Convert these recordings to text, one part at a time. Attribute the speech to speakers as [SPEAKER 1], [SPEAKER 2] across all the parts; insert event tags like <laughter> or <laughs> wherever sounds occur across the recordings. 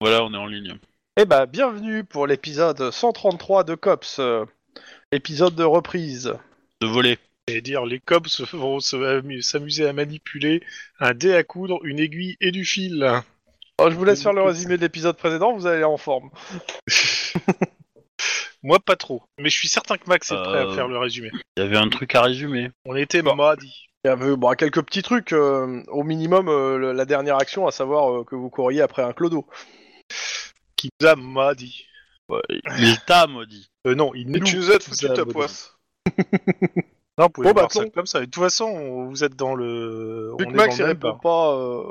[SPEAKER 1] Voilà, on est en ligne.
[SPEAKER 2] Eh ben, bienvenue pour l'épisode 133 de Cops, euh, épisode de reprise.
[SPEAKER 1] De voler.
[SPEAKER 3] Et dire, les cops vont se- amu- s'amuser à manipuler un dé à coudre, une aiguille et du fil. Euh,
[SPEAKER 2] Alors, Oh, je vous laisse faire le résumé de l'épisode précédent, vous allez en forme.
[SPEAKER 3] Moi, pas trop. Mais je suis certain que Max est prêt
[SPEAKER 1] Euh.
[SPEAKER 3] à faire le résumé.
[SPEAKER 1] Il y avait un truc à résumer.
[SPEAKER 3] On était
[SPEAKER 2] bah.
[SPEAKER 3] mardi.
[SPEAKER 2] Il y avait bon, quelques petits trucs, euh, au minimum euh, le- la dernière action, à savoir euh, que vous courriez après un clodo.
[SPEAKER 3] Qui nous a mardi.
[SPEAKER 1] Ouais, il t'a maudit.
[SPEAKER 3] Euh, non, il nous.
[SPEAKER 4] tu nous as
[SPEAKER 3] qui
[SPEAKER 4] foutu
[SPEAKER 3] a
[SPEAKER 4] ta
[SPEAKER 3] maudit.
[SPEAKER 4] poisse.
[SPEAKER 2] <laughs>
[SPEAKER 3] Non, vous pouvez
[SPEAKER 2] Bon, bah,
[SPEAKER 3] voir ça
[SPEAKER 2] non.
[SPEAKER 3] comme ça. De toute façon, on- vous êtes dans le.
[SPEAKER 2] Vu
[SPEAKER 3] on
[SPEAKER 2] que
[SPEAKER 3] est
[SPEAKER 2] Max
[SPEAKER 3] dans
[SPEAKER 2] il
[SPEAKER 3] le
[SPEAKER 2] répond
[SPEAKER 3] débat.
[SPEAKER 2] pas. euh,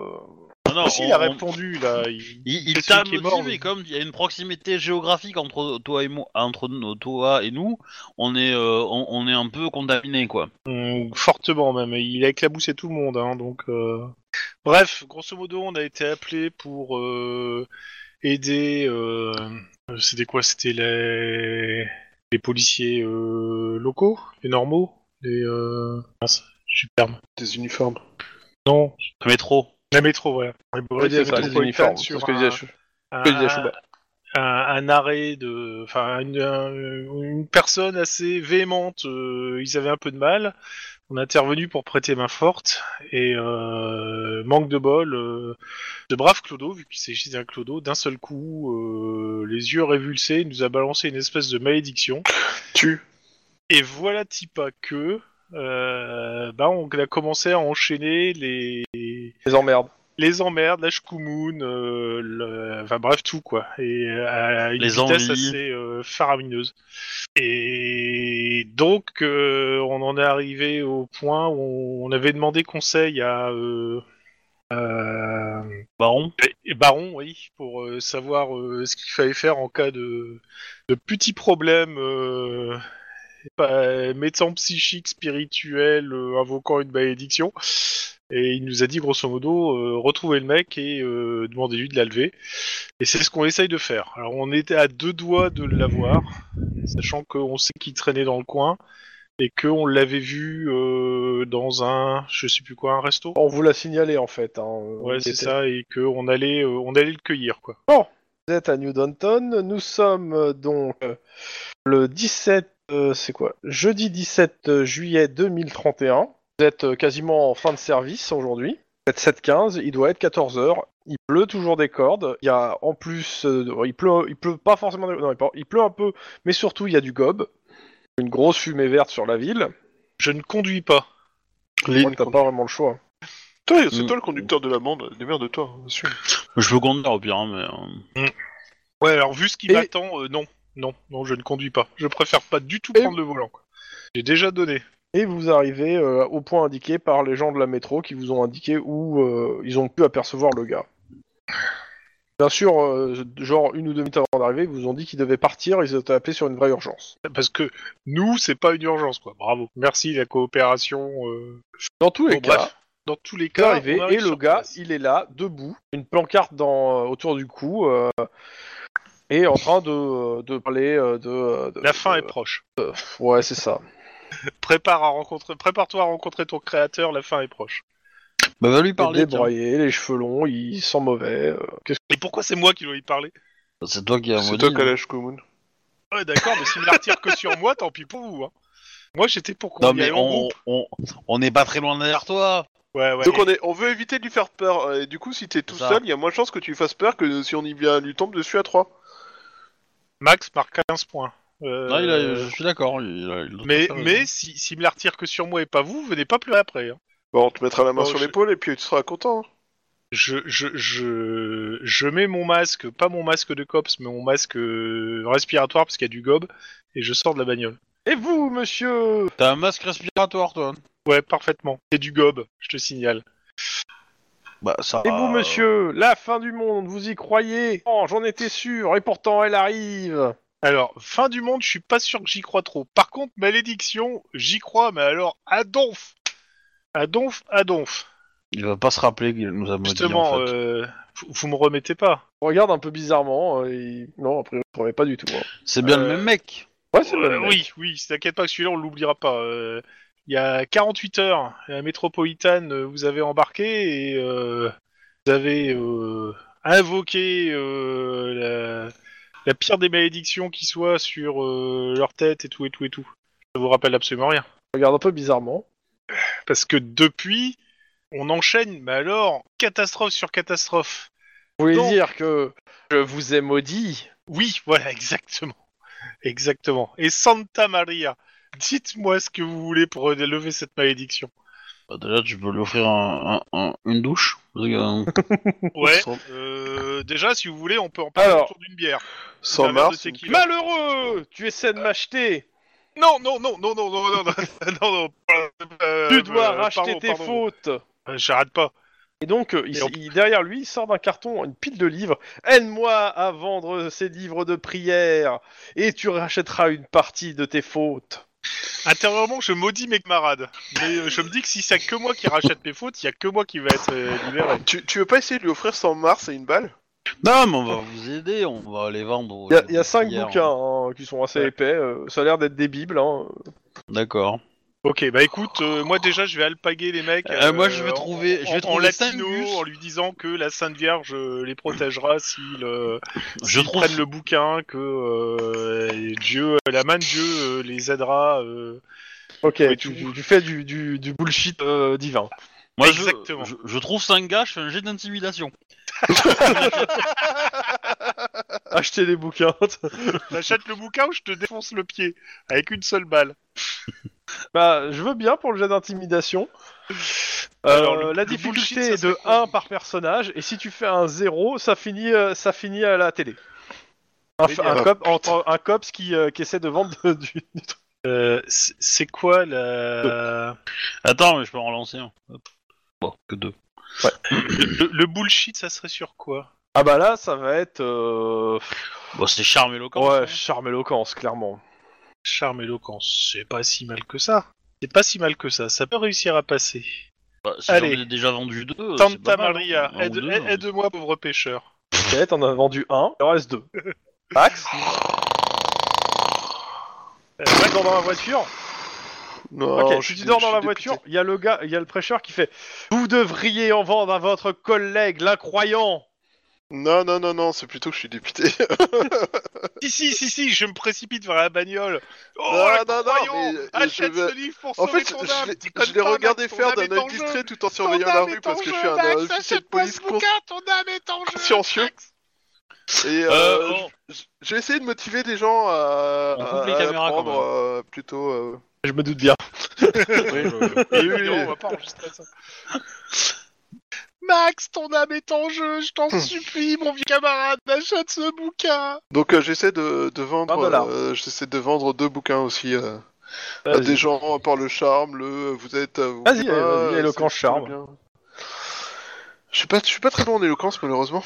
[SPEAKER 1] Non, non,
[SPEAKER 3] Ah, si,
[SPEAKER 1] on-
[SPEAKER 3] il a
[SPEAKER 1] on-
[SPEAKER 3] répondu, là. Il...
[SPEAKER 1] il, il
[SPEAKER 3] C'est
[SPEAKER 1] t'a
[SPEAKER 3] celui qui est
[SPEAKER 1] maudit,
[SPEAKER 3] mort,
[SPEAKER 1] mais
[SPEAKER 3] lui.
[SPEAKER 1] comme il y a une proximité géographique entre toi et moi, entre nous- toi et nous, on est, euh, on, on est un peu contaminé, quoi.
[SPEAKER 3] Mm, Fortement même, il a éclaboussé tout le monde, hein, donc. euh. Bref, grosso modo, on a été appelé pour euh, aider. euh, C'était quoi C'était les les policiers euh, locaux, les normaux, les. Euh... mince, j'ai le terme.
[SPEAKER 4] Des uniformes.
[SPEAKER 3] Non,
[SPEAKER 1] Le métro.
[SPEAKER 3] la métro, voilà. Les
[SPEAKER 2] on va
[SPEAKER 3] policiers
[SPEAKER 2] dire ça, les
[SPEAKER 3] métropolitains
[SPEAKER 2] uniformes, c'est
[SPEAKER 3] sur
[SPEAKER 2] ce que
[SPEAKER 3] un-
[SPEAKER 2] disait Ch-
[SPEAKER 3] un,
[SPEAKER 2] que disait Schubert.
[SPEAKER 3] un- un arrêt de, enfin une, un- une personne assez véhémente. euh, ils avaient un peu de mal. On est intervenu pour prêter main forte et euh, manque de bol. euh, de brave Clodo, vu qu'il s'agit d'un Clodo, d'un seul coup, euh, les yeux révulsés, il nous a balancé une espèce de malédiction.
[SPEAKER 4] Tu.
[SPEAKER 3] Et voilà Tipa que. euh, bah on a commencé à enchaîner les,
[SPEAKER 2] les emmerdes.
[SPEAKER 3] les emmerdes, la chkoumoun, euh, le- enfin bref tout quoi, et euh, à une
[SPEAKER 1] Les
[SPEAKER 3] vitesse
[SPEAKER 1] envies.
[SPEAKER 3] assez euh, faramineuse. Et donc euh, on en est arrivé au point où on avait demandé conseil à, euh, à-
[SPEAKER 1] Baron.
[SPEAKER 3] et Baron, oui, pour euh, savoir euh, ce qu'il fallait faire en cas de, de petits problèmes. Euh... pas- médecins psychiques, spirituels, euh, invoquant une malédiction. Et il nous a dit grosso modo, euh, retrouvez le mec et euh, demandez-lui de la lever. Et c'est ce qu'on essaye de faire. Alors on était à deux doigts de l'avoir, sachant qu'on sait qu'il traînait dans le coin et qu'on l'avait vu euh, dans un, je sais plus quoi, un resto.
[SPEAKER 2] On vous l'a signalé en fait. hein, on
[SPEAKER 3] Ouais,
[SPEAKER 2] y
[SPEAKER 3] c'est
[SPEAKER 2] était.
[SPEAKER 3] ça, et qu'on allait, euh, on allait le cueillir, quoi.
[SPEAKER 2] Vous êtes à New Downton. Nous sommes euh, donc euh, le 17, euh, c'est quoi Jeudi 17 juillet 2031. Vous êtes euh, quasiment en fin de service aujourd'hui. Vous êtes 7-15, il doit être 14h. Il pleut toujours des cordes. Il y a en plus, euh, il pleut, il pleut pas forcément, des- non, il pleut- il pleut un peu, mais surtout il y a du gobe, une grosse fumée verte sur la ville.
[SPEAKER 3] Je ne conduis pas.
[SPEAKER 2] Bon, T'as pas vraiment le choix.
[SPEAKER 4] Toi, c'est
[SPEAKER 1] Mm.
[SPEAKER 4] toi le conducteur de la bande. Démerde-toi, hein, bien sûr.
[SPEAKER 1] Je peux conduire au pire, hein, mais. euh,
[SPEAKER 3] Ouais, alors vu ce qui
[SPEAKER 2] Et-
[SPEAKER 3] m'attend, euh, non. Non, non, je ne conduis pas. Je préfère pas du tout
[SPEAKER 2] Et-
[SPEAKER 3] prendre le volant. quoi. J'ai déjà donné.
[SPEAKER 2] Et vous arrivez euh, au point indiqué par les gens de la métro qui vous ont indiqué où euh, ils ont pu apercevoir le gars. Bien sûr, euh, genre une ou deux minutes avant d'arriver, ils vous ont dit qu'ils devaient partir, ils étaient appelés sur une vraie urgence.
[SPEAKER 3] Parce que nous, c'est pas une urgence, quoi. Bravo. Merci la coopération. euh.
[SPEAKER 2] Dans tous les
[SPEAKER 3] Bon,
[SPEAKER 2] cas,
[SPEAKER 3] bref. Dans tous les
[SPEAKER 2] vous
[SPEAKER 3] cas,
[SPEAKER 2] arrivez
[SPEAKER 3] on
[SPEAKER 2] et
[SPEAKER 3] arrive
[SPEAKER 2] le
[SPEAKER 3] sur
[SPEAKER 2] gars,
[SPEAKER 3] place.
[SPEAKER 2] il est là, debout, une pancarte dans, euh, autour du cou, euh, et en train de, euh, de parler euh, de, de-
[SPEAKER 3] La fin
[SPEAKER 2] de-
[SPEAKER 3] est proche.
[SPEAKER 2] Ouais, c'est ça.
[SPEAKER 3] Prépare à rencontrer... Prépare-toi à rencontrer ton créateur, la fin est proche.
[SPEAKER 1] Bah, va lui
[SPEAKER 2] Il est
[SPEAKER 1] parler. tiens.
[SPEAKER 2] débraillé, les cheveux longs, il sent mauvais. euh, qu'est-ce
[SPEAKER 3] Et pourquoi c'est moi qui dois y parler
[SPEAKER 1] C'est toi qui as
[SPEAKER 4] C'est
[SPEAKER 1] maudit.
[SPEAKER 4] toi qui as
[SPEAKER 1] hein.
[SPEAKER 4] l'âge commun.
[SPEAKER 3] Ouais, d'accord, mais s'il ne la retire que sur moi, tant pis pour vous. hein. Moi, j'étais pour qu'on
[SPEAKER 1] Non,
[SPEAKER 3] y
[SPEAKER 1] mais
[SPEAKER 3] aille en
[SPEAKER 1] on,
[SPEAKER 3] groupe.
[SPEAKER 1] on, on est pas très loin derrière toi.
[SPEAKER 3] Ouais, ouais.
[SPEAKER 4] Donc on, est, on veut éviter de lui faire peur. euh, Et du coup, si t'es tout
[SPEAKER 1] Ça.
[SPEAKER 4] seul, il y a moins de chances que tu lui fasses peur que si on y vient, lui tombe dessus à 3.
[SPEAKER 3] Max marque 15 points. Euh,
[SPEAKER 1] Non, il a- je suis d'accord. il a- il a-
[SPEAKER 3] Mais,
[SPEAKER 1] il a-
[SPEAKER 3] mais si, s'il me la retire que sur moi et pas vous, venez pas pleurer après. hein.
[SPEAKER 4] Bon, on te mettra la main
[SPEAKER 3] Oh,
[SPEAKER 4] sur
[SPEAKER 3] je-
[SPEAKER 4] l'épaule et puis tu seras content. hein.
[SPEAKER 3] Je, je, je, je mets mon masque, pas mon masque de cops, mais mon masque euh, respiratoire parce qu'il y a du gobe, et je sors de la bagnole.
[SPEAKER 2] Et vous, monsieur
[SPEAKER 1] T'as un masque respiratoire, toi. hein.
[SPEAKER 3] Ouais, parfaitement. C'est du gobe, je te signale.
[SPEAKER 1] Bah, ça.
[SPEAKER 2] Et vous,
[SPEAKER 3] Ah.
[SPEAKER 2] monsieur, la fin du monde, vous y croyez Oh, j'en étais sûr, et pourtant elle arrive
[SPEAKER 3] Alors, fin du monde, je suis pas sûr que j'y crois trop. Par contre, malédiction, j'y crois, mais alors à donf À donf, à donf
[SPEAKER 1] Il va pas se rappeler qu'il nous a maudit.
[SPEAKER 3] Justement,
[SPEAKER 1] en fait.
[SPEAKER 3] euh, vous- vous me remettez pas.
[SPEAKER 2] On Regarde un peu bizarrement, euh, et- non, a priori, je trouvais pas du tout. hein.
[SPEAKER 1] C'est bien
[SPEAKER 3] euh,
[SPEAKER 1] le même mec.
[SPEAKER 2] Ouais, c'est le
[SPEAKER 3] Euh,
[SPEAKER 2] même.
[SPEAKER 3] oui, oui, si t'inquiète pas que celui-là, on l'oubliera pas. Euh, Il y a 48 heures, la métropolitane euh, vous avez embarqué et euh, vous avez euh, invoquer euh, la, la pire des malédictions qui soit sur euh, leur tête et tout et tout et tout. Ça vous rappelle absolument rien.
[SPEAKER 2] Regarde un peu bizarrement.
[SPEAKER 3] Parce que depuis, on enchaîne, mais alors, catastrophe sur catastrophe.
[SPEAKER 2] Vous voulez
[SPEAKER 3] Non.
[SPEAKER 2] dire que je vous ai maudit
[SPEAKER 3] Oui, voilà, <laughs> exactement. Exactement. Et Santa Maria, dites-moi ce que vous voulez pour lever cette malédiction.
[SPEAKER 1] Bah, déjà, tu peux lui offrir un- un- un- une douche. parce que, euh,
[SPEAKER 3] Ouais.
[SPEAKER 4] Sans-
[SPEAKER 3] euh, déjà, si vous voulez, on peut en parler
[SPEAKER 2] Alors.
[SPEAKER 3] autour d'une bière.
[SPEAKER 4] Sans
[SPEAKER 3] La merde de
[SPEAKER 4] Mars,
[SPEAKER 3] tequila.
[SPEAKER 2] Malheureux Tu essaies de m'acheter
[SPEAKER 3] Non, non, non, non, non, non, non, non, non, <laughs> non, euh,
[SPEAKER 2] Tu dois
[SPEAKER 3] euh,
[SPEAKER 2] racheter
[SPEAKER 3] pardon,
[SPEAKER 2] tes
[SPEAKER 3] pardon.
[SPEAKER 2] fautes
[SPEAKER 3] Euh, J'arrête pas.
[SPEAKER 2] Et donc, euh, il-
[SPEAKER 3] Et on-
[SPEAKER 2] il- derrière lui, il sort d'un carton une pile de livres. Aide-moi à vendre ces livres de prière et tu rachèteras une partie de tes fautes.
[SPEAKER 3] Intérieurement, je maudis mes camarades. Mais euh, je me dis que si c'est que moi qui rachète mes fautes, il y a que moi qui va être euh, libéré.
[SPEAKER 4] tu, tu veux pas essayer de lui offrir 100 Mars et une balle
[SPEAKER 1] Non, mais on va vous aider, on va les vendre. aux-
[SPEAKER 2] Il y a- il y,
[SPEAKER 1] aux
[SPEAKER 2] a cinq
[SPEAKER 1] prières.
[SPEAKER 2] bouquins hein, qui sont assez
[SPEAKER 3] Ouais.
[SPEAKER 2] épais. euh, ça a l'air d'être des bibles. hein.
[SPEAKER 1] D'accord.
[SPEAKER 3] Ok, bah écoute, euh, moi déjà, je vais alpaguer les mecs.
[SPEAKER 1] Euh, moi, je vais trouver-
[SPEAKER 3] en,
[SPEAKER 1] je vais
[SPEAKER 3] en
[SPEAKER 1] trouver
[SPEAKER 3] latino,
[SPEAKER 1] Stingus.
[SPEAKER 3] en lui disant que la Sainte Vierge euh, les protégera s'ils euh,
[SPEAKER 1] Je
[SPEAKER 3] s'ils
[SPEAKER 1] trouve.
[SPEAKER 3] prennent le bouquin, que euh, Dieu, la main de Dieu euh, les aidera. euh,
[SPEAKER 2] Ok,
[SPEAKER 3] Ouais,
[SPEAKER 2] tu,
[SPEAKER 3] tu-
[SPEAKER 2] tu fais du, du- du bullshit euh, divin.
[SPEAKER 1] Moi,
[SPEAKER 3] Exactement.
[SPEAKER 1] Je, je, je trouve cinq gars, je fais un jet d'intimidation.
[SPEAKER 2] Acheter des bouquins. <laughs>
[SPEAKER 3] T'achètes le bouquin ou je te défonce le pied avec une seule balle.
[SPEAKER 2] bah, je veux bien pour le jet d'intimidation.
[SPEAKER 3] Alors,
[SPEAKER 2] Euh,
[SPEAKER 3] le-
[SPEAKER 2] la
[SPEAKER 3] le
[SPEAKER 2] difficulté
[SPEAKER 3] bullshit, ça
[SPEAKER 2] est de
[SPEAKER 3] serait quoi
[SPEAKER 2] 1 par personnage, et si tu fais un 0, ça finit, euh, ça finit à la télé. Un,
[SPEAKER 3] Mais
[SPEAKER 2] f- un
[SPEAKER 4] bien.
[SPEAKER 2] cop, entre- un cops qui, euh, qui essaie de vendre de- du, du truc.
[SPEAKER 3] Euh, c'est c'est quoi la...
[SPEAKER 1] Attends, mais je peux en lancer un. Hop. Bon, que deux.
[SPEAKER 3] le, le bullshit, ça serait sur quoi
[SPEAKER 2] Ah bah là, ça va être... euh,
[SPEAKER 1] Bon, c'est charme éloquent.
[SPEAKER 2] Ouais, charme éloquence, clairement.
[SPEAKER 3] Charme, éloquence, c'est pas si mal que ça. C'est pas si mal que ça, ça peut réussir à passer.
[SPEAKER 1] Bah, si
[SPEAKER 3] Allez.
[SPEAKER 1] j'en ai déjà vendu deux. c'est
[SPEAKER 3] Santa
[SPEAKER 1] pas mal,
[SPEAKER 3] Maria,
[SPEAKER 1] hein. Un ou
[SPEAKER 3] aide-
[SPEAKER 1] deux,
[SPEAKER 3] aide-
[SPEAKER 1] hein.
[SPEAKER 3] aide-moi, pauvre pêcheur.
[SPEAKER 2] Ok, t'en as vendu un, il en reste deux.
[SPEAKER 3] <laughs>
[SPEAKER 2] Max,
[SPEAKER 3] Euh,
[SPEAKER 2] tu dors dans la voiture
[SPEAKER 4] Non,
[SPEAKER 2] Ok,
[SPEAKER 4] je
[SPEAKER 2] si
[SPEAKER 4] suis
[SPEAKER 2] tu dors
[SPEAKER 4] dé-
[SPEAKER 2] dans
[SPEAKER 4] je
[SPEAKER 2] la
[SPEAKER 4] suis député.
[SPEAKER 2] voiture, il y a le gars, il y a le prêcheur qui fait « Vous devriez en vendre à votre collègue, l'incroyant
[SPEAKER 4] Non, non, non, non, c'est plutôt que je suis député.
[SPEAKER 3] Si, si, si, si, je me précipite vers la bagnole. Oh,
[SPEAKER 4] Non,
[SPEAKER 3] la
[SPEAKER 4] non, non,
[SPEAKER 3] croyant,
[SPEAKER 4] mais, euh,
[SPEAKER 3] Achète
[SPEAKER 4] je vais-
[SPEAKER 3] ce livre pour
[SPEAKER 4] En
[SPEAKER 3] sauver
[SPEAKER 4] fait, je,
[SPEAKER 3] ton âme.
[SPEAKER 4] je l'ai-
[SPEAKER 3] Déconne
[SPEAKER 4] je l'ai
[SPEAKER 3] pas, Max,
[SPEAKER 4] regardé
[SPEAKER 3] ton
[SPEAKER 4] faire
[SPEAKER 3] âme
[SPEAKER 4] d'un
[SPEAKER 3] est en
[SPEAKER 4] œil
[SPEAKER 3] jeu.
[SPEAKER 4] distrait tout en
[SPEAKER 3] Ton
[SPEAKER 4] surveillant
[SPEAKER 3] âme
[SPEAKER 4] la
[SPEAKER 3] est
[SPEAKER 4] rue
[SPEAKER 3] en
[SPEAKER 4] parce que
[SPEAKER 3] jeu,
[SPEAKER 4] je
[SPEAKER 3] bah,
[SPEAKER 4] suis un
[SPEAKER 3] Max,
[SPEAKER 4] euh, officier de
[SPEAKER 3] achète-moi ce
[SPEAKER 4] police cons-
[SPEAKER 3] bouquin, ton âme est en jeu,
[SPEAKER 4] consciencieux.
[SPEAKER 3] Max.
[SPEAKER 4] Et
[SPEAKER 1] Euh,
[SPEAKER 4] euh, j- j'ai essayé de motiver des gens à,
[SPEAKER 1] On coupe
[SPEAKER 4] à-
[SPEAKER 1] les
[SPEAKER 4] à
[SPEAKER 1] caméras, quand
[SPEAKER 4] prendre euh, plutôt. euh, ».
[SPEAKER 1] <laughs>
[SPEAKER 2] Je me doute bien.
[SPEAKER 4] oui, oui,
[SPEAKER 3] Non, on va pas enregistrer ça. Max, ton âme est en jeu, je
[SPEAKER 4] Hmm.
[SPEAKER 3] t'en supplie, mon vieux camarade, achète ce bouquin.
[SPEAKER 4] Donc euh, j'essaie de, de
[SPEAKER 2] Un
[SPEAKER 4] vendre,
[SPEAKER 2] dollar.
[SPEAKER 4] euh, j'essaie de vendre deux bouquins aussi euh, à des gens par le charme, le vous êtes. euh, vous
[SPEAKER 2] Vas-y,
[SPEAKER 4] pas,
[SPEAKER 2] euh, vas-y,
[SPEAKER 4] euh,
[SPEAKER 2] éloquent
[SPEAKER 4] c'est- c'est
[SPEAKER 2] charme.
[SPEAKER 4] bien. Je suis pas, je suis pas très bon en éloquence malheureusement.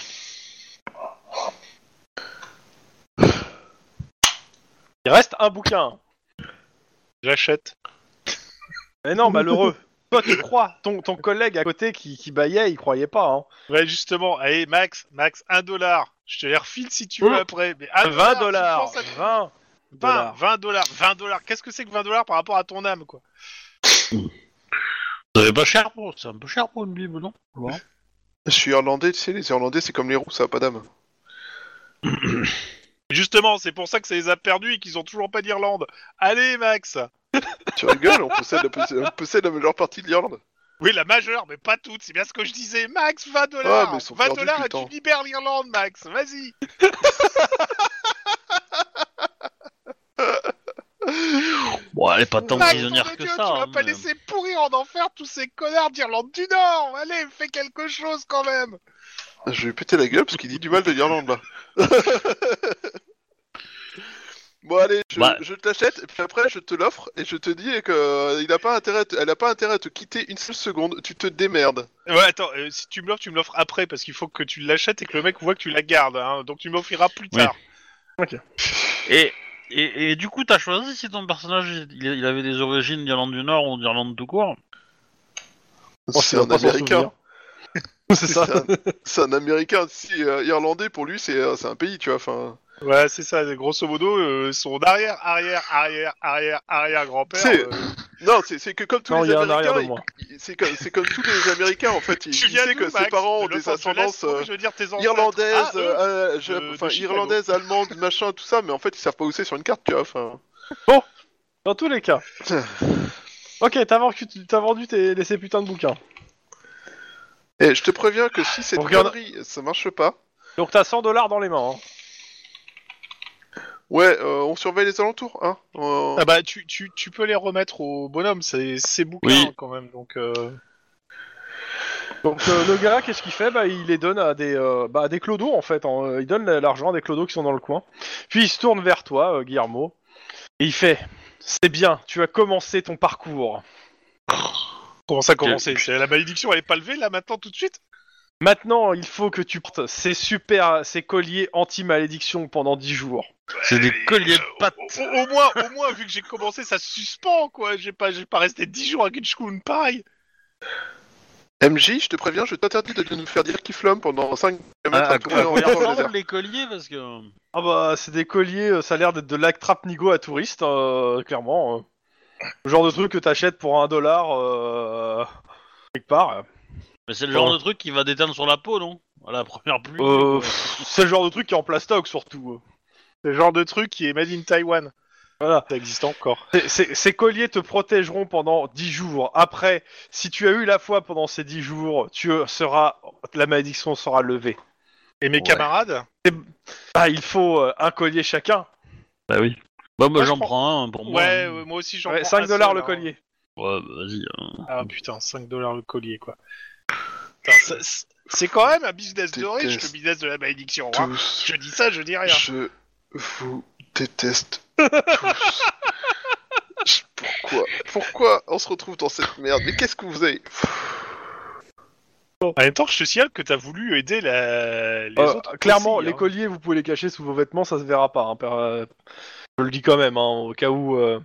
[SPEAKER 2] Il reste un bouquin.
[SPEAKER 3] J'achète.
[SPEAKER 2] Mais non, malheureux. <laughs> Toi, tu crois. Ton, ton collègue à côté qui, qui baillait, il croyait pas. Hein.
[SPEAKER 3] Ouais, justement, allez, Max, Max, un dollar. Je te les refile si tu veux
[SPEAKER 4] Hmm.
[SPEAKER 2] Oh.
[SPEAKER 3] après. Mais
[SPEAKER 2] 20
[SPEAKER 3] un dollar,
[SPEAKER 2] dollars.
[SPEAKER 3] si tu penses à-
[SPEAKER 2] 20
[SPEAKER 3] 20,
[SPEAKER 2] dollars.
[SPEAKER 3] 20 dollars, 20 dollars. Qu'est-ce que c'est que 20 dollars par rapport à ton âme, quoi
[SPEAKER 1] Ça fait pas cher pour. C'est un peu cher pour une Bible, non
[SPEAKER 4] Je suis irlandais, tu sais, les Irlandais c'est comme les roues, ça a pas d'âme.
[SPEAKER 3] Justement, c'est pour ça que ça les a perdus et qu'ils ont toujours pas d'Irlande. Allez, Max
[SPEAKER 4] Tu rigoles, on possède, la, possède- on possède la majeure partie de l'Irlande.
[SPEAKER 3] Oui, la majeure, mais pas toutes, c'est bien ce que je disais. Max, 20
[SPEAKER 4] Ah,
[SPEAKER 3] dollars
[SPEAKER 4] mais ils sont
[SPEAKER 3] 20
[SPEAKER 4] perdus,
[SPEAKER 3] dollars et
[SPEAKER 4] putain.
[SPEAKER 3] tu libères l'Irlande, Max, vas-y
[SPEAKER 1] Bon, elle est pas tant
[SPEAKER 3] Max,
[SPEAKER 1] prisonnière
[SPEAKER 3] nom de
[SPEAKER 1] que
[SPEAKER 3] Dieu,
[SPEAKER 1] ça.
[SPEAKER 3] tu vas
[SPEAKER 1] hein,
[SPEAKER 3] pas
[SPEAKER 1] mais-
[SPEAKER 3] laisser pourrir en enfer tous ces connards d'Irlande du Nord Allez, fais quelque chose quand même
[SPEAKER 4] Je vais péter la gueule parce qu'il dit du mal de l'Irlande là. <laughs> bon allez, je,
[SPEAKER 1] Bah.
[SPEAKER 4] je t'achète et puis après je te l'offre et je te dis que euh, il a pas intérêt, à te- elle a pas intérêt à te quitter une seule seconde. Tu te démerdes.
[SPEAKER 3] Ouais, attends, euh, si tu me l'offres, tu me l'offres après, parce qu'il faut que tu l'achètes et que le mec voit que tu la gardes, hein, donc tu me l'offriras plus
[SPEAKER 1] Oui.
[SPEAKER 3] tard.
[SPEAKER 1] Et, et, et du coup, t'as choisi si ton personnage il, il avait des origines d'Irlande du Nord ou d'Irlande tout court
[SPEAKER 2] Oh, il
[SPEAKER 4] c'est
[SPEAKER 2] va
[SPEAKER 4] un
[SPEAKER 2] pas s'en
[SPEAKER 4] américain.
[SPEAKER 2] souvenir. C'est ça.
[SPEAKER 4] C'est un, c'est un américain. Si euh, irlandais pour lui c'est euh, c'est un pays, tu vois. Enfin,
[SPEAKER 3] Ouais, c'est ça, grosso modo, euh, son arrière, arrière, arrière, arrière, arrière grand-père.
[SPEAKER 4] C'est-
[SPEAKER 3] euh,
[SPEAKER 4] Non, c'est c'est que comme tous
[SPEAKER 2] Non, il
[SPEAKER 4] les
[SPEAKER 2] y a un arrière
[SPEAKER 4] Américains,
[SPEAKER 2] de moi.
[SPEAKER 4] il- il- c'est comme, c'est comme tous les Américains en fait. Il,
[SPEAKER 3] tu
[SPEAKER 4] il
[SPEAKER 3] viens
[SPEAKER 4] sait
[SPEAKER 3] d'où,
[SPEAKER 4] que ses
[SPEAKER 3] Max
[SPEAKER 4] parents ont
[SPEAKER 3] De Los
[SPEAKER 4] des
[SPEAKER 3] Angeles
[SPEAKER 4] ascendances
[SPEAKER 3] Pourquoi
[SPEAKER 4] euh,
[SPEAKER 3] Je veux dire tes ancêtres.
[SPEAKER 4] irlandaises,
[SPEAKER 3] Ah, eux
[SPEAKER 4] euh, je-
[SPEAKER 3] de-
[SPEAKER 4] enfin
[SPEAKER 3] de Chicago.
[SPEAKER 4] irlandaises, allemandes, machin, tout ça. Mais en fait, ils savent pas où c'est sur une carte, tu vois. Enfin,
[SPEAKER 2] Dans tous les cas. ok, t'as vendu, t'as vendu tes, ces putains de bouquins.
[SPEAKER 4] et je te préviens que si cette
[SPEAKER 2] On regarde-
[SPEAKER 4] connerie, ça marche pas.
[SPEAKER 2] Donc t'as 100 dollars dans les mains. hein.
[SPEAKER 4] Ouais, euh, on surveille les alentours, hein. Euh,
[SPEAKER 3] Ah bah tu, tu, tu peux les remettre au bonhomme, c'est ses bouquins
[SPEAKER 1] Oui.
[SPEAKER 3] quand même, donc euh,
[SPEAKER 2] Donc euh, le gars, qu'est-ce qu'il fait Bah il les donne à des, euh, bah, à des clodos en fait. hein. Il donne l'argent à des clodos qui sont dans le coin. Puis il se tourne vers toi, euh, Guillermo, et il fait "C'est bien, tu as commencé ton parcours.
[SPEAKER 3] comment ça a commencé C'est- La malédiction elle est pas levée là maintenant tout de suite
[SPEAKER 2] Maintenant, il faut que tu portes ces super, ces colliers anti-malédiction pendant 10 jours.
[SPEAKER 1] C'est des colliers de pattes.
[SPEAKER 3] au, au- au moins, au moins vu que j'ai commencé ça se suspend quoi, j'ai pas, j'ai pas resté 10 jours à Kitschkoun pareil
[SPEAKER 4] MJ, je te préviens, je t'interdis de nous faire dire Kiflom pendant 5
[SPEAKER 1] Ah,
[SPEAKER 4] km
[SPEAKER 1] à quoi à quoi
[SPEAKER 4] dans le
[SPEAKER 1] ressemblent
[SPEAKER 4] désert.
[SPEAKER 1] les colliers Parce que.
[SPEAKER 2] Ah bah c'est des colliers, euh, ça a l'air d'être de l'actrape nigo à touristes, euh, clairement. euh. Le genre de truc que t'achètes pour un dollar euh, quelque part. euh.
[SPEAKER 1] Mais c'est le genre de truc qui va déteindre sur la peau, non À la première pluie.
[SPEAKER 2] Euh, pff, c'est le genre de truc qui est en plastoc surtout. euh.
[SPEAKER 3] Le genre de truc qui est made in Taiwan.
[SPEAKER 2] Voilà.
[SPEAKER 3] Ça existe encore.
[SPEAKER 2] Ces- Ces ces colliers te protégeront pendant 10 jours. Après, si tu as eu la foi pendant ces 10 jours, tu seras, la malédiction sera levée.
[SPEAKER 3] Et mes
[SPEAKER 1] Ouais.
[SPEAKER 3] camarades
[SPEAKER 2] Ah, il faut euh, un collier chacun.
[SPEAKER 1] Bah oui. Bah
[SPEAKER 3] Moi,
[SPEAKER 1] moi
[SPEAKER 3] je
[SPEAKER 1] j'en
[SPEAKER 3] prends-
[SPEAKER 1] prends un pour moi. hein.
[SPEAKER 3] Ouais, ouais, moi aussi j'en
[SPEAKER 2] Ouais,
[SPEAKER 3] prends
[SPEAKER 2] 5
[SPEAKER 3] un
[SPEAKER 2] dollars
[SPEAKER 3] seul,
[SPEAKER 2] le
[SPEAKER 3] hein.
[SPEAKER 2] collier.
[SPEAKER 1] Ouais, bah, vas-y. hein.
[SPEAKER 3] Ah putain, 5 dollars le collier quoi. Putain, ça- c'est- c'est quand même un business de riche le
[SPEAKER 4] Déteste.
[SPEAKER 3] business de la malédiction. hein.
[SPEAKER 4] Tous,
[SPEAKER 3] Je dis ça, je dis rien.
[SPEAKER 4] je vous déteste tous. Je- <laughs> Pourquoi Pourquoi on se retrouve dans cette merde Mais qu'est-ce que vous avez
[SPEAKER 3] En même temps, je te signale que t'as voulu aider la... les
[SPEAKER 2] Euh,
[SPEAKER 3] autres.
[SPEAKER 2] clairement,
[SPEAKER 3] aussi,
[SPEAKER 2] les
[SPEAKER 3] hein.
[SPEAKER 2] colliers, vous pouvez les cacher sous vos vêtements, ça se verra pas. hein, par- euh, je le dis quand même, hein, au cas où euh,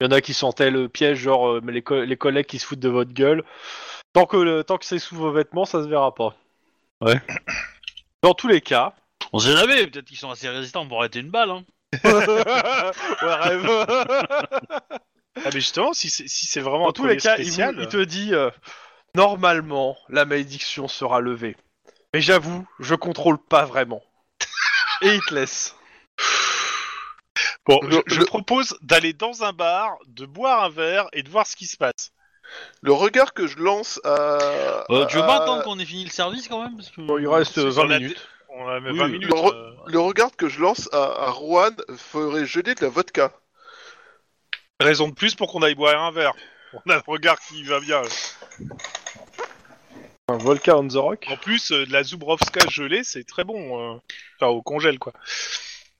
[SPEAKER 2] il y en a qui sentaient le piège, genre euh, mais les, co- les collègues qui se foutent de votre gueule. Tant que, le- tant que c'est sous vos vêtements, ça se verra pas.
[SPEAKER 1] Ouais.
[SPEAKER 2] Dans tous les cas.
[SPEAKER 1] On sait jamais, peut-être qu'ils sont assez résistants pour arrêter une balle. Hein.
[SPEAKER 2] Ouais,
[SPEAKER 3] <laughs>
[SPEAKER 2] rêve.
[SPEAKER 3] Ah, mais justement, si c'est si c'est vraiment
[SPEAKER 2] Dans
[SPEAKER 3] un
[SPEAKER 2] tous les
[SPEAKER 3] collier
[SPEAKER 2] cas, il,
[SPEAKER 3] spécial,
[SPEAKER 2] vous- il te dit euh, normalement, la malédiction sera levée. Mais j'avoue, je contrôle pas vraiment. Et il te laisse.
[SPEAKER 3] bon, je,
[SPEAKER 4] je-
[SPEAKER 3] je
[SPEAKER 4] je-
[SPEAKER 3] propose d'aller dans un bar, de boire un verre et de voir ce qui se passe.
[SPEAKER 4] Le regard que je lance à.
[SPEAKER 1] Euh, tu veux pas
[SPEAKER 4] à-
[SPEAKER 1] attendre qu'on ait fini le service quand même parce que...
[SPEAKER 2] Bon, il reste
[SPEAKER 3] Parce que
[SPEAKER 2] 20
[SPEAKER 3] on a
[SPEAKER 2] minutes.
[SPEAKER 3] dé- On a même
[SPEAKER 1] Oui,
[SPEAKER 3] 20
[SPEAKER 1] oui.
[SPEAKER 3] minutes.
[SPEAKER 4] Re-
[SPEAKER 3] euh.
[SPEAKER 4] Le regard que je lance à, à Juan ferait geler de la vodka.
[SPEAKER 3] Raison de plus pour qu'on aille boire un verre. On a le regard qui va bien.
[SPEAKER 2] Un Volca on the rock.
[SPEAKER 3] En plus, euh, de la Zubrovska gelée, c'est très bon. euh. Enfin, au congèle, quoi.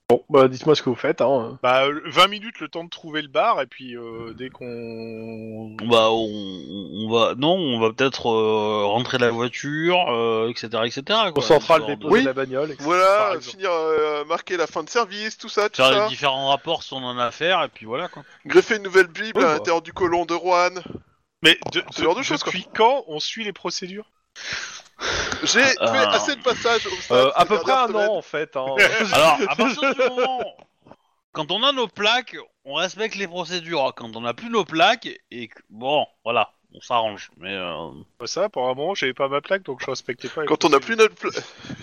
[SPEAKER 2] Bon, bah dites-moi ce que vous faites. Hein.
[SPEAKER 3] Bah, euh, 20 minutes le temps de trouver le bar, et puis euh, dès qu'on.
[SPEAKER 1] Bah on, on va non, on va peut-être euh, rentrer la voiture, euh, etc., etc.
[SPEAKER 2] Au
[SPEAKER 1] quoi. Histoire
[SPEAKER 2] central,
[SPEAKER 1] de-
[SPEAKER 2] déposer
[SPEAKER 4] Oui.
[SPEAKER 2] la bagnole. etc.
[SPEAKER 4] Voilà,
[SPEAKER 2] Par exemple.
[SPEAKER 4] finir, euh, marquer la fin de service, tout ça, tout
[SPEAKER 1] Faire
[SPEAKER 4] ça.
[SPEAKER 1] les différents rapports si on en a à faire et puis voilà quoi.
[SPEAKER 4] Greffer une nouvelle Bible
[SPEAKER 2] Oui,
[SPEAKER 4] à
[SPEAKER 2] bah.
[SPEAKER 4] l'intérieur du colon de Juan.
[SPEAKER 3] Mais de,
[SPEAKER 4] Ce genre de choses, quoi.
[SPEAKER 3] depuis quand on suit les procédures
[SPEAKER 4] J'ai fait
[SPEAKER 1] Euh,
[SPEAKER 4] assez de passages au
[SPEAKER 2] Ah. Euh, à peu près un an en fait. <laughs> Hein.
[SPEAKER 1] Alors, à partir du moment quand on a nos plaques, on respecte les procédures. Hein. Quand on n'a plus nos plaques et que- bon, voilà, on s'arrange. Mais euh,
[SPEAKER 3] Bah, Ça, apparemment, j'avais pas ma plaque, donc je respectais pas. les
[SPEAKER 4] Quand on n'a plus
[SPEAKER 3] procédures.
[SPEAKER 4] notre. pla-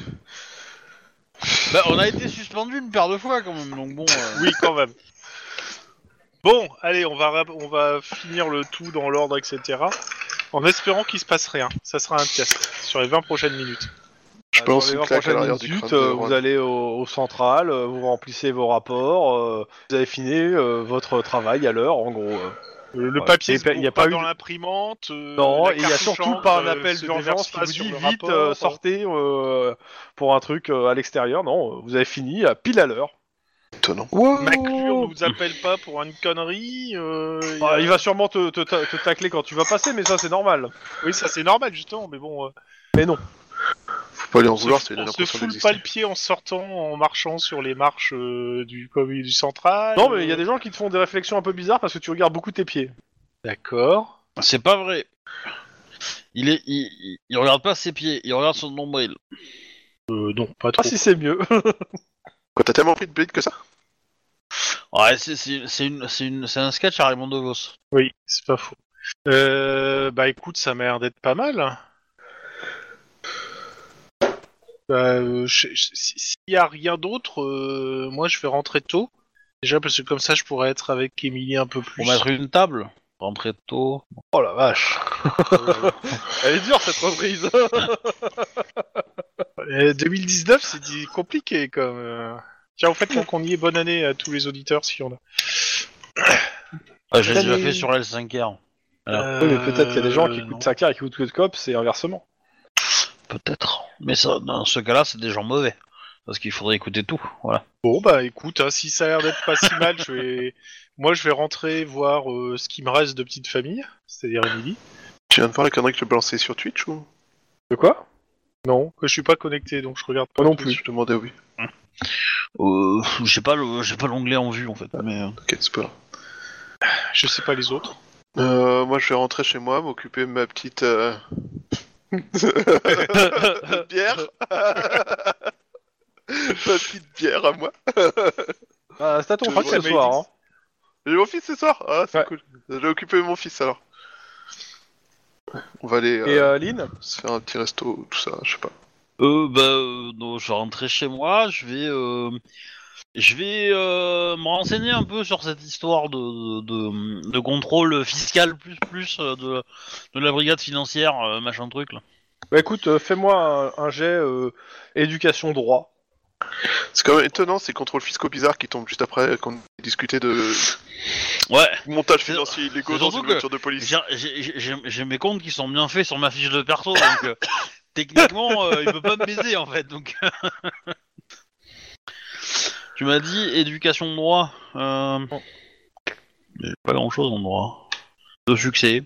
[SPEAKER 1] bah, on a été suspendu une paire de fois quand même. Donc bon. euh,
[SPEAKER 3] Oui, quand même. Bon, allez, on va, rap- on va finir le tout dans l'ordre, etc. En espérant qu'il se passe rien. Ça sera un test sur les 20 prochaines minutes.
[SPEAKER 4] Je
[SPEAKER 2] Dans
[SPEAKER 4] pense
[SPEAKER 2] les
[SPEAKER 4] une
[SPEAKER 2] 20
[SPEAKER 4] claque à
[SPEAKER 2] prochaines
[SPEAKER 4] l'arrière du
[SPEAKER 2] minutes,
[SPEAKER 4] crâne de
[SPEAKER 2] euh, vous
[SPEAKER 4] Juan.
[SPEAKER 2] allez au, au central, euh, vous remplissez vos rapports, euh, vous avez fini euh, votre travail à l'heure en gros. euh.
[SPEAKER 3] Le,
[SPEAKER 2] Ouais.
[SPEAKER 3] papier,
[SPEAKER 2] Et
[SPEAKER 3] se
[SPEAKER 2] pa-
[SPEAKER 3] bourre
[SPEAKER 2] y a
[SPEAKER 3] pas
[SPEAKER 2] pas eu
[SPEAKER 3] dans
[SPEAKER 2] de-
[SPEAKER 3] l'imprimante. euh,
[SPEAKER 2] Non,
[SPEAKER 3] la
[SPEAKER 2] et il y a
[SPEAKER 3] carte
[SPEAKER 2] surtout
[SPEAKER 3] change,
[SPEAKER 2] pas un
[SPEAKER 3] euh,
[SPEAKER 2] appel
[SPEAKER 3] se
[SPEAKER 2] d'urgence
[SPEAKER 3] déverse
[SPEAKER 2] qui
[SPEAKER 3] pas
[SPEAKER 2] vous
[SPEAKER 3] sur
[SPEAKER 2] dit
[SPEAKER 3] le
[SPEAKER 2] vite
[SPEAKER 3] rapport.
[SPEAKER 2] euh, sortez euh, pour un truc euh, à l'extérieur. Non, euh, vous avez fini à pile à l'heure.
[SPEAKER 4] Étonnant.
[SPEAKER 3] Maclure ne vous appelle pas pour une connerie. euh, y a-
[SPEAKER 2] Ah, il va sûrement te, te, ta- te tacler quand tu vas passer, mais ça c'est normal.
[SPEAKER 3] Oui, ça c'est normal justement, mais bon. euh,
[SPEAKER 2] Mais non.
[SPEAKER 4] Faut pas lui en vouloir,
[SPEAKER 3] se-
[SPEAKER 4] c'est une
[SPEAKER 3] on se
[SPEAKER 4] impression
[SPEAKER 3] foule pas
[SPEAKER 4] d'exister.
[SPEAKER 3] le pied en sortant, en marchant sur les marches euh, du comité du central.
[SPEAKER 2] Non, mais il y a
[SPEAKER 3] euh,
[SPEAKER 2] des gens qui te font des réflexions un peu bizarres parce que tu regardes beaucoup tes pieds.
[SPEAKER 3] D'accord.
[SPEAKER 1] C'est pas vrai. Il est, il, il- il regarde pas ses pieds, il regarde son nombril.
[SPEAKER 2] Ah,
[SPEAKER 3] Euh, non, pas
[SPEAKER 2] Pas
[SPEAKER 3] trop.
[SPEAKER 2] si c'est mieux.
[SPEAKER 4] Quoi, t'as tellement pris de bide que ça
[SPEAKER 1] Ouais, c'est- c'est c'est une- c'est une- c'est un sketch à Raymond DeVos.
[SPEAKER 3] Oui, c'est pas faux. Euh, bah écoute, ça m'a l'air d'être pas mal. Bah, euh, je- je- si- s'il y a rien d'autre, euh, moi je vais rentrer tôt. Déjà parce que comme ça je pourrais être avec Émilie un peu plus.
[SPEAKER 1] Pour mettre une table, rentrer tôt.
[SPEAKER 2] Oh la vache Elle est dure cette reprise <laughs>
[SPEAKER 3] Euh, 2019 c'est dit- compliqué comme. euh. Tiens, au fait, faut qu'on y est bonne année à tous les auditeurs si on a.
[SPEAKER 1] Ah, je l'ai déjà
[SPEAKER 2] Salut.
[SPEAKER 1] fait sur L5R. Alors.
[SPEAKER 2] Oui, mais peut-être qu'il y a des gens
[SPEAKER 3] Euh,
[SPEAKER 2] qui
[SPEAKER 3] non.
[SPEAKER 2] coûtent 5 et qui coûtent que de cop, c'est inversement.
[SPEAKER 1] Peut-être. Mais ça, dans ce cas-là, c'est des gens mauvais. Parce qu'il faudrait écouter tout. Voilà.
[SPEAKER 3] Bon bah écoute, hein, si ça a l'air d'être pas si mal, je vais, <laughs> moi je vais rentrer voir euh, ce qui me reste de petite famille, c'est-à-dire Émilie.
[SPEAKER 4] Tu viens de voir la connerie que je balançais sur Twitch ou
[SPEAKER 2] De quoi
[SPEAKER 3] Non, que je suis pas connecté donc je regarde pas.
[SPEAKER 2] Moi non
[SPEAKER 4] Je
[SPEAKER 2] plus.
[SPEAKER 4] te demandais oui.
[SPEAKER 1] Euh, j'ai pas le, j'ai pas l'onglet en vue en fait. Mais euh,
[SPEAKER 4] Ok, c'est pas grave.
[SPEAKER 3] Je sais pas les autres.
[SPEAKER 4] Euh, moi, je vais rentrer chez moi, m'occuper de ma
[SPEAKER 2] <laughs>
[SPEAKER 4] petite euh, bière. <laughs> ma petite bière à moi.
[SPEAKER 2] Ah, c'est à ton
[SPEAKER 4] Je
[SPEAKER 2] fils
[SPEAKER 4] vois
[SPEAKER 2] ce
[SPEAKER 4] les
[SPEAKER 2] soir. Hein.
[SPEAKER 4] mails. J'ai mon fils ce soir. Ah, c'est
[SPEAKER 2] Ouais.
[SPEAKER 4] cool. Je vais occuper mon fils alors. On va aller
[SPEAKER 2] Et
[SPEAKER 4] euh,
[SPEAKER 2] euh, Lynn
[SPEAKER 4] se faire un petit resto, tout ça, je sais pas.
[SPEAKER 1] euh, bah, euh, non, je vais rentrer chez moi. Je vais, euh, je vais euh, me renseigner un peu sur cette histoire de, de, de- de contrôle fiscal plus plus euh, de, de la brigade financière euh, machin truc là.
[SPEAKER 2] Bah écoute, euh, fais-moi un, un jet euh, éducation droit.
[SPEAKER 4] C'est quand même étonnant ces contrôles fiscaux bizarres qui tombent juste après qu'on ait discuté de
[SPEAKER 1] Ouais.
[SPEAKER 4] montage
[SPEAKER 1] C'est-
[SPEAKER 4] financier illégaux
[SPEAKER 1] c'est
[SPEAKER 4] dans
[SPEAKER 1] surtout
[SPEAKER 4] une
[SPEAKER 1] que-
[SPEAKER 4] voiture de police.
[SPEAKER 1] J'ai- j'ai- J'ai j'ai- j'ai mes comptes qui sont bien faits sur ma fiche de perso, donc euh, techniquement, euh, il peut pas me baiser en fait. Donc, <laughs> tu m'as dit éducation droit. Euh... j'ai Pas grand chose en droit. De succès.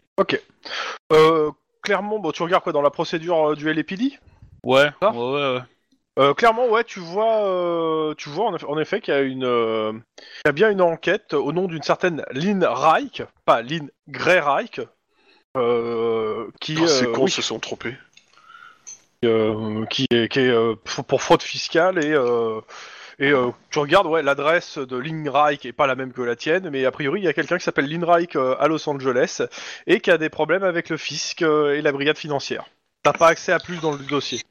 [SPEAKER 2] Euh, clairement, bon, tu regardes quoi dans la procédure euh, du LAPD
[SPEAKER 1] Ouais.
[SPEAKER 2] Ça
[SPEAKER 1] Ouais, ouais, ouais.
[SPEAKER 2] Euh, clairement, ouais, tu vois, euh, tu vois en eff- en effet qu'il y a une, euh, il y a bien une enquête au nom d'une certaine Lynn Reich, pas Lynn Grey Reich, euh, qui,
[SPEAKER 4] Oh, ces
[SPEAKER 2] euh,
[SPEAKER 4] cons
[SPEAKER 2] oui,
[SPEAKER 4] se sont trompés.
[SPEAKER 2] euh, qui est, qui est, euh, pour pour fraude fiscale et, euh, et euh, tu regardes, ouais, l'adresse de Lynn Reich est pas la même que la tienne, mais a priori il y a quelqu'un qui s'appelle Lynn Reich euh, à Los Angeles et qui a des problèmes avec le fisc euh, et la brigade financière. T'as pas accès à plus dans le dossier.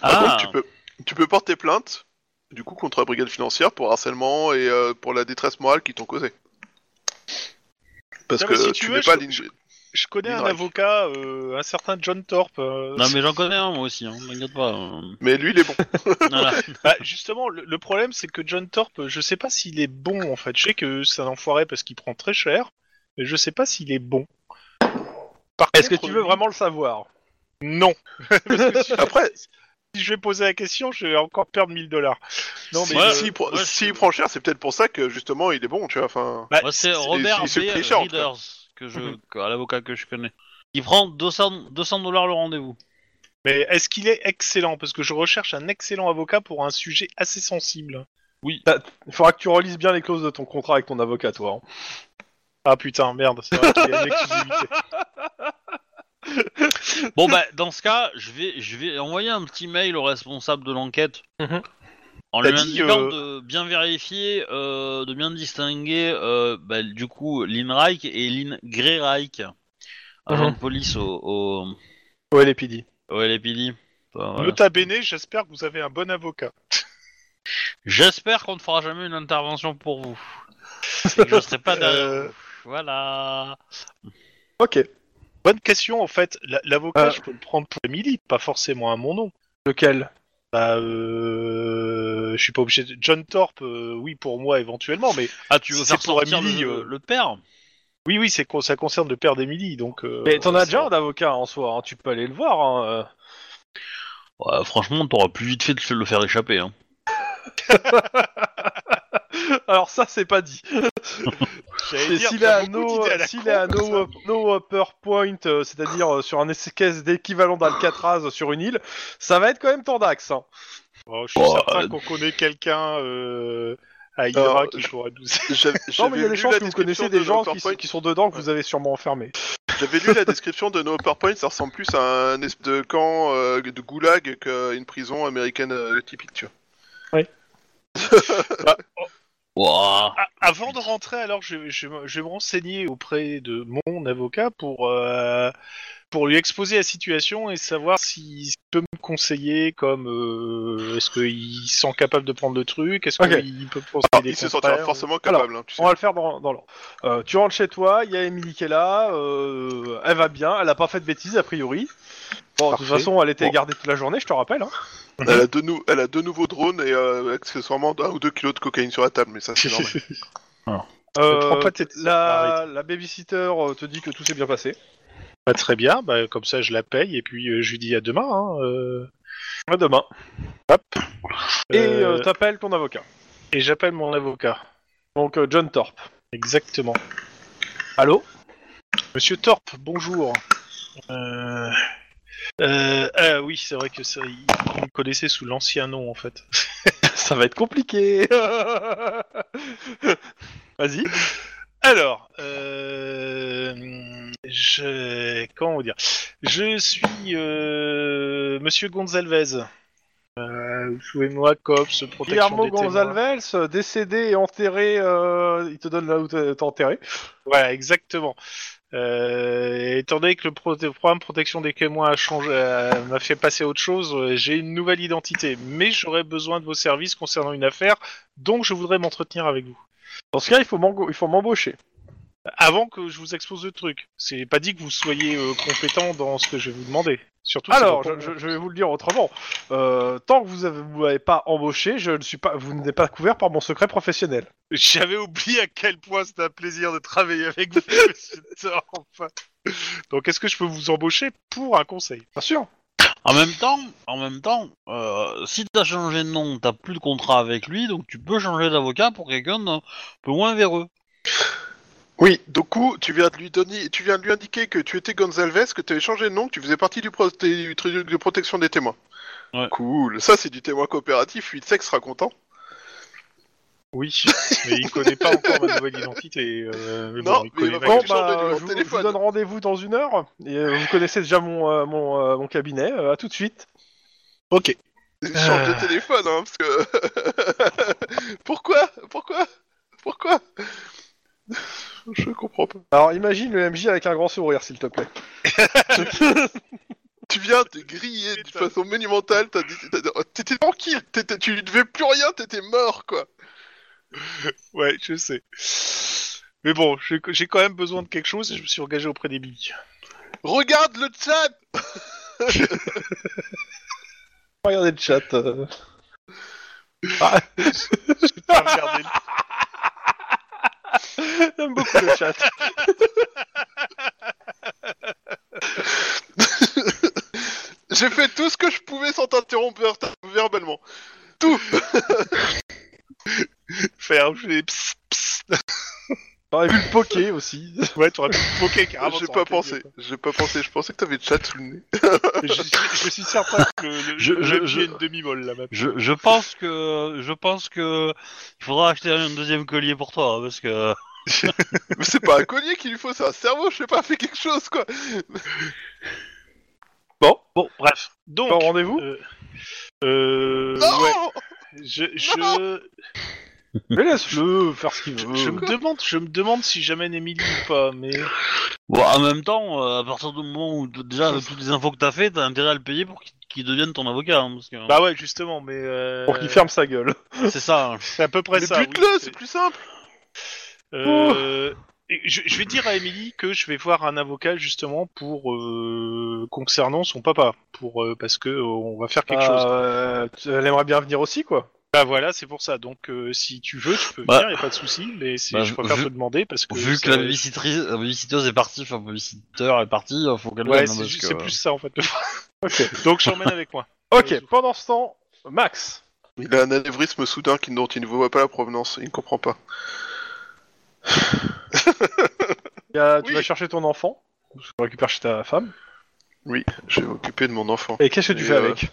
[SPEAKER 4] Par
[SPEAKER 1] Ah,
[SPEAKER 4] contre, tu peux, tu peux porter plainte, du coup, contre la brigade financière pour harcèlement et euh, pour la détresse morale qu'ils t'ont causée. Parce
[SPEAKER 3] Non,
[SPEAKER 4] que
[SPEAKER 3] mais si tu
[SPEAKER 4] tu
[SPEAKER 3] veux,
[SPEAKER 4] n'es
[SPEAKER 3] je-
[SPEAKER 4] pas l'ing-
[SPEAKER 3] Je connais un
[SPEAKER 4] Drake.
[SPEAKER 3] avocat, euh, un certain John Thorpe. euh,
[SPEAKER 1] non mais j'en connais un moi aussi. Hein. M'inquiète pas.
[SPEAKER 4] <laughs>
[SPEAKER 1] euh,
[SPEAKER 4] Mais lui, il est bon.
[SPEAKER 1] voilà.
[SPEAKER 3] bah, justement, le, le problème c'est que John Thorpe, je sais pas s'il est bon en fait. Je sais que c'est un enfoiré parce qu'il prend très cher, mais je sais pas s'il est bon. Par
[SPEAKER 2] Est-ce que
[SPEAKER 3] contre,
[SPEAKER 2] tu veux
[SPEAKER 3] lui-
[SPEAKER 2] vraiment le savoir
[SPEAKER 3] Non. Parce que si-
[SPEAKER 4] Après,
[SPEAKER 3] si je vais poser la question, je vais encore perdre 1000 dollars.
[SPEAKER 4] non,
[SPEAKER 1] mais,
[SPEAKER 4] mais
[SPEAKER 1] euh,
[SPEAKER 4] s'il prend-
[SPEAKER 1] moi, je-
[SPEAKER 4] s'il prend cher, c'est peut-être pour ça que justement, il est bon, tu vois. Enfin,
[SPEAKER 3] bah,
[SPEAKER 1] Moi, c'est
[SPEAKER 4] c'est-
[SPEAKER 1] Robert
[SPEAKER 4] c'est- c'est
[SPEAKER 1] B.
[SPEAKER 4] le tricheur, en tout cas.
[SPEAKER 1] Readers que je, que- à l'avocat que je connais. Il prend 200 200 dollars le rendez-vous.
[SPEAKER 3] Mais est-ce qu'il est excellent Parce que je recherche un excellent avocat pour un sujet assez sensible.
[SPEAKER 2] Il faudra que tu relises bien les clauses de ton contrat avec ton avocat, toi. hein.
[SPEAKER 3] Ah putain, merde, c'est vrai qu'il y a une exclusivité.
[SPEAKER 1] Bon bah dans ce cas, je vais je vais envoyer un petit mail au responsable de l'enquête
[SPEAKER 2] Mhm.
[SPEAKER 1] en lui
[SPEAKER 3] T'as dit,
[SPEAKER 1] indiquant de
[SPEAKER 3] euh,
[SPEAKER 1] bien vérifier, euh, de bien distinguer euh, bah, du coup Lynn Reich et Lynn Grey Reich, agent de police au, au,
[SPEAKER 2] <laughs> Ouais, les PD.
[SPEAKER 1] au LAPD. Enfin, voilà.
[SPEAKER 3] Nota bene, j'espère que vous avez un bon avocat.
[SPEAKER 1] J'espère qu'on ne fera jamais une intervention pour
[SPEAKER 3] <laughs>
[SPEAKER 1] vous. Et que je serai pas derrière
[SPEAKER 3] Euh.
[SPEAKER 1] vous. Voilà.
[SPEAKER 2] Ok.
[SPEAKER 3] Bonne question en fait. La- L'avocat,
[SPEAKER 2] Euh.
[SPEAKER 3] je peux le prendre pour Emily, pas forcément à mon nom.
[SPEAKER 2] Lequel
[SPEAKER 3] Bah, euh, je suis pas obligé de. John Thorpe, euh, oui pour moi éventuellement, mais
[SPEAKER 1] Ah tu veux
[SPEAKER 3] C'est
[SPEAKER 1] faire
[SPEAKER 3] pour
[SPEAKER 1] sortir
[SPEAKER 3] Emily,
[SPEAKER 1] le,
[SPEAKER 3] euh.
[SPEAKER 1] le père
[SPEAKER 3] oui, oui, c'est con- ça concerne le père d'Emily, donc. euh,
[SPEAKER 2] Mais t'en as
[SPEAKER 3] c'est-
[SPEAKER 2] déjà un d'avocat en soi, hein, tu peux aller le voir. hein, euh.
[SPEAKER 1] Ouais, Franchement, t'auras plus vite fait de le faire échapper. Hein.
[SPEAKER 2] <laughs> Alors ça, c'est pas dit.
[SPEAKER 3] J'allais
[SPEAKER 2] Et
[SPEAKER 3] dire,
[SPEAKER 2] S'il
[SPEAKER 3] t'as
[SPEAKER 2] a un
[SPEAKER 3] beaucoup
[SPEAKER 2] no,
[SPEAKER 3] d'idées à la
[SPEAKER 2] s'il
[SPEAKER 3] con,
[SPEAKER 2] a un
[SPEAKER 3] comme ça.
[SPEAKER 2] no, no upper point, euh, c'est-à-dire euh, sur un esquisse d'équivalent d'Alcatraz sur une île, ça va être quand même ton dax. hein.
[SPEAKER 3] Oh, je suis
[SPEAKER 1] Oh,
[SPEAKER 3] certain
[SPEAKER 1] euh.
[SPEAKER 3] qu'on connaît quelqu'un euh, à Hydra
[SPEAKER 4] Alors,
[SPEAKER 3] qui pourrait nous.
[SPEAKER 4] j'avais
[SPEAKER 2] Non, mais il y a
[SPEAKER 4] j'avais
[SPEAKER 2] des
[SPEAKER 4] lu
[SPEAKER 2] chances
[SPEAKER 4] la
[SPEAKER 2] que vous
[SPEAKER 4] description
[SPEAKER 2] connaissez
[SPEAKER 4] de
[SPEAKER 2] des gens
[SPEAKER 4] nos
[SPEAKER 2] qui,
[SPEAKER 4] PowerPoint.
[SPEAKER 2] qui sont dedans que vous avez sûrement enfermés.
[SPEAKER 4] J'avais lu la description de nos PowerPoint, ça ressemble plus à un espèce de camp euh, de goulag qu'à une prison américaine euh, typique, tu vois.
[SPEAKER 2] Oui.
[SPEAKER 1] Ouah.
[SPEAKER 3] A- Ah, Avant de rentrer, alors, je, je, me- je vais me renseigner auprès de mon avocat pour, euh, pour lui exposer la situation et savoir s'il peut me conseiller comme euh, est-ce qu'il se sent capable de prendre le truc, est-ce
[SPEAKER 2] Ok.
[SPEAKER 3] qu'il peut penser
[SPEAKER 4] Alors,
[SPEAKER 3] des
[SPEAKER 4] il se sentira
[SPEAKER 3] contraires,
[SPEAKER 4] forcément capable, hein, tu sais.
[SPEAKER 2] On va le faire dans, dans l'ordre. Euh, tu rentres chez toi, il y a Emily qui est là, euh, elle va bien, elle a pas fait de bêtises a priori. Bon, de
[SPEAKER 4] Parfait.
[SPEAKER 2] toute façon, elle était
[SPEAKER 4] Bon.
[SPEAKER 2] gardée toute la journée, je te rappelle. Hein.
[SPEAKER 4] <laughs> Elle, a deux nou- elle a deux nouveaux drones et euh, accessoirement un ou deux kilos de cocaïne sur la table, mais ça <laughs> c'est normal.
[SPEAKER 3] Euh, prends pas tes-
[SPEAKER 2] la, la babysitter euh, te dit que tout s'est bien passé.
[SPEAKER 3] Pas très bien, <laughs> bah, comme ça je la paye et puis euh, je lui dis à demain. hein, euh,
[SPEAKER 2] À demain. Et euh,
[SPEAKER 3] euh,
[SPEAKER 2] t'appelles ton avocat.
[SPEAKER 3] et j'appelle mon avocat.
[SPEAKER 2] Donc euh, John Thorpe.
[SPEAKER 3] Exactement.
[SPEAKER 2] Allô
[SPEAKER 3] Monsieur Torp, bonjour. Euh... euh, ah oui, c'est vrai que ça, il il me connaissait sous l'ancien nom en fait.
[SPEAKER 2] Ça va être
[SPEAKER 4] <laughs>
[SPEAKER 2] compliqué. Vas-y.
[SPEAKER 3] Alors, euh, je, comment vous dire Je suis euh, Monsieur Gonzalvez. Euh, vous trouvez moi cops, protection
[SPEAKER 2] Guillermo
[SPEAKER 3] des témoins.
[SPEAKER 2] Gonzalves, euh, décédé et enterré, euh, il te donne là où t'es t'es enterré.
[SPEAKER 3] Voilà, exactement. Euh, étant donné que le pro- programme protection des témoins a changé, euh, m'a fait passer autre chose, euh, j'ai une nouvelle identité, mais j'aurais besoin de vos services concernant une affaire, donc je voudrais m'entretenir avec vous.
[SPEAKER 2] Dans ce cas, il faut m'engo- il faut m'embaucher.
[SPEAKER 3] Avant que je vous expose le truc, c'est pas dit que vous soyez euh, compétent dans ce que je vais vous demander. Surtout. si
[SPEAKER 2] Alors,
[SPEAKER 3] vous-
[SPEAKER 2] je, je- je vais vous le dire autrement. Euh, tant que vous avez- vous m'avez pas embauché, je ne suis pas, vous n'êtes pas couvert par mon secret professionnel.
[SPEAKER 3] j'avais oublié à quel point c'était un plaisir de travailler avec vous. <laughs> monsieur Thorpe. donc, est-ce que je peux vous embaucher pour un conseil
[SPEAKER 2] Bien sûr.
[SPEAKER 1] En même temps, en même temps, euh, si t'as changé de nom, t'as plus de contrat avec lui, donc tu peux changer d'avocat pour quelqu'un d'un peu moins véreux.
[SPEAKER 4] Oui, du coup, tu viens de lui donner, tu viens de lui indiquer que tu étais Gonzalves, que tu avais changé de nom, que tu faisais partie du, pro- du truc de protection des témoins.
[SPEAKER 1] Ouais.
[SPEAKER 4] Cool, ça c'est du témoin coopératif, lui, sexe sera content.
[SPEAKER 3] Oui, mais il connaît pas encore ma nouvelle identité. euh, mais bon,
[SPEAKER 4] Non,
[SPEAKER 3] il
[SPEAKER 4] mais il
[SPEAKER 3] connaît
[SPEAKER 4] va
[SPEAKER 3] ma-
[SPEAKER 2] Bon,
[SPEAKER 4] que je
[SPEAKER 2] bah,
[SPEAKER 4] change de numéro de
[SPEAKER 2] je, vous, je
[SPEAKER 4] téléphone.
[SPEAKER 2] vous donne rendez-vous dans une heure. Et, euh, vous connaissez déjà mon, euh, mon, euh, mon cabinet. Euh, à tout de suite.
[SPEAKER 3] Ok.
[SPEAKER 4] Il change
[SPEAKER 3] Euh.
[SPEAKER 4] de téléphone, hein, parce que... <laughs> Pourquoi Pourquoi Pourquoi Je comprends pas.
[SPEAKER 2] Alors, imagine le MJ avec un grand sourire, s'il te plaît.
[SPEAKER 4] Tu viens de griller d'une façon monumentale, t'as dit- t'as- t'étais tranquille, t'étais- tu ne devais plus rien, t'étais mort, quoi.
[SPEAKER 3] Ouais, je sais. Mais bon, j'ai j'ai quand même besoin de quelque chose et je me suis engagé auprès des billes.
[SPEAKER 4] Regarde le <laughs> chat
[SPEAKER 2] Regardez le chat. euh.
[SPEAKER 3] Pas
[SPEAKER 4] <laughs>
[SPEAKER 3] regarder le-
[SPEAKER 2] J'aime beaucoup le chat.
[SPEAKER 4] <laughs> J'ai fait tout ce que je pouvais sans t'interrompre ver- verbalement. <laughs> Tout
[SPEAKER 3] faire. Je vais pss, pss.
[SPEAKER 2] J'aurais vu le poké aussi.
[SPEAKER 3] Ouais, t'aurais pu me poker carrément.
[SPEAKER 4] J'ai
[SPEAKER 3] t'aurais
[SPEAKER 4] pas
[SPEAKER 3] pu
[SPEAKER 4] pensé,
[SPEAKER 3] dire, quoi.
[SPEAKER 4] j'ai pas pensé, je pensais que t'avais le chat sous le nez.
[SPEAKER 3] Je, je- je suis certain que le, le,
[SPEAKER 1] Je-
[SPEAKER 3] le
[SPEAKER 1] je-
[SPEAKER 3] MJ
[SPEAKER 1] je-
[SPEAKER 3] est une demi-molle là même.
[SPEAKER 1] Je, je pense que, je pense que, il faudra acheter un deuxième collier pour toi, hein, parce que.
[SPEAKER 4] Mais c'est pas un collier qu'il lui faut, c'est un cerveau, je sais pas, fais quelque chose, quoi
[SPEAKER 2] Bon,
[SPEAKER 3] Bon, bref. Donc.
[SPEAKER 2] bon rendez-vous.
[SPEAKER 3] euh, euh,
[SPEAKER 4] Non
[SPEAKER 3] ouais, je, je,
[SPEAKER 2] Mais laisse-le faire ce qu'il
[SPEAKER 3] je,
[SPEAKER 2] veut.
[SPEAKER 3] je me demande, je me demande si j'amène Emily ou pas, mais
[SPEAKER 1] Bon, en même temps, euh, à partir du moment où t- déjà avec toutes les infos que t'as fait, t'as intérêt à le payer pour qu'il qu'il devienne ton avocat, hein, parce que
[SPEAKER 3] bah ouais, justement, mais euh,
[SPEAKER 2] Pour qu'il ferme sa gueule.
[SPEAKER 3] Bah.
[SPEAKER 1] c'est ça.
[SPEAKER 3] <laughs>
[SPEAKER 1] hein.
[SPEAKER 3] c'est à peu près
[SPEAKER 4] Mais
[SPEAKER 3] ça. oui,
[SPEAKER 4] bute-le,
[SPEAKER 3] c'est-
[SPEAKER 4] c'est plus simple
[SPEAKER 3] Euh, et je, je vais dire à Émilie que je vais voir un avocat justement pour euh, concernant son papa, pour euh, parce que euh, on va faire quelque chose.
[SPEAKER 2] Euh, tu- elle aimerait bien venir aussi, quoi.
[SPEAKER 3] Bah voilà, c'est pour ça. Donc euh, si tu veux, tu peux
[SPEAKER 1] Bah.
[SPEAKER 3] venir, y a pas de souci. Mais si
[SPEAKER 1] Bah,
[SPEAKER 3] je préfère
[SPEAKER 1] vu-
[SPEAKER 3] te demander parce que
[SPEAKER 1] Vu que
[SPEAKER 3] ça-
[SPEAKER 1] la babysitrice, la babysitteuse est partie, enfin, babysiteur est partie, euh, faut qu'elle
[SPEAKER 3] ouais,
[SPEAKER 1] vienne, hein,
[SPEAKER 3] c'est
[SPEAKER 1] parce
[SPEAKER 3] juste-
[SPEAKER 1] que-
[SPEAKER 3] c'est plus ça en fait.
[SPEAKER 2] Ok.
[SPEAKER 3] Donc j'emmène avec moi.
[SPEAKER 2] Ok, pendant ce temps, Max.
[SPEAKER 4] Il a un anévrisme soudain qui- dont il ne voit pas la provenance, il ne comprend pas.
[SPEAKER 2] il y a- tu
[SPEAKER 4] Oui.
[SPEAKER 2] vas chercher ton enfant. Tu le récupères chez ta femme.
[SPEAKER 4] Oui, je vais m'occuper de mon enfant.
[SPEAKER 2] Et qu'est-ce que tu
[SPEAKER 4] Et,
[SPEAKER 2] fais
[SPEAKER 4] euh,
[SPEAKER 2] avec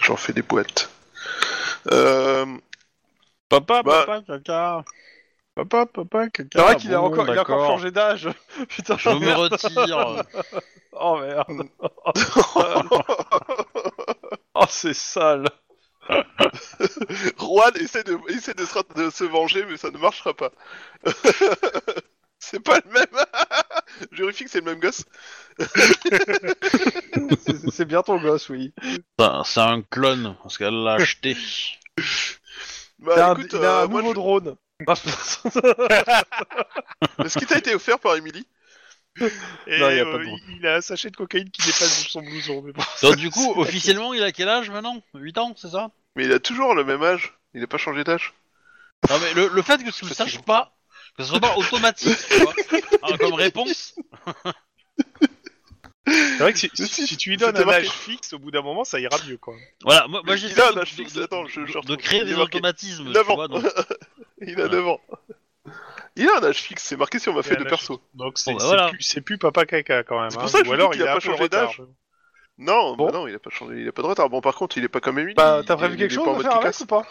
[SPEAKER 4] J'en fais des boîtes. Euh... <laughs>
[SPEAKER 1] Papa,
[SPEAKER 4] Bah-
[SPEAKER 1] papa, caca.
[SPEAKER 3] Papa, papa, quelqu'un.
[SPEAKER 2] C'est vrai qu'il a,
[SPEAKER 1] bon,
[SPEAKER 2] encore- il a encore
[SPEAKER 1] d'accord.
[SPEAKER 2] changé d'âge. <laughs> Putain,
[SPEAKER 1] Je me
[SPEAKER 2] merde.
[SPEAKER 3] <laughs>
[SPEAKER 1] retire.
[SPEAKER 2] Oh merde. oh, c'est sale. <laughs>
[SPEAKER 4] Juan essaie, de, essaie de, se, ra- de se venger, mais ça ne marchera pas. <laughs> c'est pas le même. <laughs> Je vérifie que c'est le même gosse.
[SPEAKER 2] C'est c'est bien ton gosse, oui.
[SPEAKER 1] C'est un- C'est un clone, parce qu'elle l'a acheté.
[SPEAKER 4] Bah,
[SPEAKER 2] Il a un-
[SPEAKER 4] écoute,
[SPEAKER 2] il a
[SPEAKER 4] euh,
[SPEAKER 2] un
[SPEAKER 4] moi,
[SPEAKER 2] nouveau
[SPEAKER 4] je-
[SPEAKER 2] drone.
[SPEAKER 4] Est-ce qu'il t'a été offert par Emily
[SPEAKER 3] Et
[SPEAKER 2] Non, y a pas de
[SPEAKER 3] euh,
[SPEAKER 2] drôle.
[SPEAKER 3] il- il a un sachet de cocaïne qui dépasse son blouson. Mais bon.
[SPEAKER 1] Donc du coup, officiellement, il a quel âge maintenant 8 ans, c'est ça
[SPEAKER 4] Mais il a toujours le même âge. Il n'a pas changé d'âge.
[SPEAKER 1] Non mais le, le fait que tu le saches pas, que ce soit pas automatique, tu vois, hein, comme réponse,
[SPEAKER 3] C'est vrai que si, si-
[SPEAKER 4] Si,
[SPEAKER 3] si tu lui donnes
[SPEAKER 4] c'était
[SPEAKER 3] un
[SPEAKER 4] marqué.
[SPEAKER 3] âge fixe, au bout d'un moment, ça ira mieux, quoi.
[SPEAKER 1] voilà, moi, moi, j'ai
[SPEAKER 4] Il a
[SPEAKER 1] fait
[SPEAKER 4] un
[SPEAKER 1] de,
[SPEAKER 4] âge fixe.
[SPEAKER 1] de-
[SPEAKER 4] Attends, je, je
[SPEAKER 1] de
[SPEAKER 4] retrouve.
[SPEAKER 1] créer
[SPEAKER 4] Il est
[SPEAKER 1] des
[SPEAKER 4] marqué.
[SPEAKER 1] automatismes, tu
[SPEAKER 4] D'avant.
[SPEAKER 1] vois, donc,
[SPEAKER 4] Il a 9 ans. Il a un âge fixe, c'est marqué sur ma
[SPEAKER 3] Il a
[SPEAKER 4] feuille
[SPEAKER 3] un
[SPEAKER 4] de
[SPEAKER 3] âge
[SPEAKER 4] perso.
[SPEAKER 3] Donc c'est
[SPEAKER 1] Bon, bah
[SPEAKER 3] c'est
[SPEAKER 2] Ah.
[SPEAKER 1] voilà.
[SPEAKER 3] plus, c'est plus papa caca quand même.
[SPEAKER 4] C'est pour
[SPEAKER 3] hein.
[SPEAKER 4] ça que je
[SPEAKER 3] Ou
[SPEAKER 4] dis
[SPEAKER 3] alors
[SPEAKER 4] qu'il
[SPEAKER 3] il
[SPEAKER 4] a
[SPEAKER 3] a
[SPEAKER 4] pas
[SPEAKER 3] un peu le
[SPEAKER 4] changé
[SPEAKER 3] retard.
[SPEAKER 4] Non,
[SPEAKER 2] Bon.
[SPEAKER 4] bah non, il a pas changé, il a pas de retard. Bon, par contre, il est pas comme Emily.
[SPEAKER 2] Bah,
[SPEAKER 4] il-
[SPEAKER 2] t'as
[SPEAKER 4] il-
[SPEAKER 2] prévu
[SPEAKER 4] il
[SPEAKER 2] quelque
[SPEAKER 4] est
[SPEAKER 2] chose
[SPEAKER 4] pas en
[SPEAKER 2] à
[SPEAKER 4] mode
[SPEAKER 2] faire avec
[SPEAKER 4] Picasso.
[SPEAKER 2] ou pas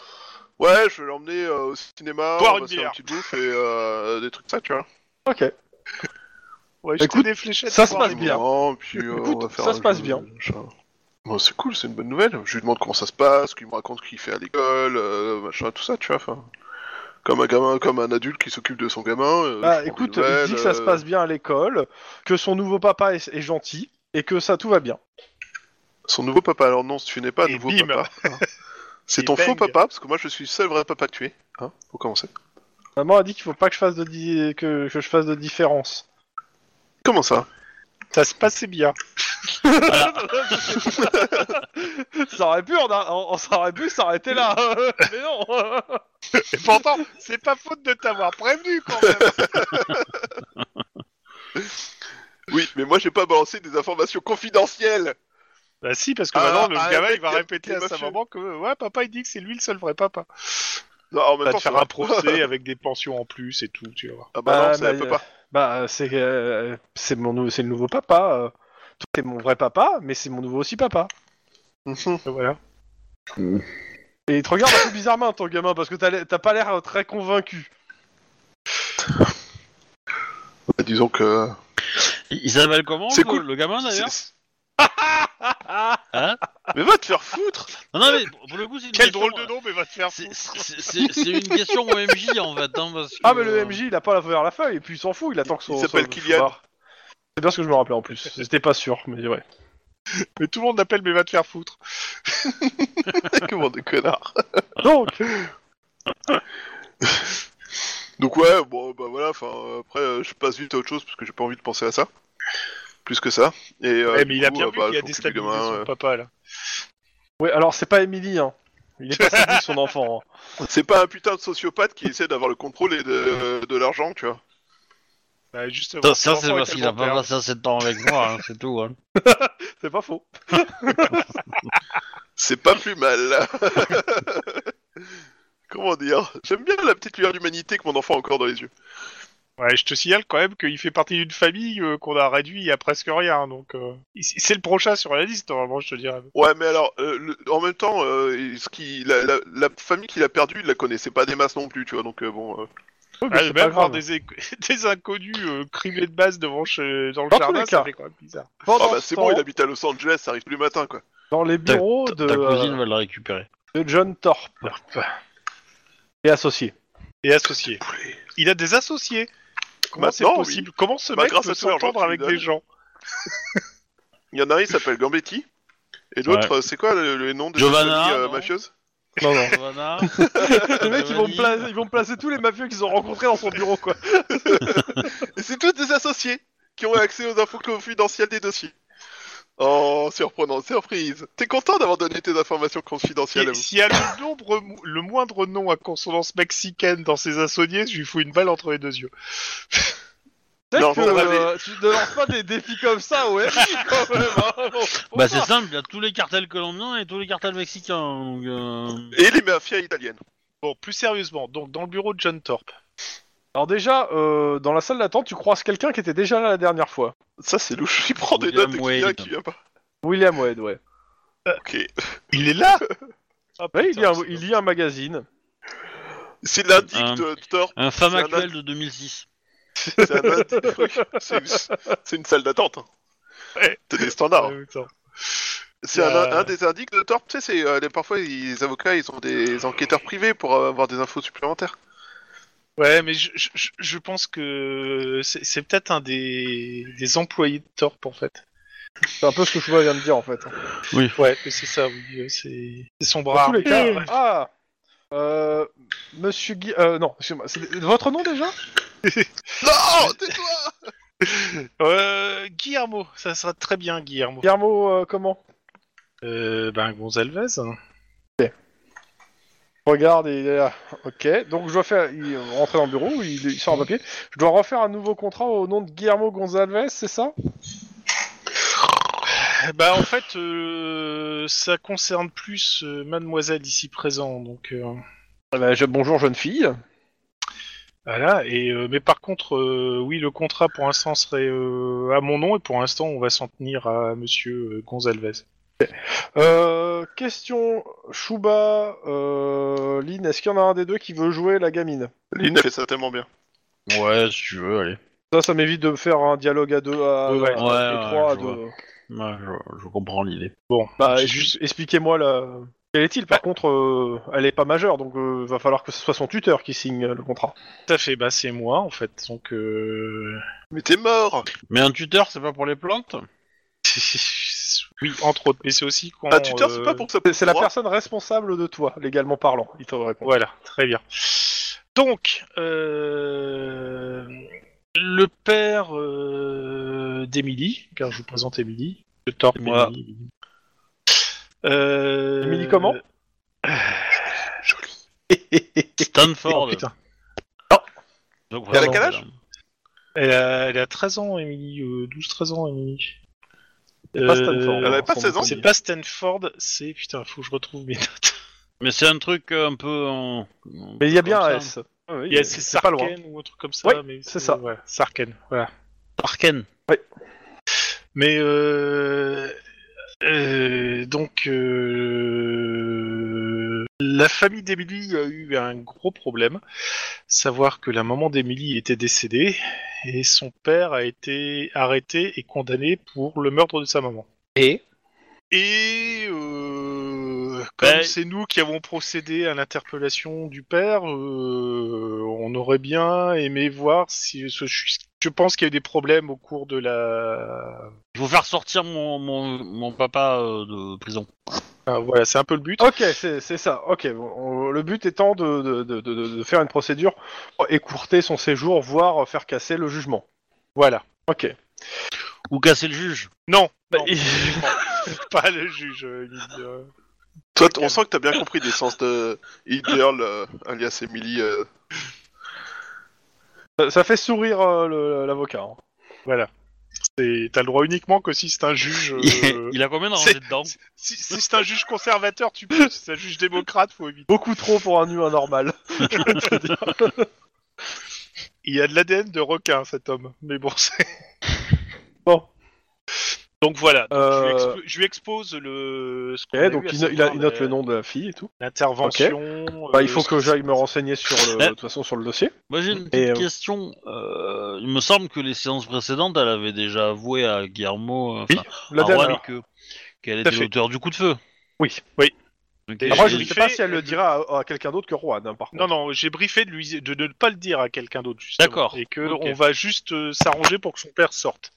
[SPEAKER 4] Ouais, je vais l'emmener euh, au cinéma,
[SPEAKER 3] Boire
[SPEAKER 4] on
[SPEAKER 3] une
[SPEAKER 4] va se faire
[SPEAKER 3] bière.
[SPEAKER 4] une petite bouffe et euh, des trucs comme ça, tu vois.
[SPEAKER 2] Ok.
[SPEAKER 3] Euh, Ouais, jeter
[SPEAKER 2] Écoute,
[SPEAKER 3] des fléchettes.
[SPEAKER 2] ça
[SPEAKER 3] pour
[SPEAKER 2] se
[SPEAKER 3] voir
[SPEAKER 2] passe
[SPEAKER 3] les
[SPEAKER 2] bien.
[SPEAKER 4] Non, puis euh,
[SPEAKER 2] Écoute,
[SPEAKER 4] on va faire
[SPEAKER 2] ça
[SPEAKER 4] un
[SPEAKER 2] se passe
[SPEAKER 4] jeu,
[SPEAKER 2] bien.
[SPEAKER 4] machin. Bon, c'est cool, c'est une bonne nouvelle. Je lui demande comment ça se passe, qu'il me raconte ce qu'il fait à l'école, euh, machin, tout ça, tu vois. Enfin, comme un gamin, comme un adulte qui s'occupe de son gamin. euh,
[SPEAKER 2] Bah
[SPEAKER 4] je prends des
[SPEAKER 2] écoute, il dit que ça se
[SPEAKER 4] nouvelles,
[SPEAKER 3] euh,
[SPEAKER 2] passe bien à l'école, que son nouveau papa est, est gentil et que ça tout va bien.
[SPEAKER 4] euh, Son nouveau papa, alors non, tu n'es pas un
[SPEAKER 3] Et
[SPEAKER 4] nouveau
[SPEAKER 3] bim.
[SPEAKER 4] papa. hein.
[SPEAKER 3] <laughs>
[SPEAKER 4] C'est
[SPEAKER 3] Et
[SPEAKER 4] ton faux
[SPEAKER 3] bang.
[SPEAKER 4] papa, parce que moi je suis le seul vrai papa que tu es. Hein, faut commencer.
[SPEAKER 2] Maman a dit qu'il faut pas que je fasse de di- que, que je fasse de différence.
[SPEAKER 4] Comment ça
[SPEAKER 3] Ça se passait bien.
[SPEAKER 2] <laughs> ça aurait pu, on, a- on- on- ça aurait pu s'arrêter
[SPEAKER 3] <laughs>
[SPEAKER 2] là, mais non.
[SPEAKER 3] Et pourtant, c'est pas faute de t'avoir prévenu quand même.
[SPEAKER 4] Oui, mais moi j'ai pas balancé des informations confidentielles.
[SPEAKER 3] bah si, parce que
[SPEAKER 4] Ah,
[SPEAKER 3] maintenant le
[SPEAKER 4] ah,
[SPEAKER 3] gamin
[SPEAKER 4] mec,
[SPEAKER 3] il va
[SPEAKER 4] il y a-
[SPEAKER 3] répéter
[SPEAKER 4] il y a
[SPEAKER 3] à sa
[SPEAKER 4] mafieux.
[SPEAKER 3] maman que euh, ouais papa il dit que c'est lui le seul vrai papa.
[SPEAKER 4] Non, en
[SPEAKER 3] On
[SPEAKER 4] même
[SPEAKER 3] va
[SPEAKER 4] temps,
[SPEAKER 3] te faire
[SPEAKER 4] ça va.
[SPEAKER 3] un procès avec des pensions en plus et tout, tu vas voir.
[SPEAKER 4] <laughs> Ah bah
[SPEAKER 2] Ah,
[SPEAKER 4] non, ça
[SPEAKER 2] bah,
[SPEAKER 4] peut
[SPEAKER 2] euh,
[SPEAKER 4] pas.
[SPEAKER 2] Bah c'est euh, c'est mon nou- c'est le nouveau papa. euh. Toi t'es mon vrai papa, mais c'est mon nouveau aussi papa.
[SPEAKER 3] Et Voilà.
[SPEAKER 2] Et il te regarde un peu bizarrement ton gamin parce que t'as l'air- t'as pas l'air euh, très convaincu.
[SPEAKER 4] Bah, disons que.
[SPEAKER 1] il il s'appelle comment
[SPEAKER 4] C'est
[SPEAKER 1] le,
[SPEAKER 4] cool.
[SPEAKER 1] le gamin
[SPEAKER 3] Ah,
[SPEAKER 1] d'ailleurs
[SPEAKER 4] <laughs> C'est-
[SPEAKER 1] Hein
[SPEAKER 4] mais va te faire <laughs> foutre
[SPEAKER 1] Non, non mais pour- pour le coup, c'est une
[SPEAKER 3] Quel
[SPEAKER 1] question,
[SPEAKER 3] drôle de
[SPEAKER 1] euh,
[SPEAKER 3] nom, mais va te
[SPEAKER 4] hein.
[SPEAKER 3] faire.
[SPEAKER 1] c'est- c'est- C'est c'est une question OMJ en fait. hein, parce que,
[SPEAKER 2] Ah mais le
[SPEAKER 1] euh,
[SPEAKER 2] MJ il a pas la vers la feuille et puis il s'en fout, il attend que son.
[SPEAKER 4] Il s'appelle
[SPEAKER 2] son-
[SPEAKER 4] Kylian.
[SPEAKER 2] son bar. C'est bien ce que je me rappelais en plus. J'étais pas sûr, mais ouais.
[SPEAKER 3] Mais tout le monde l'appelle, mais va te faire
[SPEAKER 4] <laughs>
[SPEAKER 3] foutre.
[SPEAKER 4] Que bande de connard
[SPEAKER 2] Donc,
[SPEAKER 4] Donc, ouais, bon, bah voilà, enfin, euh, après, euh, je passe vite à autre chose parce que j'ai pas envie de penser à ça. Plus que ça. Et, euh,
[SPEAKER 3] Eh,
[SPEAKER 4] du
[SPEAKER 3] mais il a
[SPEAKER 4] coup,
[SPEAKER 3] bien
[SPEAKER 4] euh,
[SPEAKER 3] vu
[SPEAKER 4] bah,
[SPEAKER 3] qu'il a
[SPEAKER 4] je m'occupe du
[SPEAKER 3] déstabilisé
[SPEAKER 4] gamin,
[SPEAKER 3] son
[SPEAKER 4] euh.
[SPEAKER 3] papa là.
[SPEAKER 2] ouais, alors c'est pas Emily, hein. Il est pas séduit, son
[SPEAKER 4] <laughs>
[SPEAKER 2] enfant.
[SPEAKER 4] Ah,
[SPEAKER 2] hein.
[SPEAKER 4] euh, C'est pas un putain de sociopathe qui essaie d'avoir le contrôle et de, de l'argent, tu vois.
[SPEAKER 3] Bah, justement,
[SPEAKER 1] euh, Ça, ça,
[SPEAKER 3] son
[SPEAKER 1] c'est
[SPEAKER 3] enfant est
[SPEAKER 1] parce qu'il a
[SPEAKER 3] tellement
[SPEAKER 1] pas
[SPEAKER 3] pervers.
[SPEAKER 1] passé assez de temps avec moi, hein, c'est tout. Hein.
[SPEAKER 2] C'est pas faux.
[SPEAKER 4] C'est pas plus mal. <laughs> Comment dire J'aime bien la petite lueur d'humanité que mon enfant a encore dans les yeux.
[SPEAKER 3] Ouais, je te signale quand même qu'il fait partie d'une famille euh, qu'on a réduit à presque rien, donc euh, il- c'est le prochain sur la liste normalement, je te dirais.
[SPEAKER 4] Ouais, mais alors, euh, le- en même temps, euh, ce qui, la, la- la famille qu'il a perdue, il la connaissait pas des masses non plus, tu vois, donc euh, bon... euh,
[SPEAKER 2] Oui, mais
[SPEAKER 3] Ah,
[SPEAKER 2] c'est
[SPEAKER 3] même
[SPEAKER 2] pas
[SPEAKER 3] voir
[SPEAKER 2] grave.
[SPEAKER 3] des, éco- <laughs> des inconnus euh, crimés de base devant chez- dans le
[SPEAKER 2] Dans tous
[SPEAKER 3] jardin,
[SPEAKER 2] les
[SPEAKER 3] ça
[SPEAKER 2] cas.
[SPEAKER 3] fait quand même bizarre.
[SPEAKER 2] Pendant
[SPEAKER 4] Ah bah
[SPEAKER 2] ce
[SPEAKER 4] c'est
[SPEAKER 2] temps,
[SPEAKER 4] bon, il habite à Los Angeles, ça arrive tous les matins, quoi.
[SPEAKER 2] dans les
[SPEAKER 1] Ta-
[SPEAKER 2] bureaux
[SPEAKER 1] ta-
[SPEAKER 2] de,
[SPEAKER 1] ta
[SPEAKER 2] euh,
[SPEAKER 1] cousine va la récupérer.
[SPEAKER 2] de John Thorpe et
[SPEAKER 4] <laughs>
[SPEAKER 2] associé.
[SPEAKER 3] Et associé. Il a des associés. Comment c'est
[SPEAKER 4] Maintenant,
[SPEAKER 3] possible Comment ce
[SPEAKER 4] Bah,
[SPEAKER 3] mec
[SPEAKER 4] grâce
[SPEAKER 3] peut
[SPEAKER 4] à toi, alors,
[SPEAKER 3] s'entendre
[SPEAKER 4] tu
[SPEAKER 3] avec
[SPEAKER 4] lui donnes.
[SPEAKER 3] des gens
[SPEAKER 4] Il y en a un, il s'appelle Gambetti. Et l'autre, euh, c'est quoi le, le nom de
[SPEAKER 1] Giovanna,
[SPEAKER 4] cette famille, euh,
[SPEAKER 1] non
[SPEAKER 4] mafieuse
[SPEAKER 2] Non, non.
[SPEAKER 1] Giovanna,
[SPEAKER 2] les mecs, ils vont, me placer, ils vont me placer tous les mafieux qu'ils ont rencontrés dans son bureau, quoi.
[SPEAKER 4] Et C'est tous des associés qui ont accès aux infos confidentielles des dossiers. Oh, surprenant, surprise. T'es content d'avoir donné tes informations confidentielles à
[SPEAKER 3] Et
[SPEAKER 4] vous
[SPEAKER 3] S'il y a le, nombre, mou- le moindre nom à consonance mexicaine dans ses associés, je lui fous une balle entre les deux yeux.
[SPEAKER 2] Peut-être
[SPEAKER 4] Non,
[SPEAKER 2] que
[SPEAKER 4] bon,
[SPEAKER 2] euh, tu ne lances pas des défis comme ça
[SPEAKER 4] <laughs>
[SPEAKER 2] au MJ, quand même. hein. Bon, faut
[SPEAKER 1] bah
[SPEAKER 2] pas.
[SPEAKER 1] c'est simple, il y a tous les cartels colombiens et tous les cartels mexicains. Donc, euh,
[SPEAKER 4] Et les mafias italiennes.
[SPEAKER 3] Bon, plus sérieusement, donc dans le bureau de John Thorpe.
[SPEAKER 2] Alors déjà, euh, dans la salle d'attente, tu croises quelqu'un qui était déjà là la dernière fois.
[SPEAKER 4] Ça, c'est louche. Il prend des
[SPEAKER 1] William
[SPEAKER 4] notes et qui vient,
[SPEAKER 1] Wade.
[SPEAKER 4] qui vient pas.
[SPEAKER 2] William Wade, ouais.
[SPEAKER 4] Ok.
[SPEAKER 3] Il est là Ah,
[SPEAKER 2] Ouais, il,
[SPEAKER 3] putain,
[SPEAKER 2] lit un,
[SPEAKER 3] c'est
[SPEAKER 2] il lit un magazine.
[SPEAKER 4] C'est euh, l'indic
[SPEAKER 1] Un-
[SPEAKER 4] de Thorpe.
[SPEAKER 1] Un femme
[SPEAKER 4] C'est un
[SPEAKER 1] actuelle
[SPEAKER 4] autre-
[SPEAKER 1] de 2006.
[SPEAKER 4] <laughs> C'est un indic. oui. C'est une- c'est une salle d'attente. hein.
[SPEAKER 3] Ouais.
[SPEAKER 4] T'as des standards. hein.
[SPEAKER 3] Ouais, putain.
[SPEAKER 4] C'est
[SPEAKER 3] Euh.
[SPEAKER 4] un, un des indices de Torp, tu sais, c'est, euh, les- parfois les avocats ils ont des enquêteurs privés pour euh, avoir des infos supplémentaires.
[SPEAKER 3] Ouais, mais je, je- je- je pense que c'est c'est peut-être un des, des employés de Torp en fait.
[SPEAKER 2] C'est un peu ce que Chouba vient de dire en fait.
[SPEAKER 3] Ouais, que c'est ça, oui, euh, c'est c'est son
[SPEAKER 2] Dans
[SPEAKER 3] bras.
[SPEAKER 2] tous les cas.
[SPEAKER 3] Ouais.
[SPEAKER 2] Ah euh, Monsieur Guy. Euh, non, excusez-moi. c'est- Votre nom déjà
[SPEAKER 4] Non, tais-toi
[SPEAKER 3] Euh, Guillermo, ça sera très bien, Guillermo.
[SPEAKER 2] Guillermo, euh, comment
[SPEAKER 3] Euh, ben Gonzalez. hein.
[SPEAKER 2] Regarde, il est là. Ok, donc je dois faire. Il rentre dans le bureau, il, il sort un papier. Je dois refaire un nouveau contrat au nom de Guillermo Gonzalez, c'est ça
[SPEAKER 3] Bah en fait, euh, ça concerne plus euh, Mademoiselle ici présent, donc euh,
[SPEAKER 2] Eh ben, Bonjour, jeune fille.
[SPEAKER 3] voilà. Et euh, mais par contre, euh, oui, le contrat pour l'instant serait euh, à mon nom et pour l'instant, on va s'en tenir à Monsieur euh, Gonzalez.
[SPEAKER 2] Euh, question Chouba, euh, Lynn, est-ce qu'il y en a un des deux qui veut jouer la gamine
[SPEAKER 4] Lynn fait ça tellement bien.
[SPEAKER 1] Ouais, si tu veux, allez.
[SPEAKER 2] Ça, ça m'évite de me faire un dialogue à deux, à, à-
[SPEAKER 3] Ouais,
[SPEAKER 1] ouais,
[SPEAKER 2] à-
[SPEAKER 1] ouais,
[SPEAKER 2] et trois, à
[SPEAKER 1] je
[SPEAKER 2] deux.
[SPEAKER 1] Ouais, je, je comprends l'idée.
[SPEAKER 2] Bah, juste expliquez-moi la. Quel est-il Par contre, euh, elle est pas majeure, donc euh, va falloir que ce soit son tuteur qui signe euh, le contrat.
[SPEAKER 3] Tout à fait. Bah c'est moi en fait, donc. Euh... <laughs>
[SPEAKER 4] Mais t'es mort
[SPEAKER 1] Mais un tuteur, c'est pas pour les plantes
[SPEAKER 3] Oui, entre autres, mais c'est aussi quand.
[SPEAKER 4] Un tuteur,
[SPEAKER 3] euh,
[SPEAKER 4] Ah, c'est pas pour que ça
[SPEAKER 2] C'est- C'est la
[SPEAKER 4] droit.
[SPEAKER 2] personne responsable de toi, légalement parlant. Il te répond.
[SPEAKER 3] Voilà, très bien. Donc, euh, le père euh, d'Emily, car je vous présente Emily, le Torp
[SPEAKER 1] C'est moi.
[SPEAKER 3] Emily. Euh,
[SPEAKER 2] Emily comment <laughs>
[SPEAKER 1] Stanford.
[SPEAKER 3] Oh, putain.
[SPEAKER 1] Donc,
[SPEAKER 4] Elle a
[SPEAKER 1] vraiment,
[SPEAKER 4] quel âge
[SPEAKER 1] madame.
[SPEAKER 3] Elle a, elle a 13 ans, Emily, euh, 12-13 ans, Euh, Emily.
[SPEAKER 2] pas Stanford. hein.
[SPEAKER 4] Elle avait pas 16 ans
[SPEAKER 3] bah, C'est pas Stanford, c'est. Putain, faut que je
[SPEAKER 2] <laughs>
[SPEAKER 3] retrouve mes notes.
[SPEAKER 1] Mais c'est un truc euh, un peu. en- en-
[SPEAKER 2] Mais il y a bien
[SPEAKER 1] comme
[SPEAKER 2] un
[SPEAKER 1] ça.
[SPEAKER 2] S. Ah oui,
[SPEAKER 3] Il y a- C'est
[SPEAKER 2] pas loin.
[SPEAKER 3] Sarken ou un truc comme ça.
[SPEAKER 2] Oui,
[SPEAKER 3] mais
[SPEAKER 2] c'est ça.
[SPEAKER 3] Voilà, Sarken, voilà.
[SPEAKER 1] Parken.
[SPEAKER 3] Mais euh, euh, donc euh, la famille d'Emily a eu un gros problème, savoir que la maman d'Emily était décédée et son père a été arrêté et condamné pour le meurtre de sa maman.
[SPEAKER 2] Et
[SPEAKER 3] Et euh, comme
[SPEAKER 1] Ben-
[SPEAKER 3] c'est nous qui avons procédé à l'interpellation du père, euh, on aurait bien aimé voir si ce- je pense qu'il y a eu des problèmes au cours de la
[SPEAKER 1] Je vais vous faire sortir mon, mon, mon papa euh, de prison.
[SPEAKER 3] Ah, voilà, c'est un peu le but.
[SPEAKER 2] Ok, c'est c'est ça. Ok, bon, on- le but étant de, de, de, de- de faire une procédure pour écourter son séjour, voire faire casser le jugement.
[SPEAKER 3] Voilà.
[SPEAKER 2] Ok.
[SPEAKER 1] Ou casser le juge.
[SPEAKER 3] Non, non,
[SPEAKER 2] Bah, il- <laughs>
[SPEAKER 3] pas le juge. euh, il- euh,
[SPEAKER 4] Toi, t- on sent que t'as bien compris l'essence de Hit Girl, euh, alias Emily. euh.
[SPEAKER 2] Ça, ça fait sourire euh, le- l'avocat. hein.
[SPEAKER 3] Voilà. C'est- T'as le droit uniquement que si c'est un juge. euh,
[SPEAKER 1] <laughs>
[SPEAKER 2] <laughs>
[SPEAKER 1] Il a combien de
[SPEAKER 3] c'est-
[SPEAKER 1] rangées dedans
[SPEAKER 3] si si c'est un juge conservateur, tu peux. Si c'est un juge démocrate, faut éviter.
[SPEAKER 2] Beaucoup trop pour un humain normal.
[SPEAKER 3] Il a de l'ADN de requin, cet homme. Mais bon, <laughs> c'est.
[SPEAKER 2] Bon.
[SPEAKER 3] Donc voilà. Donc, je,
[SPEAKER 2] Euh,
[SPEAKER 3] lui expo- je lui expose le. ce qu'on
[SPEAKER 2] Ok,
[SPEAKER 3] a
[SPEAKER 2] Eh, donc
[SPEAKER 3] eu, à
[SPEAKER 2] il, no- il a-
[SPEAKER 3] savoir
[SPEAKER 2] il note
[SPEAKER 3] la-
[SPEAKER 2] le nom de la fille et tout.
[SPEAKER 3] L'intervention.
[SPEAKER 2] Bah,
[SPEAKER 3] euh,
[SPEAKER 2] il faut
[SPEAKER 3] ce-
[SPEAKER 2] que j'aille me renseigner sur le,
[SPEAKER 1] Eh.
[SPEAKER 2] de toute façon sur le dossier.
[SPEAKER 1] Moi j'ai une
[SPEAKER 2] Et,
[SPEAKER 1] petite
[SPEAKER 2] euh,
[SPEAKER 1] question. Euh, il me semble que les séances précédentes, elle avait déjà avoué à Guillermo, euh,
[SPEAKER 2] Oui,
[SPEAKER 1] enfin,
[SPEAKER 2] La hein.
[SPEAKER 1] à
[SPEAKER 2] dernière.
[SPEAKER 1] Juan que qu'elle
[SPEAKER 3] Tout à
[SPEAKER 1] était
[SPEAKER 3] fait.
[SPEAKER 1] l'auteur du coup de feu.
[SPEAKER 2] Oui.
[SPEAKER 3] Oui.
[SPEAKER 1] Ok,
[SPEAKER 3] Et
[SPEAKER 2] Après,
[SPEAKER 1] j'ai-
[SPEAKER 2] je ne
[SPEAKER 3] lui
[SPEAKER 2] sais
[SPEAKER 3] fait-
[SPEAKER 2] pas si elle le dira à, à quelqu'un d'autre que Juan, hein, par contre.
[SPEAKER 3] Non, non, j'ai briefé de, lui, de ne pas le dire à quelqu'un d'autre, justement.
[SPEAKER 1] D'accord.
[SPEAKER 3] Et que
[SPEAKER 1] Ok.
[SPEAKER 3] on va juste euh, s'arranger pour que son père sorte.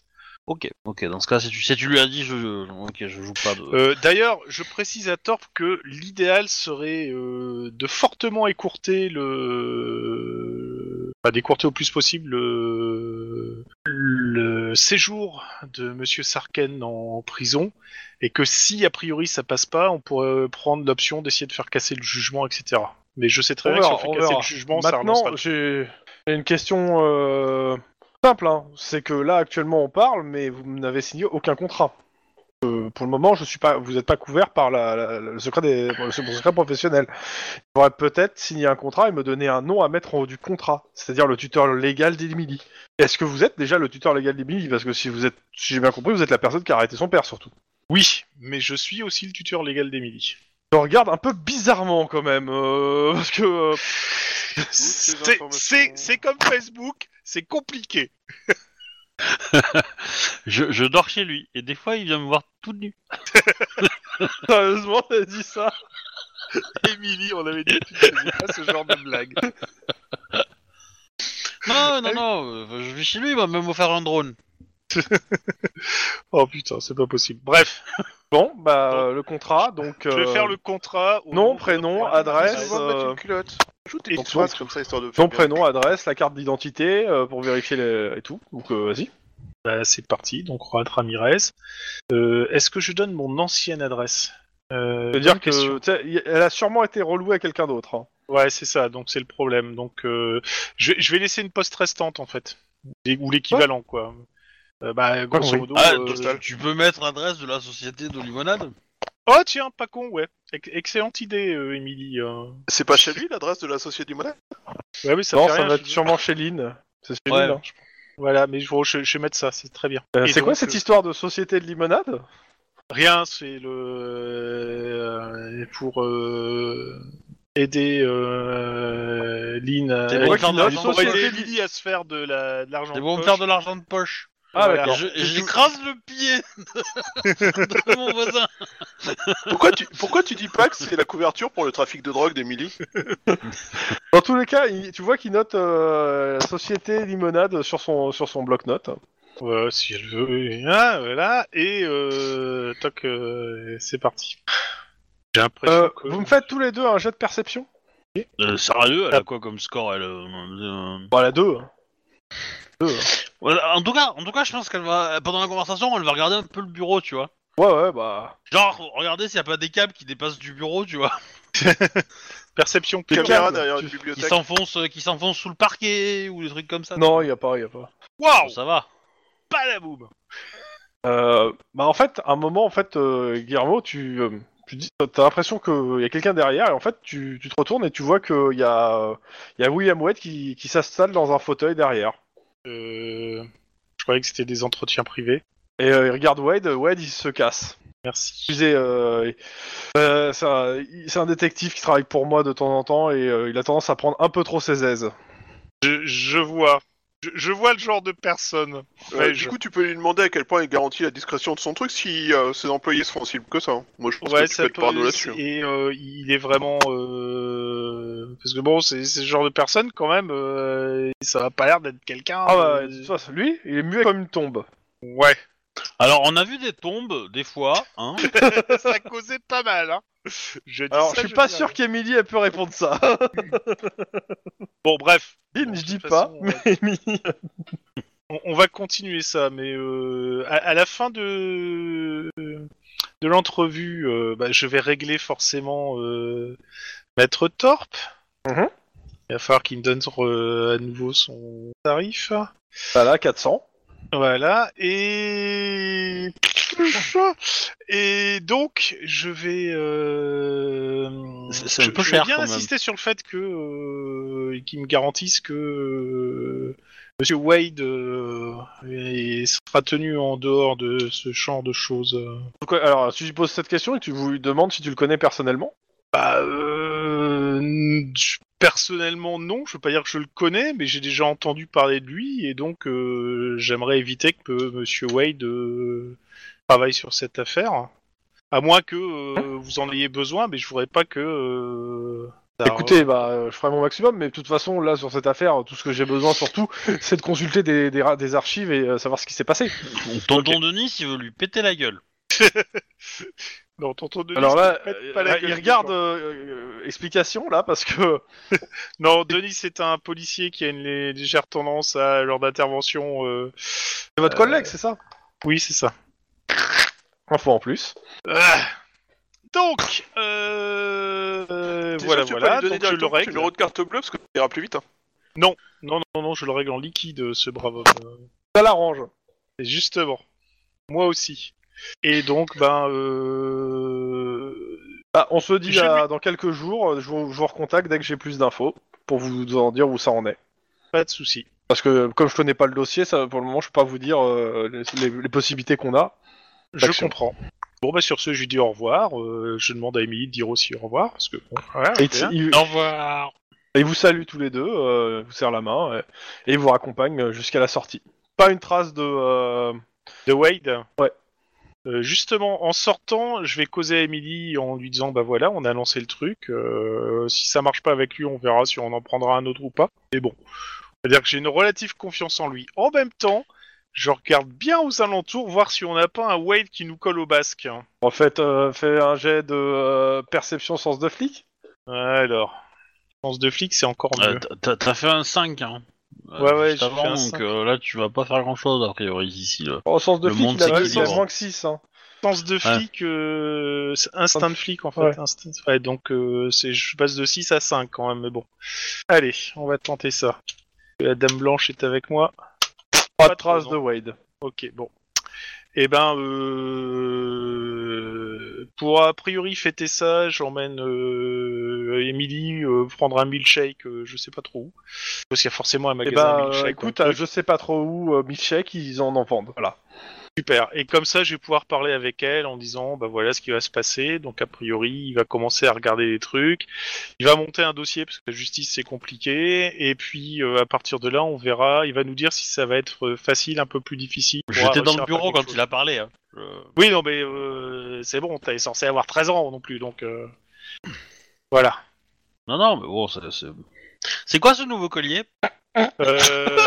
[SPEAKER 1] ok, ok. Dans ce cas, si tu, si tu lui as dit, je, je- ok, je joue pas de.
[SPEAKER 3] Euh, D'ailleurs, je précise à Torp que l'idéal serait euh, de fortement écourter le. Enfin, d'écourter au plus possible euh, le séjour de Monsieur Sarken en prison, et que si a priori ça passe pas, on pourrait prendre l'option d'essayer de faire casser le jugement, etc. Mais je sais très
[SPEAKER 2] On
[SPEAKER 3] bien que si
[SPEAKER 2] verra,
[SPEAKER 3] on fait
[SPEAKER 2] on
[SPEAKER 3] casser
[SPEAKER 2] verra.
[SPEAKER 3] le jugement, ça
[SPEAKER 2] Maintenant,
[SPEAKER 3] relancera le-
[SPEAKER 2] j'ai j'ai une question euh, simple. hein. C'est que là, actuellement, on parle, mais vous n'avez signé aucun contrat. Euh, pour le moment, je suis pas, vous n'êtes pas couvert par la- la- le, secret des, le secret professionnel. Il faudrait peut-être signer un contrat et me donner un nom à mettre en haut du contrat, c'est-à-dire le tuteur légal d'Emily. Est-ce que vous êtes déjà le tuteur légal d'Emily Parce que si vous êtes, si j'ai bien compris, vous êtes la personne qui a arrêté son père, surtout.
[SPEAKER 3] Oui, mais je suis aussi le tuteur légal d'Emily.
[SPEAKER 2] Je regarde un peu bizarrement quand même, euh, <laughs> parce que euh,
[SPEAKER 4] ces
[SPEAKER 3] C'est
[SPEAKER 4] informations.
[SPEAKER 3] c'est- c'est comme Facebook, c'est compliqué.
[SPEAKER 1] Je, je dors chez lui et des fois, il vient me voir tout nu.
[SPEAKER 2] Sérieusement, t'as dit ça
[SPEAKER 3] <laughs> Émilie, on avait dit que tu ne faisais pas ce genre de blague.
[SPEAKER 1] Non, non, non, euh, je vis chez lui, il m'a même offert un drone.
[SPEAKER 3] Oh putain, c'est pas possible. Bref,
[SPEAKER 2] Bon, bah, le contrat, donc...
[SPEAKER 3] je vais
[SPEAKER 2] euh,
[SPEAKER 3] faire le contrat. au
[SPEAKER 2] Nom,
[SPEAKER 3] nom de-
[SPEAKER 2] prénom,
[SPEAKER 4] Je
[SPEAKER 2] adresse...
[SPEAKER 4] vais
[SPEAKER 2] euh,
[SPEAKER 4] mettre une culotte. Ajoute tes
[SPEAKER 3] et
[SPEAKER 4] petites
[SPEAKER 3] toi,
[SPEAKER 4] phrases comme ça, histoire de...
[SPEAKER 2] Nom,
[SPEAKER 4] faire bien.
[SPEAKER 2] prénom, hein. adresse, la carte d'identité euh, pour vérifier les... et tout. Donc euh, vas-y.
[SPEAKER 3] Bah, c'est parti, donc Juan Ramirez. Euh, Est-ce que je donne mon ancienne adresse euh,
[SPEAKER 2] C'est-à-dire
[SPEAKER 3] bonne
[SPEAKER 2] que
[SPEAKER 3] question.
[SPEAKER 2] tu sais, y- elle a sûrement été relouée à quelqu'un d'autre. hein.
[SPEAKER 3] Ouais, c'est ça, donc c'est le problème. Donc, euh, je, vais- je vais laisser une poste restante, en fait. Des- Ou l'équivalent, quoi. Euh, bah, grosso
[SPEAKER 2] oui.
[SPEAKER 3] modo.
[SPEAKER 1] Ah,
[SPEAKER 3] euh,
[SPEAKER 1] tu- tu peux mettre l'adresse de la société de limonade
[SPEAKER 3] Oh, tiens, pas con, ouais. Ex- excellente idée, euh, Émilie. euh.
[SPEAKER 4] C'est pas chez lui l'adresse de la société du monnaie
[SPEAKER 3] Ouais, oui, ça
[SPEAKER 2] non,
[SPEAKER 3] fait
[SPEAKER 2] ça
[SPEAKER 3] rien,
[SPEAKER 2] va
[SPEAKER 3] je-
[SPEAKER 2] être sûrement chez Lynn. C'est chez
[SPEAKER 1] Ouais.
[SPEAKER 2] Lynn, hein, je pense.
[SPEAKER 3] Voilà, mais je, je, je vais mettre ça, c'est très bien.
[SPEAKER 2] Euh,
[SPEAKER 3] Et
[SPEAKER 2] c'est quoi
[SPEAKER 3] donc,
[SPEAKER 2] cette
[SPEAKER 3] euh,
[SPEAKER 2] histoire de société de limonade
[SPEAKER 3] Rien, c'est le euh, pour euh, aider euh, Lynn à-
[SPEAKER 1] C'est pour
[SPEAKER 3] Lynn-
[SPEAKER 1] qu'il
[SPEAKER 3] Lynn-
[SPEAKER 1] lance
[SPEAKER 3] pour
[SPEAKER 1] une
[SPEAKER 3] aider
[SPEAKER 1] société.
[SPEAKER 3] Lily à se faire de la- de l'argent.
[SPEAKER 1] Ils
[SPEAKER 3] de
[SPEAKER 1] vont me
[SPEAKER 3] poche.
[SPEAKER 1] faire de l'argent de poche.
[SPEAKER 2] Ah,
[SPEAKER 3] Voilà.
[SPEAKER 1] Et
[SPEAKER 2] d'accord.
[SPEAKER 1] je- et j'écrase le pied de, <laughs> de mon voisin.
[SPEAKER 4] pourquoi tu, pourquoi tu dis pas que c'est la couverture pour le trafic de drogue d'Emily
[SPEAKER 2] Dans tous les cas, il- tu vois qu'il note euh, société limonade sur son, sur son bloc-notes.
[SPEAKER 3] Ouais, si elle veut. Ah, voilà et euh, toc, euh, c'est parti. J'ai l'impression
[SPEAKER 2] Euh,
[SPEAKER 3] que
[SPEAKER 2] vous me faites tous les deux un jet de perception
[SPEAKER 1] Euh, sérieux, elle a quoi comme score elle, euh, euh,
[SPEAKER 2] Bah, la deux. hein. Deux, hein.
[SPEAKER 1] ouais, En tout cas, en tout cas, je pense qu'elle va pendant la conversation, elle va regarder un peu le bureau, tu vois.
[SPEAKER 2] Ouais, ouais, bah.
[SPEAKER 1] Genre, regardez s'il y a pas des câbles qui dépassent du bureau, tu vois,
[SPEAKER 3] perception
[SPEAKER 4] Caméra
[SPEAKER 2] câbles,
[SPEAKER 4] derrière
[SPEAKER 2] tu-
[SPEAKER 4] une
[SPEAKER 1] qui
[SPEAKER 4] bibliothèque.
[SPEAKER 1] s'enfoncent, euh, qui s'enfoncent sous le parquet ou des trucs comme ça.
[SPEAKER 2] Non, il a pas, il a pas.
[SPEAKER 1] Waouh, ça va.
[SPEAKER 3] pas la boum.
[SPEAKER 2] Euh, bah en fait, à un moment, en fait, euh, Guillermo, tu, euh, tu dis, t'as l'impression qu'il y a quelqu'un derrière, et en fait, tu, tu te retournes et tu vois qu'il y a, euh, y a William Wade qui, qui s'installe dans un fauteuil derrière.
[SPEAKER 3] Euh, je croyais que c'était des entretiens privés.
[SPEAKER 2] Et euh, il regarde Wade, Wade, il se casse.
[SPEAKER 3] Merci.
[SPEAKER 2] Tu sais, euh, euh, c'est un, il- c'est un détective qui travaille pour moi de temps en temps, et euh, il a tendance à prendre un peu trop ses aises.
[SPEAKER 3] Je, je vois. Je, je vois le genre de personne.
[SPEAKER 4] Euh,
[SPEAKER 3] Ouais,
[SPEAKER 4] Du
[SPEAKER 3] je-
[SPEAKER 4] coup, tu peux lui demander à quel point il garantit la discrétion de son truc si euh, ses employés seront cibles que ça. hein. Moi, je pense
[SPEAKER 3] Ouais,
[SPEAKER 4] que tu
[SPEAKER 3] ça
[SPEAKER 4] peux te pardonner
[SPEAKER 3] peut-
[SPEAKER 4] là-dessus. hein.
[SPEAKER 3] Et euh, il est vraiment. euh, Parce que bon, c'est c'est ce genre de personne quand même. euh, Ça a pas l'air d'être quelqu'un.
[SPEAKER 2] Ah bah,
[SPEAKER 3] euh,
[SPEAKER 2] de toute façon, lui, il est muet comme une tombe.
[SPEAKER 3] Ouais.
[SPEAKER 1] Alors, on a vu des tombes des fois, <laughs> hein.
[SPEAKER 3] <laughs> ça causait pas mal. Hein. Je dis
[SPEAKER 2] Alors,
[SPEAKER 3] ça,
[SPEAKER 2] je suis pas
[SPEAKER 3] dis
[SPEAKER 2] sûr
[SPEAKER 3] rien.
[SPEAKER 2] qu'Emily ait pu répondre ça. <laughs>
[SPEAKER 3] Bon, bref.
[SPEAKER 2] Lynn,
[SPEAKER 3] Bon,
[SPEAKER 2] je
[SPEAKER 3] de
[SPEAKER 2] dis
[SPEAKER 3] toute
[SPEAKER 2] pas,
[SPEAKER 3] façon,
[SPEAKER 2] mais <laughs> euh. Emily-
[SPEAKER 3] On, on va continuer ça, mais euh, à, à la fin de de l'entrevue, euh, bah, je vais régler forcément euh, Maître Torp.
[SPEAKER 2] Mhm.
[SPEAKER 3] Il va falloir qu'il me donne euh, à nouveau son tarif.
[SPEAKER 2] Voilà, 400.
[SPEAKER 3] Voilà, et... Et donc, je vais... euh,
[SPEAKER 1] C'est- c'est un
[SPEAKER 3] je-
[SPEAKER 1] peu
[SPEAKER 3] je
[SPEAKER 1] cher,
[SPEAKER 3] vais bien
[SPEAKER 1] quand même.
[SPEAKER 3] insister sur le fait que... euh, qu'ils me garantissent que... euh, Monsieur Wade euh, est- sera tenu en dehors de ce genre de choses. euh,
[SPEAKER 2] Donc, ouais, Alors, si tu poses cette question et tu vous demandes si tu le connais personnellement,
[SPEAKER 3] Bah, euh, je- personnellement, non. Je veux pas dire que je le connais, mais j'ai déjà entendu parler de lui, et donc euh, j'aimerais éviter que euh, Monsieur Wade euh, travaille sur cette affaire. À moins que euh, vous en ayez besoin, mais je voudrais pas que. euh, ça-
[SPEAKER 2] écoutez, bah, euh, je ferai mon maximum, mais de toute façon, là, sur cette affaire, tout ce que j'ai besoin surtout, <laughs> c'est de consulter des, des ra- des archives et euh, savoir ce qui s'est passé.
[SPEAKER 1] Tonton Denis, il veut lui péter la gueule.
[SPEAKER 3] Non, tonton Denis.
[SPEAKER 2] Alors là,
[SPEAKER 3] se pète pas la
[SPEAKER 2] euh,
[SPEAKER 3] gueule
[SPEAKER 2] il
[SPEAKER 3] des
[SPEAKER 2] regarde
[SPEAKER 3] gens.
[SPEAKER 2] euh, euh, explication, là, parce que...
[SPEAKER 3] Non, Denis c'est un policier qui a une lé- légère tendance à lors d'intervention. euh,
[SPEAKER 2] C'est votre collègue, c'est ça
[SPEAKER 3] Oui, c'est ça.
[SPEAKER 2] Info en plus.
[SPEAKER 3] Ah. Donc, euh, euh,
[SPEAKER 4] T'es sûr
[SPEAKER 3] voilà,
[SPEAKER 4] que tu peux
[SPEAKER 3] voilà.
[SPEAKER 4] lui donner
[SPEAKER 3] Donc je le
[SPEAKER 4] directement ton
[SPEAKER 3] règle.
[SPEAKER 4] numéro de carte bleue parce que ça ira plus vite. hein.
[SPEAKER 3] Non, non, non, je le règle en liquide, ce brave homme. Euh,
[SPEAKER 2] Ça l'arrange.
[SPEAKER 3] et justement, moi aussi. Et donc, ben, euh...
[SPEAKER 2] Bah, on se dit
[SPEAKER 3] Je
[SPEAKER 2] à- dans quelques jours, euh, je vous, je vous recontacte dès que j'ai plus d'infos, pour vous en dire où ça en est.
[SPEAKER 3] pas de souci.
[SPEAKER 2] Parce que, comme je connais pas le dossier, ça, pour le moment, je peux pas vous dire euh, les- les- les possibilités qu'on a.
[SPEAKER 3] Je
[SPEAKER 2] Action.
[SPEAKER 3] comprends. Bon, bah sur ce, je lui dis au revoir. euh, je demande à Émilie de dire aussi au revoir, parce que bon,
[SPEAKER 2] Et
[SPEAKER 3] voilà,
[SPEAKER 2] il-
[SPEAKER 3] bien.
[SPEAKER 2] il-
[SPEAKER 1] Au revoir.
[SPEAKER 2] Et il vous salue tous les deux, euh, il vous serre la main euh, et il vous raccompagne euh, jusqu'à la sortie. Pas une trace de. euh,
[SPEAKER 3] de Wade. Euh, justement, en sortant, je vais causer à Emily en lui disant bah voilà, on a lancé le truc. euh, si ça marche pas avec lui, on verra si on en prendra un autre ou pas. Mais bon, c'est-à-dire que j'ai une relative confiance en lui. En même temps, je regarde bien aux alentours voir si on n'a pas un Wade qui nous colle au basque. hein.
[SPEAKER 2] En fait, euh, fais un jet de euh, perception sens de flic.
[SPEAKER 3] Alors, pense de flic, c'est encore mieux.
[SPEAKER 1] Euh, t'as- t'as fait un 5, hein. euh,
[SPEAKER 3] Ouais, ouais,
[SPEAKER 1] juste
[SPEAKER 3] j'ai fait
[SPEAKER 1] avant,
[SPEAKER 3] un
[SPEAKER 1] donc
[SPEAKER 3] 5.
[SPEAKER 1] euh, là, tu vas pas faire grand chose, a priori, ici. Là.
[SPEAKER 2] En Oh, sens de
[SPEAKER 1] Le
[SPEAKER 2] flic,
[SPEAKER 1] monde
[SPEAKER 2] il a,
[SPEAKER 3] s'équilibre.
[SPEAKER 2] il a moins que 6. Hein.
[SPEAKER 3] Pense de
[SPEAKER 1] Ouais.
[SPEAKER 3] flic, euh, c'est instinct de flic en fait.
[SPEAKER 2] Ouais.
[SPEAKER 3] instinct- ouais, donc euh, c'est- je passe de 6 à 5 quand même, mais bon. Allez, on va tenter ça. La dame blanche est avec moi.
[SPEAKER 2] Pas
[SPEAKER 3] Pas
[SPEAKER 2] de
[SPEAKER 3] trop,
[SPEAKER 2] trace
[SPEAKER 3] non.
[SPEAKER 2] de Wade.
[SPEAKER 3] Ok, bon. Eh ben, euh, pour a priori fêter ça, j'emmène euh, Emily euh, prendre un milkshake, euh, je sais pas trop où. Parce qu'il y a forcément un
[SPEAKER 2] Et
[SPEAKER 3] magasin
[SPEAKER 2] bah,
[SPEAKER 3] milkshake.
[SPEAKER 2] écoute,
[SPEAKER 3] ou un
[SPEAKER 2] euh,
[SPEAKER 3] truc.
[SPEAKER 2] je sais pas trop où, euh, milkshake, ils en en vendent. Voilà.
[SPEAKER 3] Super. Et comme ça, je vais pouvoir parler avec elle en disant, bah voilà ce qui va se passer. Donc a priori, il va commencer à regarder les trucs. Il va monter un dossier parce que la justice c'est compliqué. Et puis euh, à partir de là, on verra. Il va nous dire si ça va être euh, facile, un peu plus difficile. On va
[SPEAKER 1] J'étais dans
[SPEAKER 3] réussir
[SPEAKER 1] le
[SPEAKER 3] à
[SPEAKER 1] bureau
[SPEAKER 3] faire quelque
[SPEAKER 1] quand
[SPEAKER 3] chose.
[SPEAKER 1] il a parlé. Hein. Euh,
[SPEAKER 3] Oui, non mais euh, c'est bon. T'es censé avoir 13 ans non plus, donc euh, voilà.
[SPEAKER 1] Non, non, mais bon, c'est- c'est. C'est quoi ce nouveau collier
[SPEAKER 3] Euh,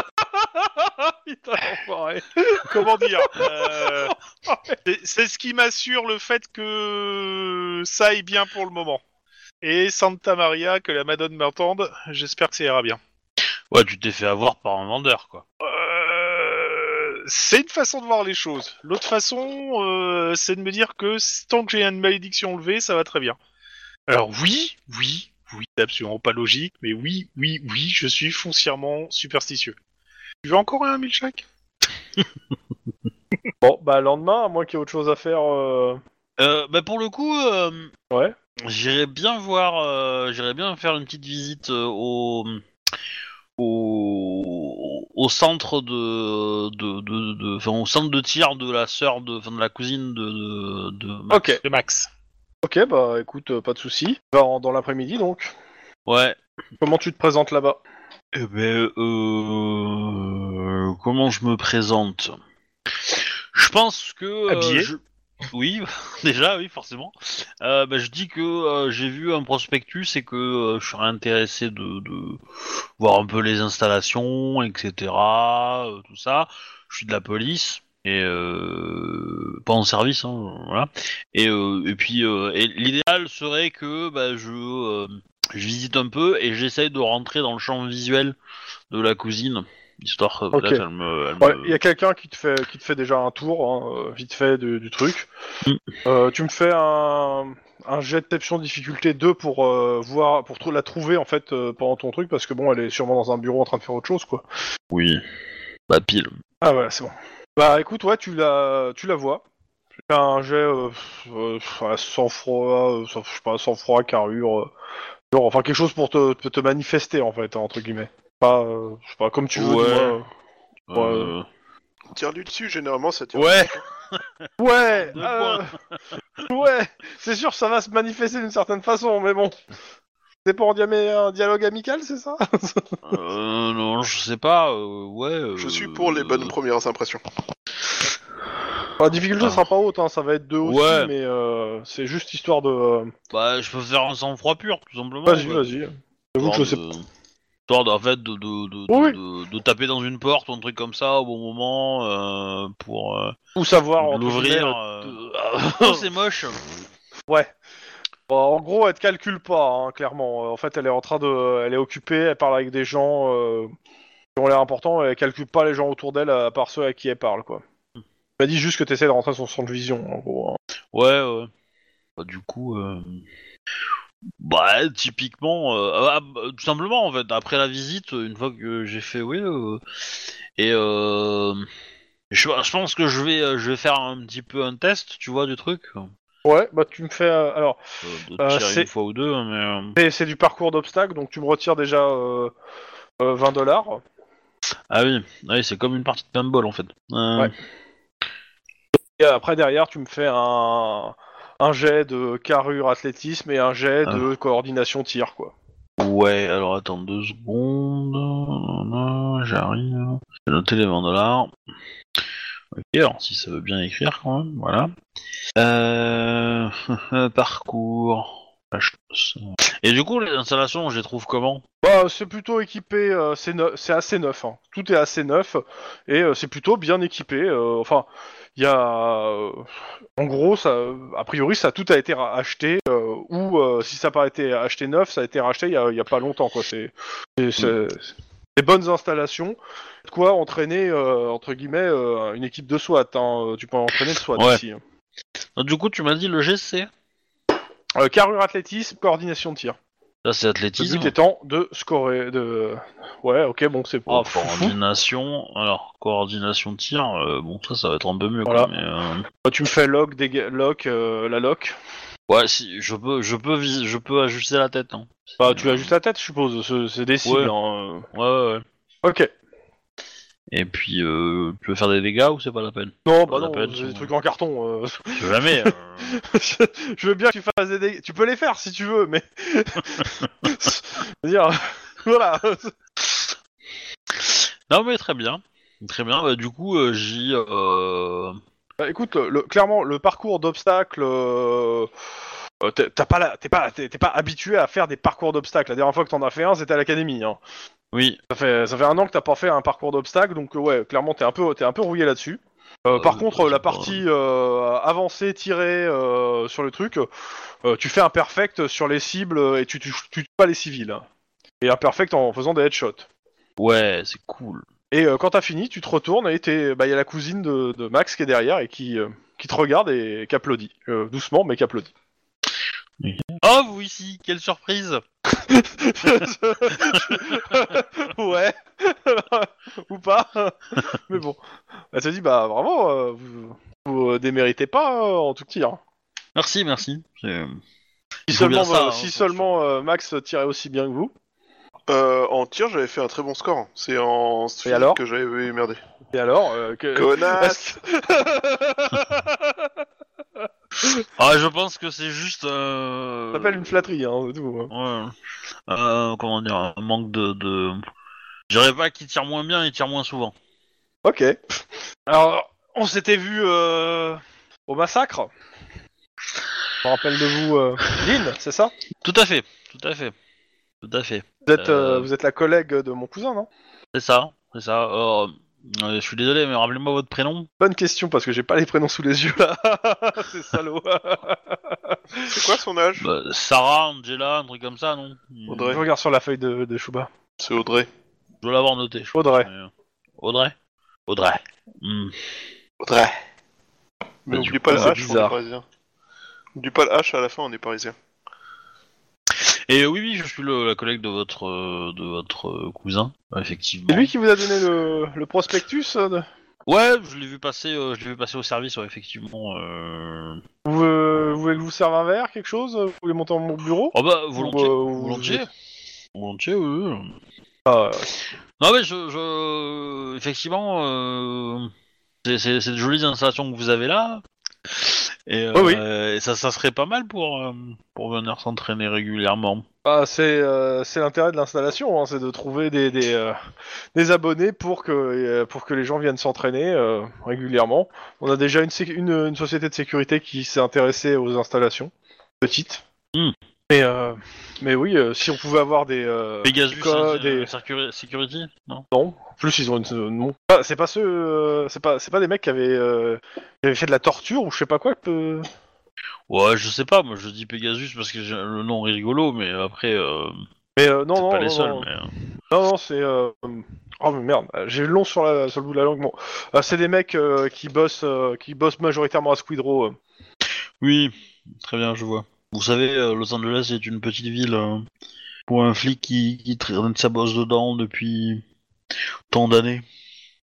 [SPEAKER 3] comment dire euh, c'est- C'est ce qui m'assure le fait que ça aille bien pour le moment. Et Santa Maria, que la Madone m'entende, j'espère que ça ira bien.
[SPEAKER 1] Ouais, tu t'es fait avoir par un vendeur, quoi.
[SPEAKER 3] Euh, c'est une façon de voir les choses. L'autre façon, euh, c'est de me dire que tant que j'ai une malédiction levée, ça va très bien. Alors oui, oui, oui, c'est absolument pas logique, mais oui, oui, oui, je suis foncièrement superstitieux. Tu veux encore un milkshake
[SPEAKER 2] Bon, bah, lendemain, à moins qu'il y ait autre chose à faire. euh,
[SPEAKER 1] Euh, bah, pour le coup, euh,
[SPEAKER 2] Ouais.
[SPEAKER 1] j'irais bien voir. euh, j'irais bien faire une petite visite euh, au. Au, au centre de, de, de, de- enfin, au centre de tir de la sœur de, enfin, de la cousine de, de, de Max.
[SPEAKER 2] Ok,
[SPEAKER 3] De Max.
[SPEAKER 2] ok, bah, écoute, euh, pas de soucis. Va en- dans l'après-midi, donc.
[SPEAKER 1] Ouais.
[SPEAKER 2] Comment tu te présentes là-bas
[SPEAKER 1] Eh ben, euh, comment je me présente Je pense que. euh,
[SPEAKER 3] Habillé
[SPEAKER 1] je- Oui, <laughs> déjà, oui, forcément. Euh, ben, je dis que euh, j'ai vu un prospectus et que euh, je serais intéressé de, de voir un peu les installations, etc. euh, tout ça. Je suis de la police. Et euh, pas en service, hein, voilà. Et, euh, et puis, euh, et l'idéal serait que bah, je, euh, je visite un peu et j'essaye de rentrer dans le champ visuel de la cousine, histoire que
[SPEAKER 2] Ok.
[SPEAKER 1] peut-être elle me. elle
[SPEAKER 2] Ouais,
[SPEAKER 1] me-
[SPEAKER 2] Bah, il y a quelqu'un qui te fait qui te fait déjà un tour, hein, euh, vite fait, du, du truc.
[SPEAKER 1] Mm.
[SPEAKER 2] Euh, tu me fais un, un jet de perception difficulté 2 pour euh, voir pour trou- la trouver en fait euh, pendant ton truc parce que bon, elle est sûrement dans un bureau en train de faire autre chose quoi.
[SPEAKER 1] Oui. Bah pile.
[SPEAKER 2] Ah voilà, c'est bon. Bah écoute, ouais, tu la tu la vois. Tu fais un jet euh, euh, à sang froid, euh, sans- je sais pas, sang froid, carrure, euh, genre, enfin quelque chose pour te, te manifester en fait hein, entre guillemets. Pas euh, je sais pas comme tu veux.
[SPEAKER 1] Ouais.
[SPEAKER 2] dis-moi. Ouais.
[SPEAKER 1] Euh,
[SPEAKER 4] Tire-lui dessus, généralement ça tire.
[SPEAKER 1] Ouais.
[SPEAKER 2] Ouais,
[SPEAKER 1] Deux
[SPEAKER 2] euh, <laughs> ouais, c'est sûr, ça va se manifester d'une certaine façon, mais bon. C'est pour en dia- mais un dialogue amical, c'est ça
[SPEAKER 1] Euh, non, je sais pas. euh, ouais. euh,
[SPEAKER 4] Je suis pour les bonnes premières impressions.
[SPEAKER 2] La difficulté
[SPEAKER 1] Ah.
[SPEAKER 2] sera pas haute, hein, ça va être deux aussi,
[SPEAKER 1] Ouais.
[SPEAKER 2] mais euh, c'est juste histoire de. euh,
[SPEAKER 1] Bah, je peux faire un sang-froid pur, tout simplement.
[SPEAKER 2] Vas-y,
[SPEAKER 1] quoi.
[SPEAKER 2] vas-y. J'avoue que je sais
[SPEAKER 1] Histoire de- Histoire de- en fait, de, de, de,
[SPEAKER 2] Oui,
[SPEAKER 1] de- de taper dans une porte ou un truc comme ça au bon moment euh, pour euh,
[SPEAKER 2] pas où savoir. Ah, entre
[SPEAKER 1] l'ouvrir.
[SPEAKER 2] guillemets,
[SPEAKER 1] <laughs> euh,
[SPEAKER 2] <laughs>
[SPEAKER 1] Oh, c'est moche.
[SPEAKER 2] Ouais. Bon, Bah, en gros, elle te calcule pas, hein, clairement. Euh, En fait, elle est en train de. Elle est occupée, elle parle avec des gens euh, qui ont l'air importants, et elle calcule pas les gens autour d'elle à part ceux à qui elle parle, quoi.
[SPEAKER 1] Hmm.
[SPEAKER 2] Elle m'a dit juste que t'essaies de rentrer sur son de vision, en gros. hein.
[SPEAKER 1] Ouais, ouais. Bah, du coup, euh, bah, typiquement, euh, ah, bah, tout simplement, en fait, après la visite, une fois que j'ai fait, oui, euh, et euh, je, je pense que je vais, euh, je vais faire un petit peu un test, tu vois, du truc. euh,
[SPEAKER 2] Ouais, bah tu me fais. euh, alors,
[SPEAKER 1] de
[SPEAKER 2] Euh,
[SPEAKER 1] tirer
[SPEAKER 2] c'est-
[SPEAKER 1] une fois ou deux, mais. euh,
[SPEAKER 2] C'est, c'est du parcours d'obstacles, donc tu me retires déjà euh, euh, 20 dollars.
[SPEAKER 1] Ah oui, Ah oui, c'est comme une partie de pinball, en fait. Euh,
[SPEAKER 2] Ouais. Et après, derrière, tu me fais un, un jet de carrure athlétisme et un jet
[SPEAKER 1] Ah.
[SPEAKER 2] de coordination tir, quoi.
[SPEAKER 1] Ouais, alors attends deux secondes. Nanana, J'arrive. J'ai noté les 20 dollars. Alors, si ça veut bien écrire quand même, voilà. Euh, <laughs> parcours. la chose. Et du coup, les installations, je les trouve comment
[SPEAKER 2] Bah, c'est plutôt équipé, euh, c'est neu- c'est assez neuf. hein. Tout est assez neuf et euh, c'est plutôt bien équipé. euh, enfin, il y a, euh, en gros, ça, a priori, ça tout a été ra- acheté euh, ou euh, si ça n'a pas été acheté neuf, ça a été racheté il y a, il y a pas longtemps. quoi. C'est c'est- c'est- c'est des bonnes installations. De quoi entraîner euh, entre guillemets euh, une équipe de SWAT. hein. Tu peux entraîner le SWAT hein.
[SPEAKER 1] Ouais.
[SPEAKER 2] ici.
[SPEAKER 1] Ah, Du coup, tu m'as dit le GC
[SPEAKER 2] Euh, carrure athlétisme, coordination de tir.
[SPEAKER 1] Là, c'est
[SPEAKER 2] Le
[SPEAKER 1] athlétisme.
[SPEAKER 2] but étant de scorer. De... Ouais, ok, bon, c'est
[SPEAKER 1] Oh,
[SPEAKER 2] pas fou.
[SPEAKER 1] coordination. Alors, coordination de tir, euh, bon, ça, ça va être un peu mieux.
[SPEAKER 2] Voilà.
[SPEAKER 1] quoi, mais, euh,
[SPEAKER 2] Bah, tu me fais lock, déga- lock euh, la lock.
[SPEAKER 1] Ouais, si, je peux, je peux, vis- je peux ajuster la tête. hein.
[SPEAKER 2] Bah, tu as juste la tête, je suppose. C'est- C'est des cibles.
[SPEAKER 1] Ouais.
[SPEAKER 2] hein,
[SPEAKER 1] Ouais, ouais, ouais.
[SPEAKER 2] euh. Ok.
[SPEAKER 1] Et puis, euh, tu veux faire des dégâts ou c'est pas la peine
[SPEAKER 2] Non,
[SPEAKER 1] On
[SPEAKER 2] bah non,
[SPEAKER 1] appelle,
[SPEAKER 2] c'est des
[SPEAKER 1] on-
[SPEAKER 2] trucs en carton. euh. <laughs>
[SPEAKER 1] Je veux Jamais. euh,
[SPEAKER 2] je je veux bien que tu fasses des dégâts. Tu peux les faire si tu veux, mais. <laughs> dire. <laughs> Voilà.
[SPEAKER 1] <laughs> Non, mais très bien. Très bien, bah, du coup, euh, j'y. euh,
[SPEAKER 2] Bah, écoute, le- clairement, le parcours d'obstacles. euh, euh, t'es t'as pas, la- t'es pas, t'es- t'es pas habitué à faire des parcours d'obstacles. La dernière fois que t'en as fait un, c'était à l'académie. Hein.
[SPEAKER 1] Oui,
[SPEAKER 2] Ça fait, ça fait un an que t'as pas fait un parcours d'obstacles, donc euh, ouais, clairement t'es un peu, t'es un peu rouillé là-dessus. Euh,
[SPEAKER 1] Euh,
[SPEAKER 2] par contre,
[SPEAKER 1] je-
[SPEAKER 2] la partie euh, avancée, tirée euh, sur le truc, euh, tu fais un perfect sur les cibles euh, et tu touches tu touches pas les civils. hein. Et un perfect en faisant des headshots.
[SPEAKER 1] ouais, c'est cool.
[SPEAKER 2] Et euh, quand t'as fini, tu te retournes et il bah, y a la cousine de, de Max qui est derrière et qui, euh, qui te regarde et qui applaudit. Euh, doucement, mais qui applaudit.
[SPEAKER 1] Oh, vous ici, quelle surprise
[SPEAKER 2] ouais, ou pas. Mais bon, elle se dit bah vraiment, euh, vous, vous, euh, déméritez pas euh, en tout tir.
[SPEAKER 1] Merci, merci. C'est-
[SPEAKER 2] Si
[SPEAKER 1] Faut bien
[SPEAKER 2] seulement,
[SPEAKER 1] ça,
[SPEAKER 2] euh,
[SPEAKER 1] hein,
[SPEAKER 2] si
[SPEAKER 1] attention.
[SPEAKER 2] seulement euh, Max tirait aussi bien que vous.
[SPEAKER 4] Euh, en tir, j'avais fait un très bon score. C'est en streak
[SPEAKER 2] alors
[SPEAKER 4] que j'avais merdé.
[SPEAKER 2] Et alors euh, que...
[SPEAKER 3] <laughs>
[SPEAKER 4] Connasse
[SPEAKER 1] Ah, je pense que c'est juste. euh,
[SPEAKER 2] Ça s'appelle une flatterie, hein, c'est tout. hein.
[SPEAKER 1] Ouais. Euh, comment dire, un manque de. de... Je dirais pas qu'il tire moins bien, il tire moins souvent.
[SPEAKER 2] Ok. Alors, on s'était vu euh, au massacre. Je me rappelle de vous, euh, Lynn, c'est ça
[SPEAKER 1] Tout à fait, tout à fait. Tout à fait.
[SPEAKER 2] vous êtes, euh,
[SPEAKER 1] Euh.
[SPEAKER 2] vous êtes la collègue de mon cousin, non
[SPEAKER 1] C'est ça, c'est ça. Euh, euh, je suis désolé, mais rappelez-moi votre prénom.
[SPEAKER 2] Bonne question, parce que j'ai pas les prénoms sous les yeux, là. <laughs> c'est <laughs> salaud.
[SPEAKER 4] C'est quoi son âge
[SPEAKER 1] Bah, Sarah, Angela, un truc comme ça, non Hmm,
[SPEAKER 4] Audrey.
[SPEAKER 2] Je regarde sur la feuille de, de Chouba.
[SPEAKER 4] C'est Audrey.
[SPEAKER 1] Je dois l'avoir noté. je pense,
[SPEAKER 2] Audrey.
[SPEAKER 1] mais, euh, Audrey Audrey. Hmm.
[SPEAKER 4] Audrey.
[SPEAKER 1] Bah,
[SPEAKER 4] Mais
[SPEAKER 1] du
[SPEAKER 4] oublie
[SPEAKER 1] coup,
[SPEAKER 3] euh,
[SPEAKER 4] pas le
[SPEAKER 1] c'est
[SPEAKER 4] H, on est
[SPEAKER 1] bizarre.
[SPEAKER 4] parisien. Oublie pas le H à la fin, on est parisien.
[SPEAKER 1] Et oui, oui, je suis le, la collègue de votre, euh, de votre euh, cousin, effectivement.
[SPEAKER 2] C'est lui qui vous a donné le, le prospectus euh, de-
[SPEAKER 1] Ouais, je l'ai vu passer, euh, je l'ai vu passer au service, ouais, effectivement. euh.
[SPEAKER 2] Vous, euh, vous voulez que je vous serve un verre, quelque chose euh, Vous voulez monter dans mon bureau
[SPEAKER 1] Oh bah volontiers,
[SPEAKER 2] Ou, euh, vous-
[SPEAKER 1] volontiers, volontiers, oui. oui.
[SPEAKER 2] Ah,
[SPEAKER 1] Non mais je, je... effectivement, euh, c'est- c'est c'est de jolies installations que vous avez là. Et, euh,
[SPEAKER 2] Oui, oui.
[SPEAKER 1] et ça, ça serait pas mal pour euh, pour venir s'entraîner régulièrement.
[SPEAKER 2] Bah, c'est euh, c'est l'intérêt de l'installation, hein, c'est de trouver des, des, euh, des abonnés pour que, euh, pour que les gens viennent s'entraîner euh, régulièrement. On a déjà une, sé- une, une société de sécurité qui s'est intéressée aux installations, petite.
[SPEAKER 1] Hmm.
[SPEAKER 2] Mais, euh, mais oui, euh, si on pouvait avoir des... euh,
[SPEAKER 1] Pegasus,
[SPEAKER 2] quoi,
[SPEAKER 1] euh,
[SPEAKER 2] des-
[SPEAKER 1] Securi- Security, non
[SPEAKER 2] Non, en plus ils ont une... euh, non. Ah, c'est pas ceux... euh, c'est pas, c'est pas des mecs qui avaient, euh, qui avaient fait de la torture ou je sais pas quoi. que-
[SPEAKER 1] Ouais, je sais pas, moi je dis Pegasus parce que j'ai- le nom est rigolo, mais après, euh,
[SPEAKER 2] Mais euh, non,
[SPEAKER 1] c'est
[SPEAKER 2] non,
[SPEAKER 1] pas
[SPEAKER 2] non,
[SPEAKER 1] les seuls.
[SPEAKER 2] non.
[SPEAKER 1] mais, euh,
[SPEAKER 2] Non, non, c'est. euh, Oh mais merde, euh, j'ai le long sur, la... sur le bout de la langue. Bon, Euh, c'est des mecs euh, qui bossent, euh, qui bossent majoritairement à Squidrow. euh.
[SPEAKER 1] Oui, très bien, je vois. Vous savez, euh, Los Angeles est une petite ville euh, pour un flic qui, qui traîne sa bosse dedans depuis tant d'années.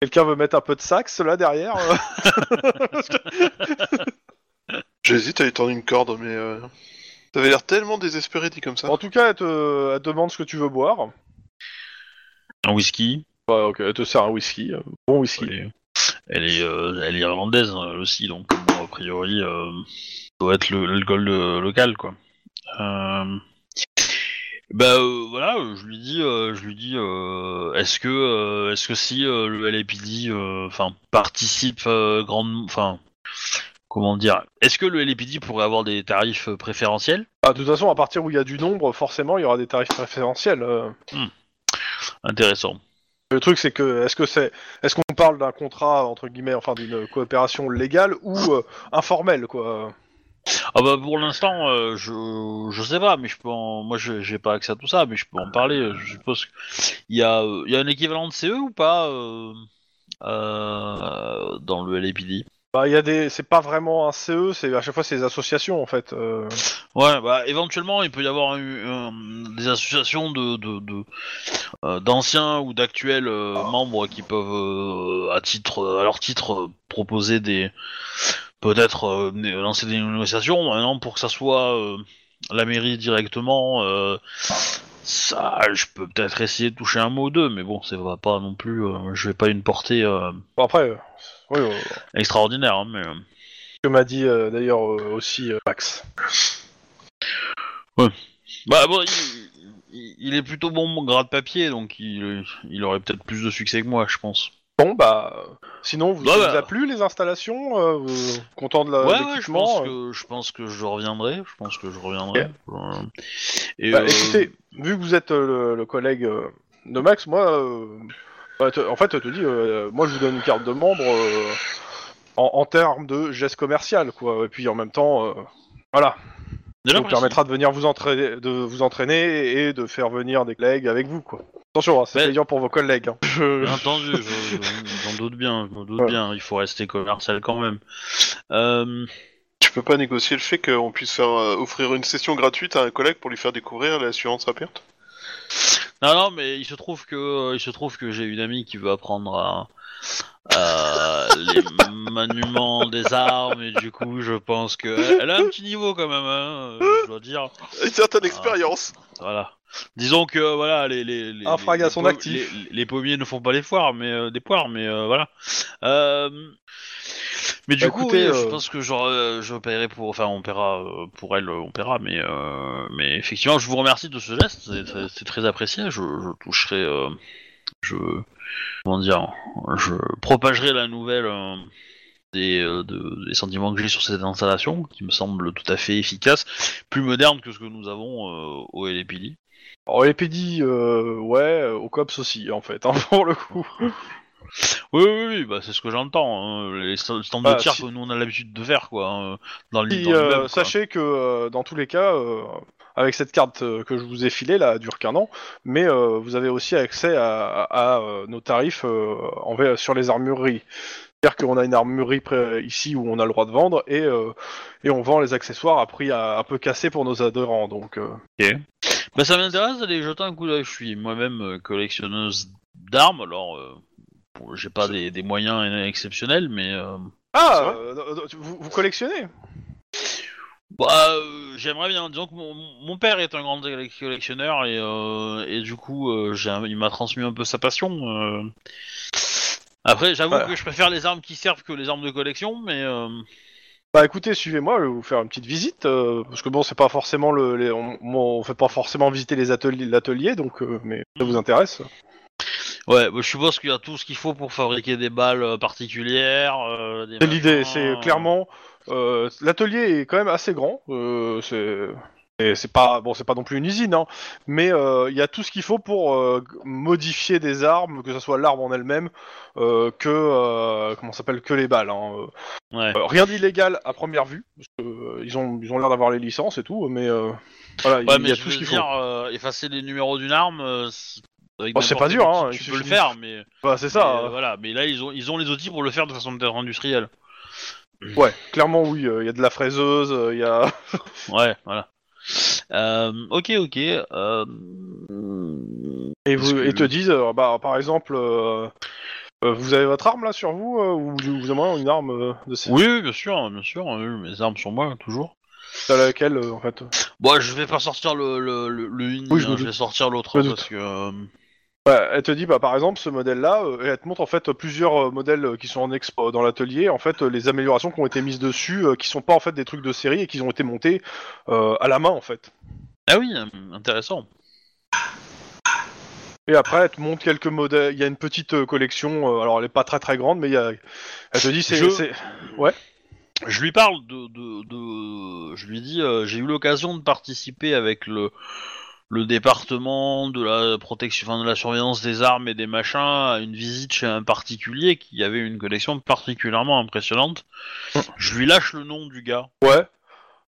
[SPEAKER 2] Quelqu'un veut mettre un peu de sax là derrière. euh.
[SPEAKER 4] J'hésite à lui tendre une corde, mais. Euh... T'avais l'air tellement désespéré dit comme ça.
[SPEAKER 2] en tout cas, elle te... elle te demande ce que tu veux boire.
[SPEAKER 1] Un whisky.
[SPEAKER 2] Bah, ok, elle te sert un whisky, euh, bon whisky.
[SPEAKER 1] Elle est, elle est, euh, elle est irlandaise euh, elle aussi, donc bon, a priori, euh, ça doit être le- l'alcool euh, local, quoi. Euh, Bah euh, voilà, euh, je lui dis, euh, je lui dis, euh, est-ce que, euh, est-ce que si euh, le LAPD, euh, enfin participe euh, grandement, enfin comment dire, est-ce que le LAPD pourrait avoir des tarifs euh, préférentiels
[SPEAKER 2] Ah, de toute façon, à partir où il y a du nombre, forcément, il y aura des tarifs préférentiels. euh.
[SPEAKER 1] Intéressant.
[SPEAKER 2] Le truc, c'est que est-ce que c'est est-ce qu'on parle d'un contrat entre guillemets, enfin d'une coopération légale ou euh, informelle, quoi
[SPEAKER 1] Ah bah pour l'instant, euh, je je sais pas, mais je peux en... moi je- j'ai pas accès à tout ça, mais je peux en parler. euh, Je suppose qu'il y a euh, il y a un équivalent de CE ou pas euh, euh, dans le LAPD.
[SPEAKER 2] Bah, il y a des, c'est pas vraiment un CE, c'est à chaque fois c'est des associations en fait. euh.
[SPEAKER 1] Ouais, bah éventuellement il peut y avoir eu, euh, des associations de de- de, euh, d'anciens ou d'actuels euh, membres qui peuvent euh, à titre à leur titre euh, proposer des peut-être euh, né- lancer des négociations. Maintenant pour que ça soit euh, la mairie directement, euh, ça je peux peut-être essayer de toucher un mot ou deux, mais bon ça va pas non plus. euh, je vais pas une portée euh,
[SPEAKER 2] Bon, après, euh, oui, euh,
[SPEAKER 1] extraordinaire, hein, mais. euh,
[SPEAKER 2] ce que m'a dit euh, d'ailleurs euh, aussi euh, Max.
[SPEAKER 1] Bah bon, il, il- il est plutôt bon grade papier, donc il, il aurait peut-être plus de succès que moi, je pense.
[SPEAKER 2] Bon bah, euh, sinon vous,
[SPEAKER 1] Bah,
[SPEAKER 2] ça
[SPEAKER 1] bah.
[SPEAKER 2] vous a plu les installations, euh, vous- content de la-
[SPEAKER 1] ouais, ouais, je pense,
[SPEAKER 2] l'équipement euh
[SPEAKER 1] que, je pense que je reviendrai, je pense que je reviendrai. Euh, Et,
[SPEAKER 2] Bah,
[SPEAKER 1] euh,
[SPEAKER 2] écoutez, vu que vous êtes euh, le, le collègue euh, de Max, moi, euh, bah, te- en fait, elle te dit, euh, moi, je vous donne une carte de membre euh, en, en termes de geste commercial, quoi. Et puis, en même temps, euh, voilà, ça
[SPEAKER 1] déjà,
[SPEAKER 2] vous permettra de venir vous entraîner, de vous entraîner et de faire venir des collègues avec vous, quoi. Attention, hein, c'est
[SPEAKER 1] Mais-
[SPEAKER 2] payant pour vos collègues. hein.
[SPEAKER 1] Bien entendu, je- je- j'en doute bien, je m'en doute
[SPEAKER 2] Ouais.
[SPEAKER 1] bien, il faut rester commercial quand même. Euh,
[SPEAKER 4] Tu peux pas négocier le fait qu'on puisse faire, euh, offrir une session gratuite à un collègue pour lui faire découvrir l'assurance à perte
[SPEAKER 1] non, non, mais il se trouve que euh, il se trouve que j'ai une amie qui veut apprendre à, à
[SPEAKER 2] <laughs>
[SPEAKER 1] les maniements des armes, et du coup, je pense que elle a un petit niveau quand même, hein, euh, je dois dire.
[SPEAKER 4] Une certaine
[SPEAKER 1] Ah.
[SPEAKER 4] expérience
[SPEAKER 1] Voilà. Disons que euh, voilà les les les,
[SPEAKER 2] Un frag à
[SPEAKER 1] les- les
[SPEAKER 2] son
[SPEAKER 1] pau-
[SPEAKER 2] actif.
[SPEAKER 1] les- les pommiers ne font pas les foires mais euh, des poires mais euh, voilà. Euh, Mais du
[SPEAKER 2] Bah,
[SPEAKER 1] coup
[SPEAKER 2] écoutez,
[SPEAKER 1] oui, je
[SPEAKER 2] euh,
[SPEAKER 1] pense que genre euh, je paierai pour enfin on paiera euh, pour elle euh, on paiera mais euh, mais effectivement je vous remercie de ce geste c'est- c'est- c'est très apprécié je, je toucherai euh, je comment dire je propagerai la nouvelle euh, des, euh, de- des sentiments que j'ai sur cette installation, qui me semble tout à fait efficace, plus moderne que ce que nous avons euh, au LPD.
[SPEAKER 2] Alors, les PD, euh, ouais, euh, au COPS aussi, en fait, hein, <laughs> pour le coup.
[SPEAKER 1] Oui, oui, oui, bah, c'est ce que j'entends. hein, Les sta- stands
[SPEAKER 2] Bah,
[SPEAKER 1] de tir
[SPEAKER 2] si-
[SPEAKER 1] que nous on a l'habitude de faire, quoi, hein, dans le
[SPEAKER 2] Puis,
[SPEAKER 1] dans
[SPEAKER 2] euh,
[SPEAKER 1] l'immeuble, quoi.
[SPEAKER 2] sachez que euh, dans tous les cas, euh, avec cette carte euh, que je vous ai filée, là, elle dure qu'un an, mais euh, vous avez aussi accès à, à- à, euh, nos tarifs euh, en V- sur les armureries. C'est-à-dire qu'on a une armurerie près- ici où on a le droit de vendre et, euh, et on vend les accessoires à prix euh, un peu cassé pour nos adhérents. Donc, euh.
[SPEAKER 1] Bah, ça m'intéresse d'aller jeter un coup d'œil. Je suis moi-même euh, collectionneuse d'armes, alors euh, bon, j'ai pas des, des moyens exceptionnels, mais euh,
[SPEAKER 2] Ah, euh, vous, vous collectionnez
[SPEAKER 1] bah, euh, j'aimerais bien. Disons que mon, mon père est un grand collec- collectionneur et, euh, et du coup, euh, j'ai un- il m'a transmis un peu sa passion. euh. Après, j'avoue
[SPEAKER 2] Voilà.
[SPEAKER 1] que je préfère les armes qui servent que les armes de collection, mais euh,
[SPEAKER 2] Bah écoutez, suivez-moi, je vais vous faire une petite visite, euh, parce que bon, c'est pas forcément le, les- on, on fait pas forcément visiter les ateliers, l'atelier, donc euh, mais ça vous intéresse
[SPEAKER 1] Ouais, bah, je suppose qu'il y a tout ce qu'il faut pour fabriquer des balles euh, particulières. euh, des
[SPEAKER 2] C'est l'idée,
[SPEAKER 1] machins,
[SPEAKER 2] c'est
[SPEAKER 1] euh.
[SPEAKER 2] clairement euh, l'atelier est quand même assez grand. euh, c'est et c'est pas bon, c'est pas non plus une usine, hein, mais euh, il y a tout ce qu'il faut pour euh, modifier des armes, que ce soit l'arme en elle-même, euh, que euh, comment ça s'appelle que les balles. hein,
[SPEAKER 1] Ouais.
[SPEAKER 2] euh, rien d'illégal à première vue. Parce que, euh, ils ont ils ont l'air d'avoir les licences et tout, mais euh, voilà, il
[SPEAKER 1] Ouais,
[SPEAKER 2] il y
[SPEAKER 1] mais
[SPEAKER 2] a
[SPEAKER 1] je
[SPEAKER 2] tout ce
[SPEAKER 1] veux
[SPEAKER 2] qu'il faut.
[SPEAKER 1] dire, euh, effacer les numéros d'une arme. euh, c'est avec
[SPEAKER 2] Oh, c'est
[SPEAKER 1] n'importe
[SPEAKER 2] pas dur,
[SPEAKER 1] quel
[SPEAKER 2] hein,
[SPEAKER 1] outil,
[SPEAKER 2] il
[SPEAKER 1] Tu peux le
[SPEAKER 2] suffit-
[SPEAKER 1] faire, mais.
[SPEAKER 2] Bah, c'est
[SPEAKER 1] mais,
[SPEAKER 2] ça.
[SPEAKER 1] euh,
[SPEAKER 2] hein.
[SPEAKER 1] voilà, mais là, ils ont, ils ont les outils pour le faire de façon peut-être industrielle.
[SPEAKER 2] Ouais, clairement oui. euh, Il y a de la fraiseuse, euh, il y a.
[SPEAKER 1] Ouais, voilà. Euh, ok, ok. euh,
[SPEAKER 2] Et
[SPEAKER 1] Parce
[SPEAKER 2] vous,
[SPEAKER 1] que-
[SPEAKER 2] et te disent, euh, bah, par exemple, euh, euh, vous avez votre arme là sur vous euh, ou vous vous aimeriez une arme euh, de cette
[SPEAKER 1] Oui, oui, bien sûr, bien sûr. euh, mes armes sont moi, toujours.
[SPEAKER 2] à laquelle euh, en fait euh,
[SPEAKER 1] Bon, je vais pas sortir le, le, le, le uni,
[SPEAKER 2] Oui, je me
[SPEAKER 1] hein, je
[SPEAKER 2] doute.
[SPEAKER 1] vais sortir l'autre
[SPEAKER 2] Je me
[SPEAKER 1] parce que. euh,
[SPEAKER 2] bah, Elle te dit, bah, par exemple, ce modèle là, et elle te montre en fait plusieurs euh, modèles euh, qui sont en expo dans l'atelier, en fait, euh, les améliorations qui ont été mises dessus, euh, qui sont pas en fait des trucs de série et qui ont été montés euh, à la main en fait.
[SPEAKER 1] Ah oui, euh, intéressant.
[SPEAKER 2] Et après, elle te montre quelques modèles. Il y a une petite euh, collection. euh, alors, elle est pas très très grande, mais il y a... elle te dit c'est.
[SPEAKER 1] Je-
[SPEAKER 2] c'est-
[SPEAKER 1] Je lui parle de, de, de- je lui dis, euh, j'ai eu l'occasion de participer avec le le département de la protection, enfin, de la surveillance des armes et des machins à une visite chez un particulier qui avait une collection particulièrement impressionnante. Je lui lâche le nom du gars.
[SPEAKER 2] Ouais.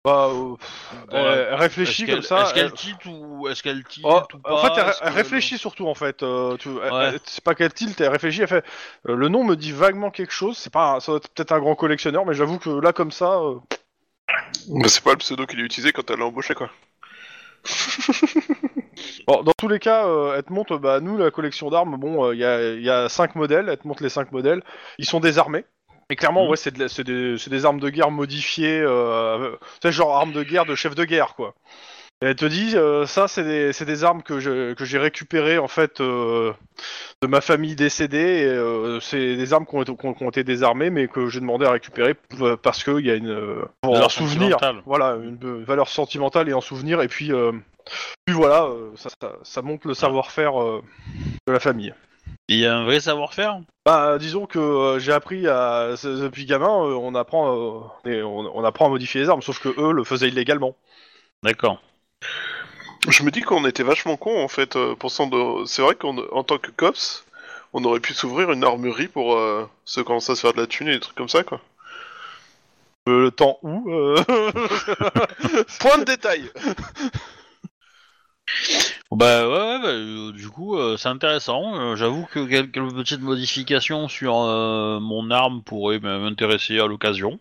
[SPEAKER 2] Bah, euh, pff,
[SPEAKER 1] Dans
[SPEAKER 2] elle,
[SPEAKER 1] la-
[SPEAKER 2] elle réfléchit
[SPEAKER 1] Est-ce
[SPEAKER 2] comme
[SPEAKER 1] qu'elle-
[SPEAKER 2] ça.
[SPEAKER 1] Est-ce qu'elle
[SPEAKER 2] elle-
[SPEAKER 1] tilte ou est-ce qu'elle tilte
[SPEAKER 2] Oh,
[SPEAKER 1] ou pas
[SPEAKER 2] en fait, elle,
[SPEAKER 1] Est-ce
[SPEAKER 2] elle
[SPEAKER 1] que-
[SPEAKER 2] réfléchit surtout en fait. euh, tu- elle-
[SPEAKER 1] Ouais.
[SPEAKER 2] elle- c'est pas qu'elle tilt, elle réfléchit. Elle fait euh, le nom me dit vaguement quelque chose. C'est pas, un- ça doit être peut-être un grand collectionneur, mais j'avoue que là comme ça, euh,
[SPEAKER 4] Bah, c'est pas le pseudo qu'il a utilisé quand elle l'a embauché, quoi.
[SPEAKER 2] Bon, dans tous les cas, euh, elle te montre, bah, nous, la collection d'armes, bon, euh, il y, a, y a cinq modèles, elle te montre les cinq modèles, ils sont désarmés. Et clairement,
[SPEAKER 1] Mhm.
[SPEAKER 2] ouais, c'est de la- c'est des, c'est des armes de guerre modifiées, euh, euh, tu sais, genre armes de guerre de chef de guerre, quoi. Et elle te dit, euh, ça, c'est des, c'est des armes que je- que j'ai récupérées, en fait, euh, de ma famille décédée, et, euh, c'est des armes qui ont, été- qui ont- qui ont été désarmées, mais que j'ai demandé à récupérer p- parce qu'il y a une... euh, pour leur
[SPEAKER 1] Alors,
[SPEAKER 2] souvenir,
[SPEAKER 1] sentimentale.
[SPEAKER 2] voilà, une euh, valeur sentimentale et un souvenir, et puis, euh, puis voilà, euh, ça, ça- ça montre le savoir-faire euh, de la famille.
[SPEAKER 1] Il y a un vrai savoir-faire.
[SPEAKER 2] Bah, disons que euh, j'ai appris à c'est- depuis gamin, euh, on apprend, euh, et on, on apprend à modifier les armes, sauf que eux le faisaient illégalement.
[SPEAKER 1] D'accord.
[SPEAKER 4] Je me dis qu'on était vachement con en fait. euh, pour s'en de... C'est vrai qu'en tant que cops, on aurait pu s'ouvrir une armurerie pour euh, se commencer à se faire de la thune et des trucs comme ça, quoi.
[SPEAKER 2] Euh, le temps où euh, <laughs>
[SPEAKER 4] Point de détail
[SPEAKER 1] Bah ouais, ouais bah, euh, du coup euh, c'est intéressant. Euh, J'avoue que quel- quelques petites modifications sur euh, mon arme pourraient m- m'intéresser à l'occasion,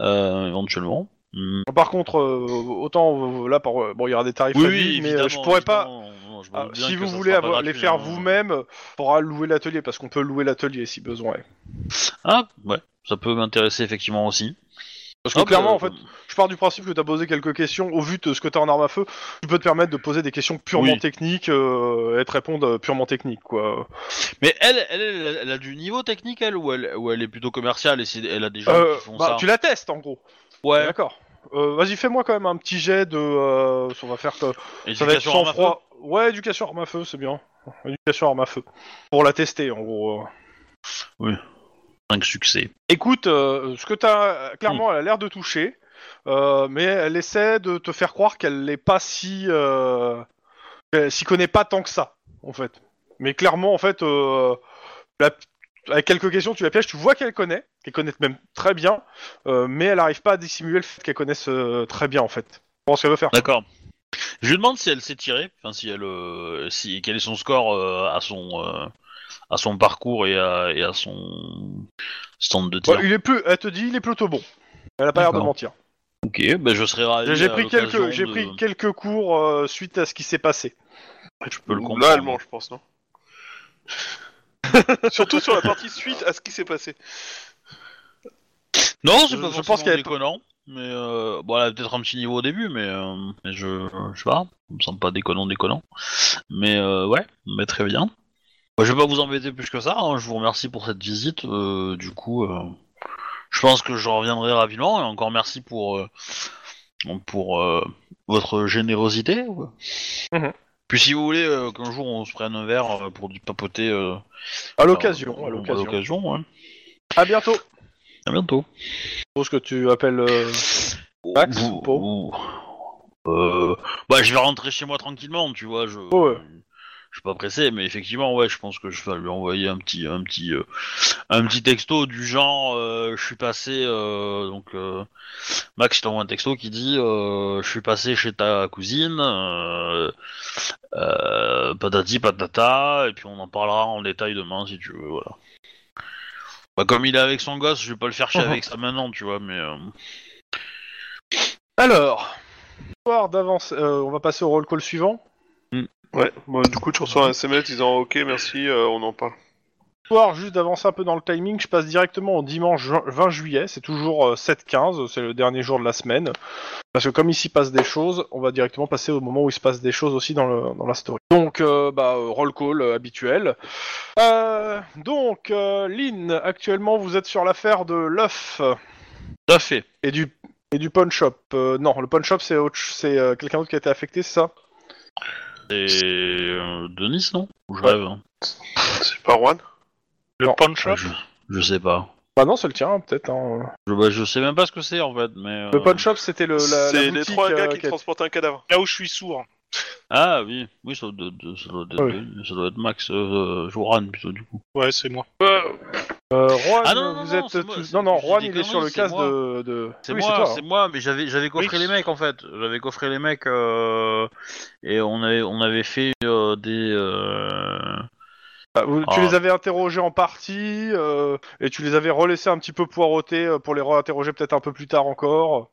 [SPEAKER 1] euh, éventuellement. Hmm.
[SPEAKER 2] Par contre, euh, autant euh, là, par, euh, bon, il y aura des tarifs réduits, mais euh, je
[SPEAKER 1] évidemment,
[SPEAKER 2] pourrais pas.
[SPEAKER 1] évidemment. Non, je me
[SPEAKER 2] Ah,
[SPEAKER 1] doute bien
[SPEAKER 2] si
[SPEAKER 1] que
[SPEAKER 2] vous
[SPEAKER 1] ça
[SPEAKER 2] voulez
[SPEAKER 1] sera pas
[SPEAKER 2] avoir- les
[SPEAKER 1] gratuit,
[SPEAKER 2] faire
[SPEAKER 1] hein.
[SPEAKER 2] vous-même, faudra louer l'atelier parce qu'on peut louer l'atelier si besoin. ouais.
[SPEAKER 1] Ah ouais, ça peut m'intéresser effectivement aussi.
[SPEAKER 2] Parce que
[SPEAKER 1] Ah, bah,
[SPEAKER 2] clairement, en
[SPEAKER 1] euh,
[SPEAKER 2] fait, je pars du principe que tu as posé quelques questions. Au vu de ce que tu as en arme à feu, tu peux te permettre de poser des questions purement
[SPEAKER 1] Oui.
[SPEAKER 2] techniques euh, et te répondre euh, purement technique. Quoi.
[SPEAKER 1] Mais elle, elle, elle, elle a du niveau technique elle ou elle, ou elle est plutôt commerciale et c'est- elle a des gens
[SPEAKER 2] Euh,
[SPEAKER 1] qui font
[SPEAKER 2] bah,
[SPEAKER 1] ça.
[SPEAKER 2] Tu la testes en gros.
[SPEAKER 1] Ouais.
[SPEAKER 2] D'accord. Euh, Vas-y, fais-moi quand même un petit jet de. euh, on va faire. euh, ça va être
[SPEAKER 1] Éducation
[SPEAKER 2] sans
[SPEAKER 1] arme à
[SPEAKER 2] froid. Ouais, éducation arme à feu, c'est bien. Éducation arme à feu. Pour la tester en gros. euh.
[SPEAKER 1] feu, Cinq succès.
[SPEAKER 2] Écoute, euh, ce que t'as,
[SPEAKER 1] Hmm.
[SPEAKER 2] clairement, elle a l'air de toucher, euh, mais elle essaie de te faire croire qu'elle n'est pas si, euh, qu'elle s'y connaît pas tant que ça, en fait. Mais clairement, en fait, euh, la- avec quelques questions, tu la pièges, tu vois qu'elle connaît, qu'elle connaît même très bien, euh, mais elle n'arrive pas à dissimuler le fait qu'elle connaisse euh, très bien, en fait. Je pense qu'elle veut faire.
[SPEAKER 1] D'accord. Je lui demande si elle s'est tirée, enfin si elle, euh, si quel est son score euh, à son euh, à son parcours et à, et à son stand de tir.
[SPEAKER 2] Ouais, il est plus, elle te dit, il est plutôt bon. Elle a pas l'air de
[SPEAKER 1] D'accord.
[SPEAKER 2] mentir.
[SPEAKER 1] Ok, ben je serais ravi.
[SPEAKER 2] J'ai- J'ai
[SPEAKER 1] à
[SPEAKER 2] pris
[SPEAKER 1] l'occasion
[SPEAKER 2] quelques, j'ai
[SPEAKER 1] de-
[SPEAKER 2] pris quelques cours euh, suite à ce qui s'est passé.
[SPEAKER 1] Je peux le comprendre.
[SPEAKER 4] Là, allemand, je pense, non Surtout sur la partie suite à ce qui s'est passé.
[SPEAKER 1] Non, c'est
[SPEAKER 2] Je-
[SPEAKER 1] pas
[SPEAKER 2] je
[SPEAKER 1] je
[SPEAKER 2] pense
[SPEAKER 1] pense
[SPEAKER 2] qu'elle-
[SPEAKER 1] déconnant. Mais euh, bon, elle a peut-être un petit niveau au début, mais, euh, mais je, je sais pas, ça me semble pas déconnant, déconnant. Mais euh, ouais, mais très bien. Bah, je vais pas vous embêter plus que ça. hein, Je vous remercie pour cette visite. euh, du coup, euh, je pense que je reviendrai rapidement. Et encore merci pour euh, pour euh, votre générosité. ouais.
[SPEAKER 2] Mhm.
[SPEAKER 1] Puis si vous voulez euh, qu'un jour on se prenne un verre euh, pour du papoter. euh,
[SPEAKER 2] À l'occasion,
[SPEAKER 1] alors,
[SPEAKER 2] à l'occasion.
[SPEAKER 1] l'occasion, ouais.
[SPEAKER 2] À bientôt.
[SPEAKER 1] À bientôt.
[SPEAKER 2] ce que tu appelles. euh, Max,
[SPEAKER 1] Ouh,
[SPEAKER 2] Pau.
[SPEAKER 1] ouh. Euh, bah, je vais rentrer chez moi tranquillement, tu vois. Je,
[SPEAKER 2] Ouais.
[SPEAKER 1] je suis pas pressé, mais effectivement, ouais, je pense que je vais lui envoyer un petit, un petit, euh, un petit texto du genre, euh, je suis passé, euh, donc euh, Max, je t'envoie un texto qui dit, euh, je suis passé chez ta cousine, euh, euh, patati patata, et puis on en parlera en détail demain si tu veux, voilà. Bah, comme il est avec son gosse, je vais pas le
[SPEAKER 2] <laughs>
[SPEAKER 1] faire chier
[SPEAKER 2] Mhm.
[SPEAKER 1] avec ça maintenant, tu vois, mais. euh,
[SPEAKER 2] Alors, histoire d'avance, euh, on va passer au roll call suivant.
[SPEAKER 4] Ouais, moi, Euh, du coup, tu reçois un SMS disant Ok, merci, euh, on en parle.
[SPEAKER 2] Histoire juste d'avancer un peu dans le timing, je passe directement au dimanche ju- 20 juillet, c'est toujours euh, 7-15, c'est le dernier jour de la semaine. Parce que comme il s'y passe des choses, on va directement passer au moment où il se passe des choses aussi dans, le- dans la story. Donc, euh, bah, euh, roll call euh, habituel. Euh, donc, euh, Lynn, actuellement vous êtes sur l'affaire de l'œuf euh,
[SPEAKER 1] Tout à fait.
[SPEAKER 2] et du, et du pawn shop. Euh, non, le pawn shop c'est autre ch- c'est, euh, quelqu'un d'autre qui a été affecté, c'est ça
[SPEAKER 1] C'est euh, Denis, non Ou je rêve hein
[SPEAKER 4] C'est pas Juan
[SPEAKER 3] Le
[SPEAKER 2] Non.
[SPEAKER 3] pawn shop
[SPEAKER 1] je, je sais pas.
[SPEAKER 2] Bah non, c'est le tien, hein, peut-être. hein.
[SPEAKER 1] Je, bah, je sais même pas ce que c'est en fait, mais.
[SPEAKER 2] Le
[SPEAKER 1] euh,
[SPEAKER 2] pawn shop, c'était le. La, la
[SPEAKER 4] C'est les
[SPEAKER 2] boutique,
[SPEAKER 4] trois
[SPEAKER 2] euh,
[SPEAKER 4] gars qui
[SPEAKER 2] qu'a-
[SPEAKER 4] transportaient un cadavre.
[SPEAKER 3] Là où je suis sourd.
[SPEAKER 1] Ah oui, oui, ça doit, de- ça doit être,
[SPEAKER 2] Ah Oui.
[SPEAKER 1] Denis, ça doit être Max, euh, Joran plutôt du coup.
[SPEAKER 3] Ouais, c'est moi.
[SPEAKER 2] Euh, Juan,
[SPEAKER 1] Ah non, non,
[SPEAKER 2] vous
[SPEAKER 1] non,
[SPEAKER 2] êtes
[SPEAKER 1] c'est moi,
[SPEAKER 2] tous-
[SPEAKER 1] c'est-
[SPEAKER 2] Non, non,
[SPEAKER 1] je
[SPEAKER 2] Juan,
[SPEAKER 1] dis
[SPEAKER 2] il
[SPEAKER 1] des
[SPEAKER 2] est sur le
[SPEAKER 1] conneries,
[SPEAKER 2] casque
[SPEAKER 1] c'est moi.
[SPEAKER 2] de. de-
[SPEAKER 1] C'est
[SPEAKER 2] Oui,
[SPEAKER 1] moi,
[SPEAKER 2] toi, hein.
[SPEAKER 1] c'est moi, mais j'avais j'avais coffré
[SPEAKER 3] Oui.
[SPEAKER 1] les mecs en fait. J'avais coffré les mecs euh, et on avait on avait fait euh, des. euh,
[SPEAKER 2] Bah, vous- Tu
[SPEAKER 1] Ah.
[SPEAKER 2] les avais interrogés en partie, euh, et tu les avais relaissés un petit peu poireautés euh, pour les réinterroger peut-être un peu plus tard encore.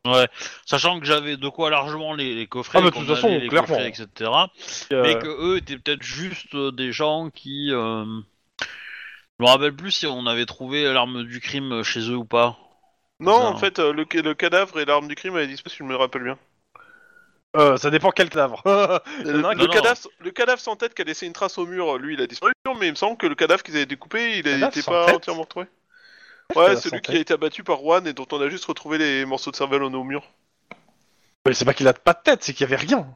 [SPEAKER 1] Sachant que j'avais de quoi largement les, les coffrer,
[SPEAKER 2] Ah, mais de
[SPEAKER 1] qu'on
[SPEAKER 2] toute façon,
[SPEAKER 1] avait les
[SPEAKER 2] clairement.
[SPEAKER 1] coffrets, etc.
[SPEAKER 2] Et, euh,
[SPEAKER 1] Mais que eux étaient peut-être juste euh, des gens qui. euh, Je me rappelle plus si on avait trouvé l'arme du crime chez eux ou pas.
[SPEAKER 4] Non,
[SPEAKER 1] Non.
[SPEAKER 4] en fait, euh, le, ca- le cadavre et l'arme du crime avaient disparu, si je me rappelle bien.
[SPEAKER 2] euh, ça dépend quel cadavre. <laughs>
[SPEAKER 4] Le,
[SPEAKER 2] en a un
[SPEAKER 4] le
[SPEAKER 1] qui- Non,
[SPEAKER 4] cadavre, le cadavre sans tête qui a laissé une trace au mur, lui, il a disparu, mais il me semble que le cadavre qu'ils avaient découpé, il
[SPEAKER 2] Cadavre
[SPEAKER 4] n'était
[SPEAKER 2] sans
[SPEAKER 4] pas
[SPEAKER 2] tête
[SPEAKER 4] entièrement retrouvé.
[SPEAKER 2] cadavre
[SPEAKER 4] Ouais,
[SPEAKER 2] sans
[SPEAKER 4] celui qui
[SPEAKER 2] tête
[SPEAKER 4] a été abattu par Juan et dont on a juste retrouvé les morceaux de cervelle au mur.
[SPEAKER 2] Mais c'est pas qu'il a pas de tête, c'est qu'il y avait rien.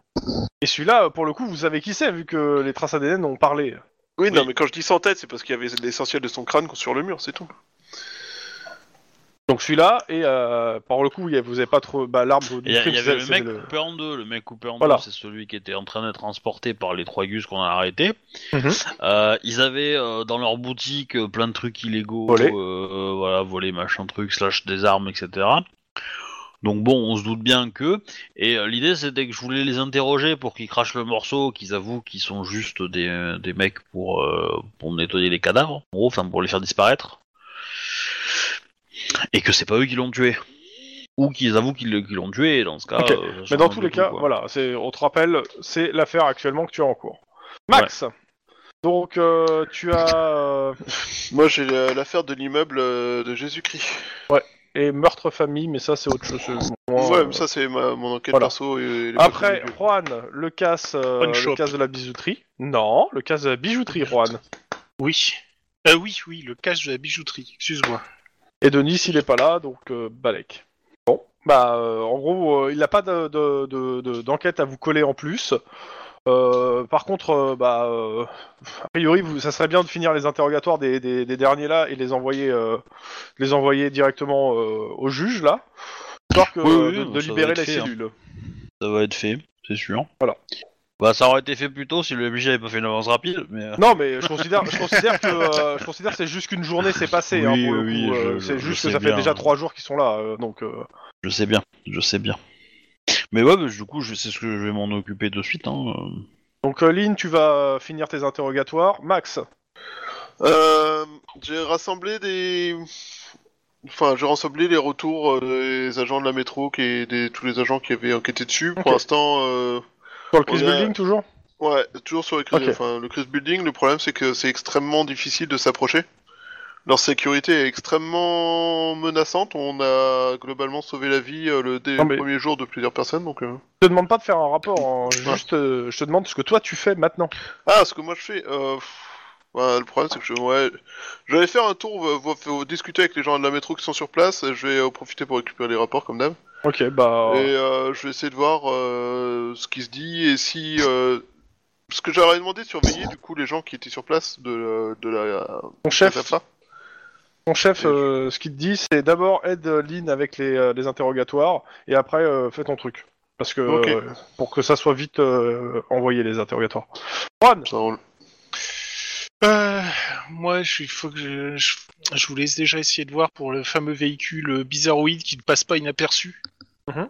[SPEAKER 2] Et celui-là, euh, pour le coup, vous savez qui c'est, vu que les traces ADN ont parlé.
[SPEAKER 4] Oui,
[SPEAKER 1] Oui.
[SPEAKER 4] non, mais quand je dis sans tête, c'est parce qu'il y avait l'essentiel de son crâne sur le mur, c'est tout.
[SPEAKER 2] Donc celui-là, et euh, par le coup, il y a- vous avez pas trop... Bah, l'arme, vous
[SPEAKER 1] Il y, a- il y avait le
[SPEAKER 2] c'est
[SPEAKER 1] mec coupé en deux. Le mec coupé en
[SPEAKER 2] Voilà.
[SPEAKER 1] deux, c'est celui qui était en train d'être transporté par les trois gus qu'on a arrêtés.
[SPEAKER 2] Mhm.
[SPEAKER 1] Euh, ils avaient euh, dans leur boutique euh, plein de trucs illégaux,
[SPEAKER 2] Volé.
[SPEAKER 1] euh, euh, voilà, volés, machin truc, slash des armes, etc. Donc bon, on se doute bien que. Et euh, l'idée c'était que je voulais les interroger pour qu'ils crachent le morceau, qu'ils avouent qu'ils sont juste des, des mecs pour, euh, pour nettoyer les cadavres, en gros, enfin pour les faire disparaître. Et que c'est pas eux qui l'ont tué. Ou qu'ils avouent qu'ils le- qu'ils l'ont tué, et dans ce cas.
[SPEAKER 2] Ok.
[SPEAKER 1] euh, ça
[SPEAKER 2] Mais dans
[SPEAKER 1] change
[SPEAKER 2] tous
[SPEAKER 1] le
[SPEAKER 2] les
[SPEAKER 1] tout,
[SPEAKER 2] cas,
[SPEAKER 1] quoi.
[SPEAKER 2] voilà, c'est, on te rappelle, c'est l'affaire actuellement que tu as en cours. Max Donc, euh, tu as... euh,
[SPEAKER 4] Moi, j'ai euh, l'affaire de l'immeuble euh, de Jésus-Christ.
[SPEAKER 2] et meurtre famille, mais ça, c'est autre chose. c'est le moment,
[SPEAKER 4] ouais,
[SPEAKER 2] euh,
[SPEAKER 4] mais ça, c'est ma- mon enquête
[SPEAKER 2] voilà.
[SPEAKER 4] perso. et- et les
[SPEAKER 2] Après,
[SPEAKER 4] papiers.
[SPEAKER 2] Juan, le casse, euh,
[SPEAKER 3] One
[SPEAKER 2] le
[SPEAKER 3] shop.
[SPEAKER 2] casse de la bijouterie. Non, le casse de la bijouterie, Juan.
[SPEAKER 3] Oui. Ah oui, oui, le cache de la bijouterie. Excuse-moi.
[SPEAKER 2] Et Denis, il est pas là, donc euh, Balek. Bon, bah, euh, en gros, euh, il n'a pas de- de- de- de- d'enquête à vous coller en plus. Euh, par contre, euh, bah, euh, a priori, vous- ça serait bien de finir les interrogatoires des, des- des derniers là et les envoyer, euh, les envoyer directement euh, au juge là, histoire que,
[SPEAKER 1] Oui, oui,
[SPEAKER 2] de,
[SPEAKER 1] bah,
[SPEAKER 2] de
[SPEAKER 1] ça va
[SPEAKER 2] libérer
[SPEAKER 1] être
[SPEAKER 2] les
[SPEAKER 1] fait, hein.
[SPEAKER 2] cellules.
[SPEAKER 1] Ça va être fait, c'est sûr.
[SPEAKER 2] Voilà.
[SPEAKER 1] Bah, ça aurait été fait plus tôt si le MJ avait pas fait une avance rapide, mais. euh,
[SPEAKER 2] Non, mais je considère, je considère que, euh, je considère que c'est juste qu'une journée s'est passée. hein,
[SPEAKER 1] Oui,
[SPEAKER 2] pour le
[SPEAKER 1] oui,
[SPEAKER 2] coup,
[SPEAKER 1] je-
[SPEAKER 2] euh,
[SPEAKER 1] je-
[SPEAKER 2] c'est
[SPEAKER 1] je
[SPEAKER 2] juste que
[SPEAKER 1] sais
[SPEAKER 2] ça fait
[SPEAKER 1] bien.
[SPEAKER 2] déjà trois jours qu'ils sont là, euh, donc. euh,
[SPEAKER 1] Je sais bien, je sais bien. Mais ouais, bah, du coup, je sais ce que je vais m'en occuper de suite. Hein. euh.
[SPEAKER 2] Donc euh, Lynn, tu vas euh, finir tes interrogatoires. Max,
[SPEAKER 4] Euh, j'ai rassemblé des. Enfin, j'ai rassemblé les retours euh, des agents de la métro qui et des, tous les agents qui avaient enquêté dessus.
[SPEAKER 2] Ok.
[SPEAKER 4] Pour l'instant, euh,
[SPEAKER 2] sur le Chris
[SPEAKER 4] On a-
[SPEAKER 2] Building toujours
[SPEAKER 4] ouais, toujours sur les cris-
[SPEAKER 2] Ok.
[SPEAKER 4] enfin, le Chris Building. Le problème, c'est que c'est extrêmement difficile de s'approcher. Leur sécurité est extrêmement menaçante. On a globalement sauvé la vie euh, le, dès
[SPEAKER 2] Non,
[SPEAKER 4] le
[SPEAKER 2] mais-
[SPEAKER 4] premier jour de plusieurs personnes. Donc, euh.
[SPEAKER 2] Je te demande pas de faire un rapport, hein, juste euh, je te demande ce que toi tu fais maintenant.
[SPEAKER 4] Ah, ce que moi je fais. Euh... pff, ouais, le problème, c'est que je. Ouais. Je vais aller faire un tour, euh, vo- vo- discuter avec les gens de la métro qui sont sur place. et Je vais euh, profiter pour récupérer les rapports, comme d'hab.
[SPEAKER 2] Ok,
[SPEAKER 1] Oh.
[SPEAKER 2] bah...
[SPEAKER 4] Et euh, je vais essayer de voir euh, ce qui se dit et si. Euh... Ce que j'aurais demandé de surveiller, du coup, les gens qui étaient sur place de, euh, de la.
[SPEAKER 2] ton
[SPEAKER 4] de la
[SPEAKER 2] chef,
[SPEAKER 4] FA.
[SPEAKER 2] ton chef euh, ce qu'il te dit, c'est d'abord aide euh, Lynn avec les, euh, les interrogatoires, et après euh, fais ton truc. Parce que...
[SPEAKER 4] Ok.
[SPEAKER 2] euh, pour que ça soit vite euh, envoyé, les interrogatoires. Juan
[SPEAKER 4] Ça, on-
[SPEAKER 3] Euh, moi, je, suis- faut que je, je, je vous laisse déjà essayer de voir pour le fameux véhicule euh, bizarroïde qui ne passe pas inaperçu.
[SPEAKER 2] Mhm.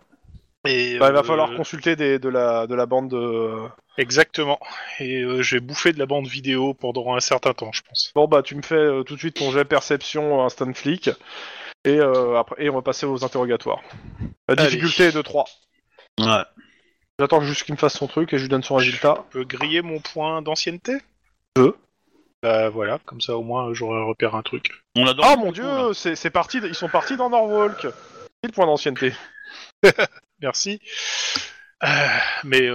[SPEAKER 3] Et,
[SPEAKER 2] Bah, Il va
[SPEAKER 3] euh,
[SPEAKER 2] falloir consulter des, de, la, de la bande euh, de...
[SPEAKER 3] Exactement. Et euh, je vais bouffer de la bande vidéo pendant un certain temps, je pense.
[SPEAKER 2] Bon bah tu me fais euh, tout de suite ton jet perception euh, instant flic et euh, après et on va passer aux interrogatoires. La
[SPEAKER 3] Allez.
[SPEAKER 2] difficulté est de 3.
[SPEAKER 1] Ouais.
[SPEAKER 2] J'attends juste qu'il me fasse son truc et je lui donne son résultat.
[SPEAKER 3] Je peux griller mon point d'ancienneté
[SPEAKER 2] Peux.
[SPEAKER 3] Bah voilà, comme ça au moins j'aurai repéré un truc.
[SPEAKER 1] On adore. hein.
[SPEAKER 2] Ah mon dieu, c'est c'est parti, ils sont partis dans Norwalk. C'est le point d'ancienneté.
[SPEAKER 3] Merci. Euh, mais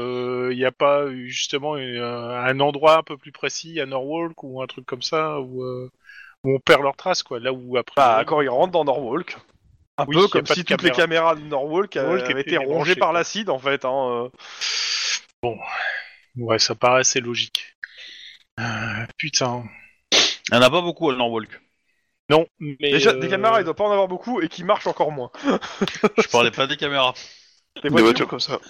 [SPEAKER 3] il n'y a pas euh, justement euh, un endroit un peu plus précis à Norwalk ou un truc comme ça où, euh, où on perd leurs traces quoi, là où après. euh,
[SPEAKER 2] Bah quand ils rentrent dans Norwalk. Un
[SPEAKER 3] Oui, y
[SPEAKER 2] peu
[SPEAKER 3] a
[SPEAKER 2] comme
[SPEAKER 3] pas
[SPEAKER 2] si
[SPEAKER 3] de
[SPEAKER 2] toutes les caméras de Norwalk euh,
[SPEAKER 3] Norwalk
[SPEAKER 2] avaient
[SPEAKER 3] étaient
[SPEAKER 2] été rongées
[SPEAKER 3] débranchées,
[SPEAKER 2] par
[SPEAKER 3] quoi.
[SPEAKER 2] l'acide en fait. Hein. euh.
[SPEAKER 3] Bon. Ouais, ça paraît assez logique. Euh, putain.
[SPEAKER 1] Elle n'a pas beaucoup, elle n'en walk.
[SPEAKER 3] Non, mais.
[SPEAKER 2] Déjà,
[SPEAKER 3] euh,
[SPEAKER 2] des caméras, il doit pas en avoir beaucoup et qui marchent encore moins.
[SPEAKER 1] Je
[SPEAKER 2] <laughs>
[SPEAKER 1] parlais pas des caméras.
[SPEAKER 2] Des
[SPEAKER 4] Des
[SPEAKER 2] voitures.
[SPEAKER 4] voitures comme ça.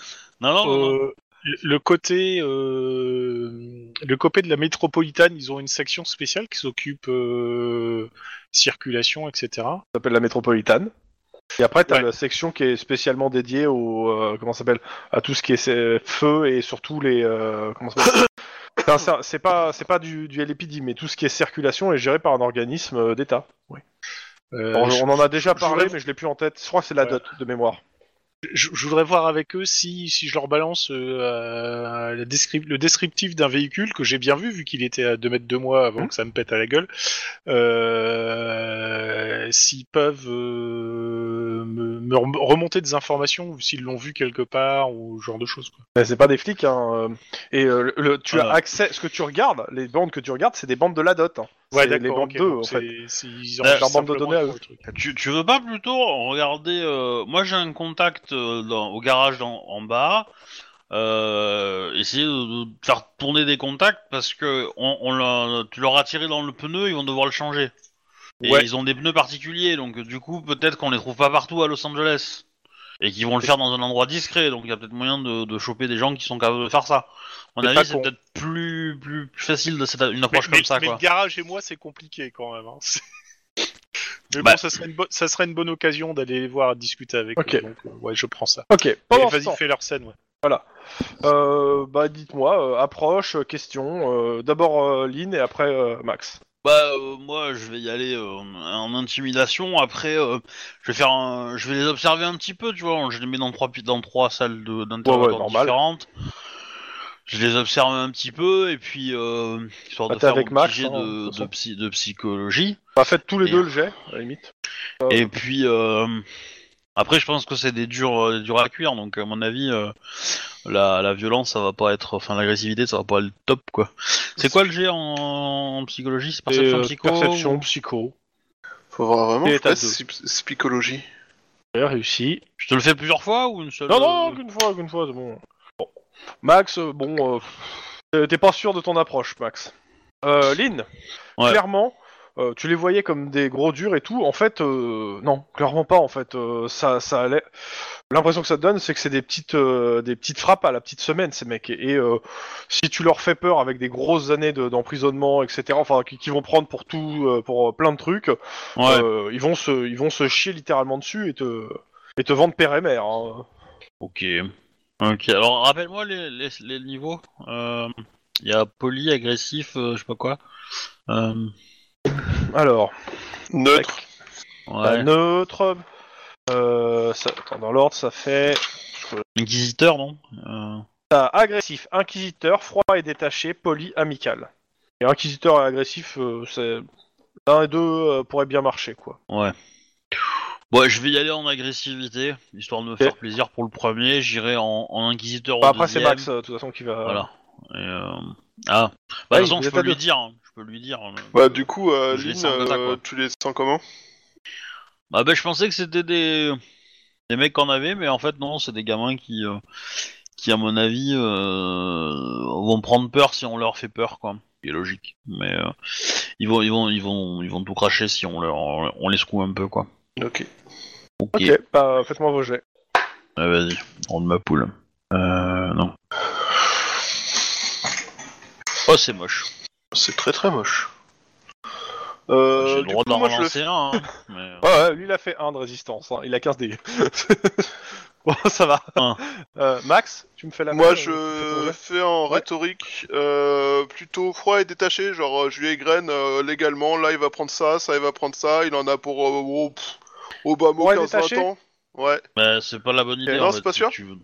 [SPEAKER 1] Non, non, non, non.
[SPEAKER 3] euh, le- le côté. euh, le côté de la métropolitaine, ils ont une section spéciale qui s'occupe euh, circulation, etc.
[SPEAKER 2] Ça s'appelle la métropolitane. Et après, t'as
[SPEAKER 3] Ouais.
[SPEAKER 2] la section qui est spécialement dédiée au euh, comment ça s'appelle à tout ce qui est euh, feu et surtout les euh, comment ça s'appelle <coughs> Enfin, c'est- c'est pas c'est pas du, du LPD, mais tout ce qui est circulation est géré par un organisme euh, d'État.
[SPEAKER 3] Euh,
[SPEAKER 2] Alors,
[SPEAKER 3] je-
[SPEAKER 2] on en a déjà
[SPEAKER 3] je
[SPEAKER 2] parlé,
[SPEAKER 3] voudrais-
[SPEAKER 2] mais je l'ai plus en tête. Je crois que c'est la
[SPEAKER 3] Ouais.
[SPEAKER 2] dot de mémoire.
[SPEAKER 3] je, je voudrais voir avec eux si, si je leur balance euh, euh, la descrip- le descriptif d'un véhicule que j'ai bien vu, vu qu'il était à 2 mètres de moi
[SPEAKER 2] Mmh.
[SPEAKER 3] avant que ça me pète à la gueule, euh, s'ils peuvent euh, me, me rem- remonter des informations ou s'ils l'ont vu quelque part ou ce genre de choses. Quoi.
[SPEAKER 2] Mais c'est pas des flics, hein. euh, Et euh, le- le- tu as
[SPEAKER 1] Voilà.
[SPEAKER 2] accès. Ce que tu regardes, les bandes que tu regardes, c'est des bandes de la dot. hein. C'est les bandes
[SPEAKER 3] ok,
[SPEAKER 2] 2,
[SPEAKER 3] donc
[SPEAKER 2] en
[SPEAKER 3] c'est-
[SPEAKER 2] fait.
[SPEAKER 3] c'est- Ils
[SPEAKER 1] Là,
[SPEAKER 3] enregistrent
[SPEAKER 2] leur bande de
[SPEAKER 3] simplement
[SPEAKER 2] données à
[SPEAKER 3] pour
[SPEAKER 2] eux.
[SPEAKER 3] le truc.
[SPEAKER 1] Tu, tu veux pas plutôt regarder. euh, Moi, j'ai un contact euh, dans- au garage d'en- en bas. Euh, essayer de, de faire tourner des contacts parce que on, on l'a- tu leur as tiré dans le pneu, ils vont devoir le changer. Et
[SPEAKER 3] Ouais.
[SPEAKER 1] ils ont des pneus particuliers, donc du coup, peut-être qu'on les trouve pas partout à Los Angeles. Et qu'ils vont le faire dans un endroit discret, donc il y a peut-être moyen de, de choper des gens qui sont capables de faire ça. À mon
[SPEAKER 2] C'est pas
[SPEAKER 1] avis, c'est
[SPEAKER 2] con.
[SPEAKER 1] peut-être plus, plus, plus facile de cette, une
[SPEAKER 3] Mais,
[SPEAKER 1] approche
[SPEAKER 3] mais-
[SPEAKER 1] comme ça,
[SPEAKER 3] mais
[SPEAKER 1] quoi.
[SPEAKER 3] le garage et moi, c'est compliqué quand même. hein. C'est- <laughs> Mais
[SPEAKER 1] Bah.
[SPEAKER 3] bon, ça serait, une bo- ça serait une bonne occasion d'aller les voir, discuter avec
[SPEAKER 2] Ok.
[SPEAKER 3] eux. Donc, euh, ouais, je prends ça.
[SPEAKER 2] Ok.
[SPEAKER 3] Mais
[SPEAKER 2] Pendant ce
[SPEAKER 3] Vas-y,
[SPEAKER 2] temps,
[SPEAKER 3] fais leur scène. Ouais.
[SPEAKER 2] euh, bah dites-moi, euh, approche, euh, question. euh, D'abord euh, Lynn et après euh, Max.
[SPEAKER 1] Bah euh, moi je vais y aller euh, en intimidation. Après euh, je vais faire, un- je vais les observer un petit peu, tu vois. Je les mets dans trois pi- dans trois salles de- d'interrogatoire
[SPEAKER 2] normal.
[SPEAKER 1] différentes. Je les observe un petit peu et puis euh, histoire
[SPEAKER 2] Bah,
[SPEAKER 1] de
[SPEAKER 2] t'es
[SPEAKER 1] faire
[SPEAKER 2] avec
[SPEAKER 1] mon
[SPEAKER 2] Max,
[SPEAKER 1] petit jet
[SPEAKER 2] hein, de
[SPEAKER 1] de, de
[SPEAKER 2] toute façon.
[SPEAKER 1] psy- de psychologie.
[SPEAKER 2] Bah faites tous les
[SPEAKER 1] Et-
[SPEAKER 2] deux le jet, à la limite.
[SPEAKER 1] Et puis euh, après je pense que c'est des durs, euh, des durs à cuire. Donc à mon avis euh, la, la violence ça va pas être, enfin l'agressivité ça va pas être top quoi. C'est quoi le jet en, en psychologie C'est perception
[SPEAKER 2] Et, euh,
[SPEAKER 1] psycho
[SPEAKER 2] Perception, psycho.
[SPEAKER 4] Faut voir vraiment,
[SPEAKER 2] Et
[SPEAKER 4] je
[SPEAKER 2] t'as
[SPEAKER 4] passe
[SPEAKER 2] deux.
[SPEAKER 4] psy- psy- psychologie.
[SPEAKER 2] Réussi.
[SPEAKER 1] Je te le fais plusieurs fois ou une seule
[SPEAKER 2] Non, non,
[SPEAKER 1] euh,
[SPEAKER 2] qu'une fois, qu'une fois, c'est bon. Bon. Max, euh, bon, euh, euh, t'es pas sûr de ton approche, Max. Euh, Lynn,
[SPEAKER 1] Ouais.
[SPEAKER 2] clairement, euh, tu les voyais comme des gros durs et tout. En fait, euh, non, clairement pas. En fait, euh, ça, ça allait. L'impression que ça te donne, c'est que c'est des petites, euh, des petites frappes à la petite semaine, ces mecs. Et, et, euh, si tu leur fais peur avec des grosses années de- d'emprisonnement, etc. Enfin, qui, qui vont prendre pour tout, euh, pour euh, plein de trucs,
[SPEAKER 1] Ouais.
[SPEAKER 2] euh, ils vont se, ils vont se chier littéralement dessus et te, et te vendre père et mère. hein.
[SPEAKER 1] Ok. Ok. Alors rappelle-moi les, les, les niveaux. Euh, Il y a poli, agressif, euh, je sais pas quoi. Euh,
[SPEAKER 2] Alors,
[SPEAKER 4] Neutre.
[SPEAKER 2] la
[SPEAKER 1] ouais.
[SPEAKER 2] neutre. euh, ça- attends, dans l'ordre, ça fait.
[SPEAKER 1] Inquisiteur, non Euh,
[SPEAKER 2] T'as agressif, inquisiteur, froid et détaché, poli, amical. Et inquisiteur et agressif, euh, c'est. L'un et deux euh, pourraient bien marcher, quoi.
[SPEAKER 1] Ouais. Ouais, je vais y aller en agressivité, histoire de me faire plaisir pour le premier. J'irai en, en inquisiteur
[SPEAKER 2] Bah,
[SPEAKER 1] au
[SPEAKER 2] après, c'est
[SPEAKER 1] deuxième.
[SPEAKER 2] Max, euh, de toute façon, qui va.
[SPEAKER 1] Voilà. Et, euh, Ah. Bah,
[SPEAKER 2] Ouais,
[SPEAKER 1] de toute façon,
[SPEAKER 2] vous
[SPEAKER 1] je
[SPEAKER 2] êtes
[SPEAKER 1] peux
[SPEAKER 2] à
[SPEAKER 1] lui
[SPEAKER 2] deux.
[SPEAKER 1] dire. hein. Je peux lui dire. hein.
[SPEAKER 4] Ouais, du coup, euh,
[SPEAKER 1] Je les
[SPEAKER 4] Lynn,
[SPEAKER 1] sens en attaque,
[SPEAKER 4] euh,
[SPEAKER 1] quoi.
[SPEAKER 4] tu les sens comment
[SPEAKER 1] Ah bah je pensais que c'était des des mecs qu'on avait, mais en fait non, c'est des gamins qui euh, qui à mon avis euh, vont prendre peur si on leur fait peur quoi. C'est logique, mais euh, ils vont ils vont ils vont ils vont tout cracher si on leur on les secoue un peu quoi.
[SPEAKER 4] Ok.
[SPEAKER 1] Ok.
[SPEAKER 2] Ok, bah, faites-moi vos jets.
[SPEAKER 1] Ah, vas-y, rentre ma poule. Euh, non. Oh c'est moche.
[SPEAKER 4] C'est très très moche.
[SPEAKER 1] J'ai
[SPEAKER 4] Euh,
[SPEAKER 1] le
[SPEAKER 4] du
[SPEAKER 1] droit
[SPEAKER 4] coup,
[SPEAKER 1] d'en
[SPEAKER 4] moi, je le
[SPEAKER 1] relancer un. hein, mais-
[SPEAKER 2] Ouais, ouais, lui, il a fait 1 de résistance, hein, il a 15 dégâts. <laughs> bon, ça va.
[SPEAKER 1] Un.
[SPEAKER 2] Euh, Max, tu me fais la
[SPEAKER 4] Moi,
[SPEAKER 2] main, euh,
[SPEAKER 4] je
[SPEAKER 2] fais ton jet.
[SPEAKER 4] fais en
[SPEAKER 2] Ouais.
[SPEAKER 4] rhétorique euh, plutôt froid et détaché. Genre, euh, je lui égrène euh, légalement. Là, il va prendre ça, ça, il va prendre ça. Il en a pour euh, oh, pff, Obama
[SPEAKER 2] Froid et
[SPEAKER 4] 15 20
[SPEAKER 2] détaché
[SPEAKER 4] ans. Ouais.
[SPEAKER 1] Bah, c'est pas
[SPEAKER 4] <laughs>
[SPEAKER 1] la bonne idée.
[SPEAKER 4] Non,
[SPEAKER 1] en
[SPEAKER 4] c'est
[SPEAKER 1] fait,
[SPEAKER 4] pas
[SPEAKER 1] si
[SPEAKER 4] sûr
[SPEAKER 1] tu veux.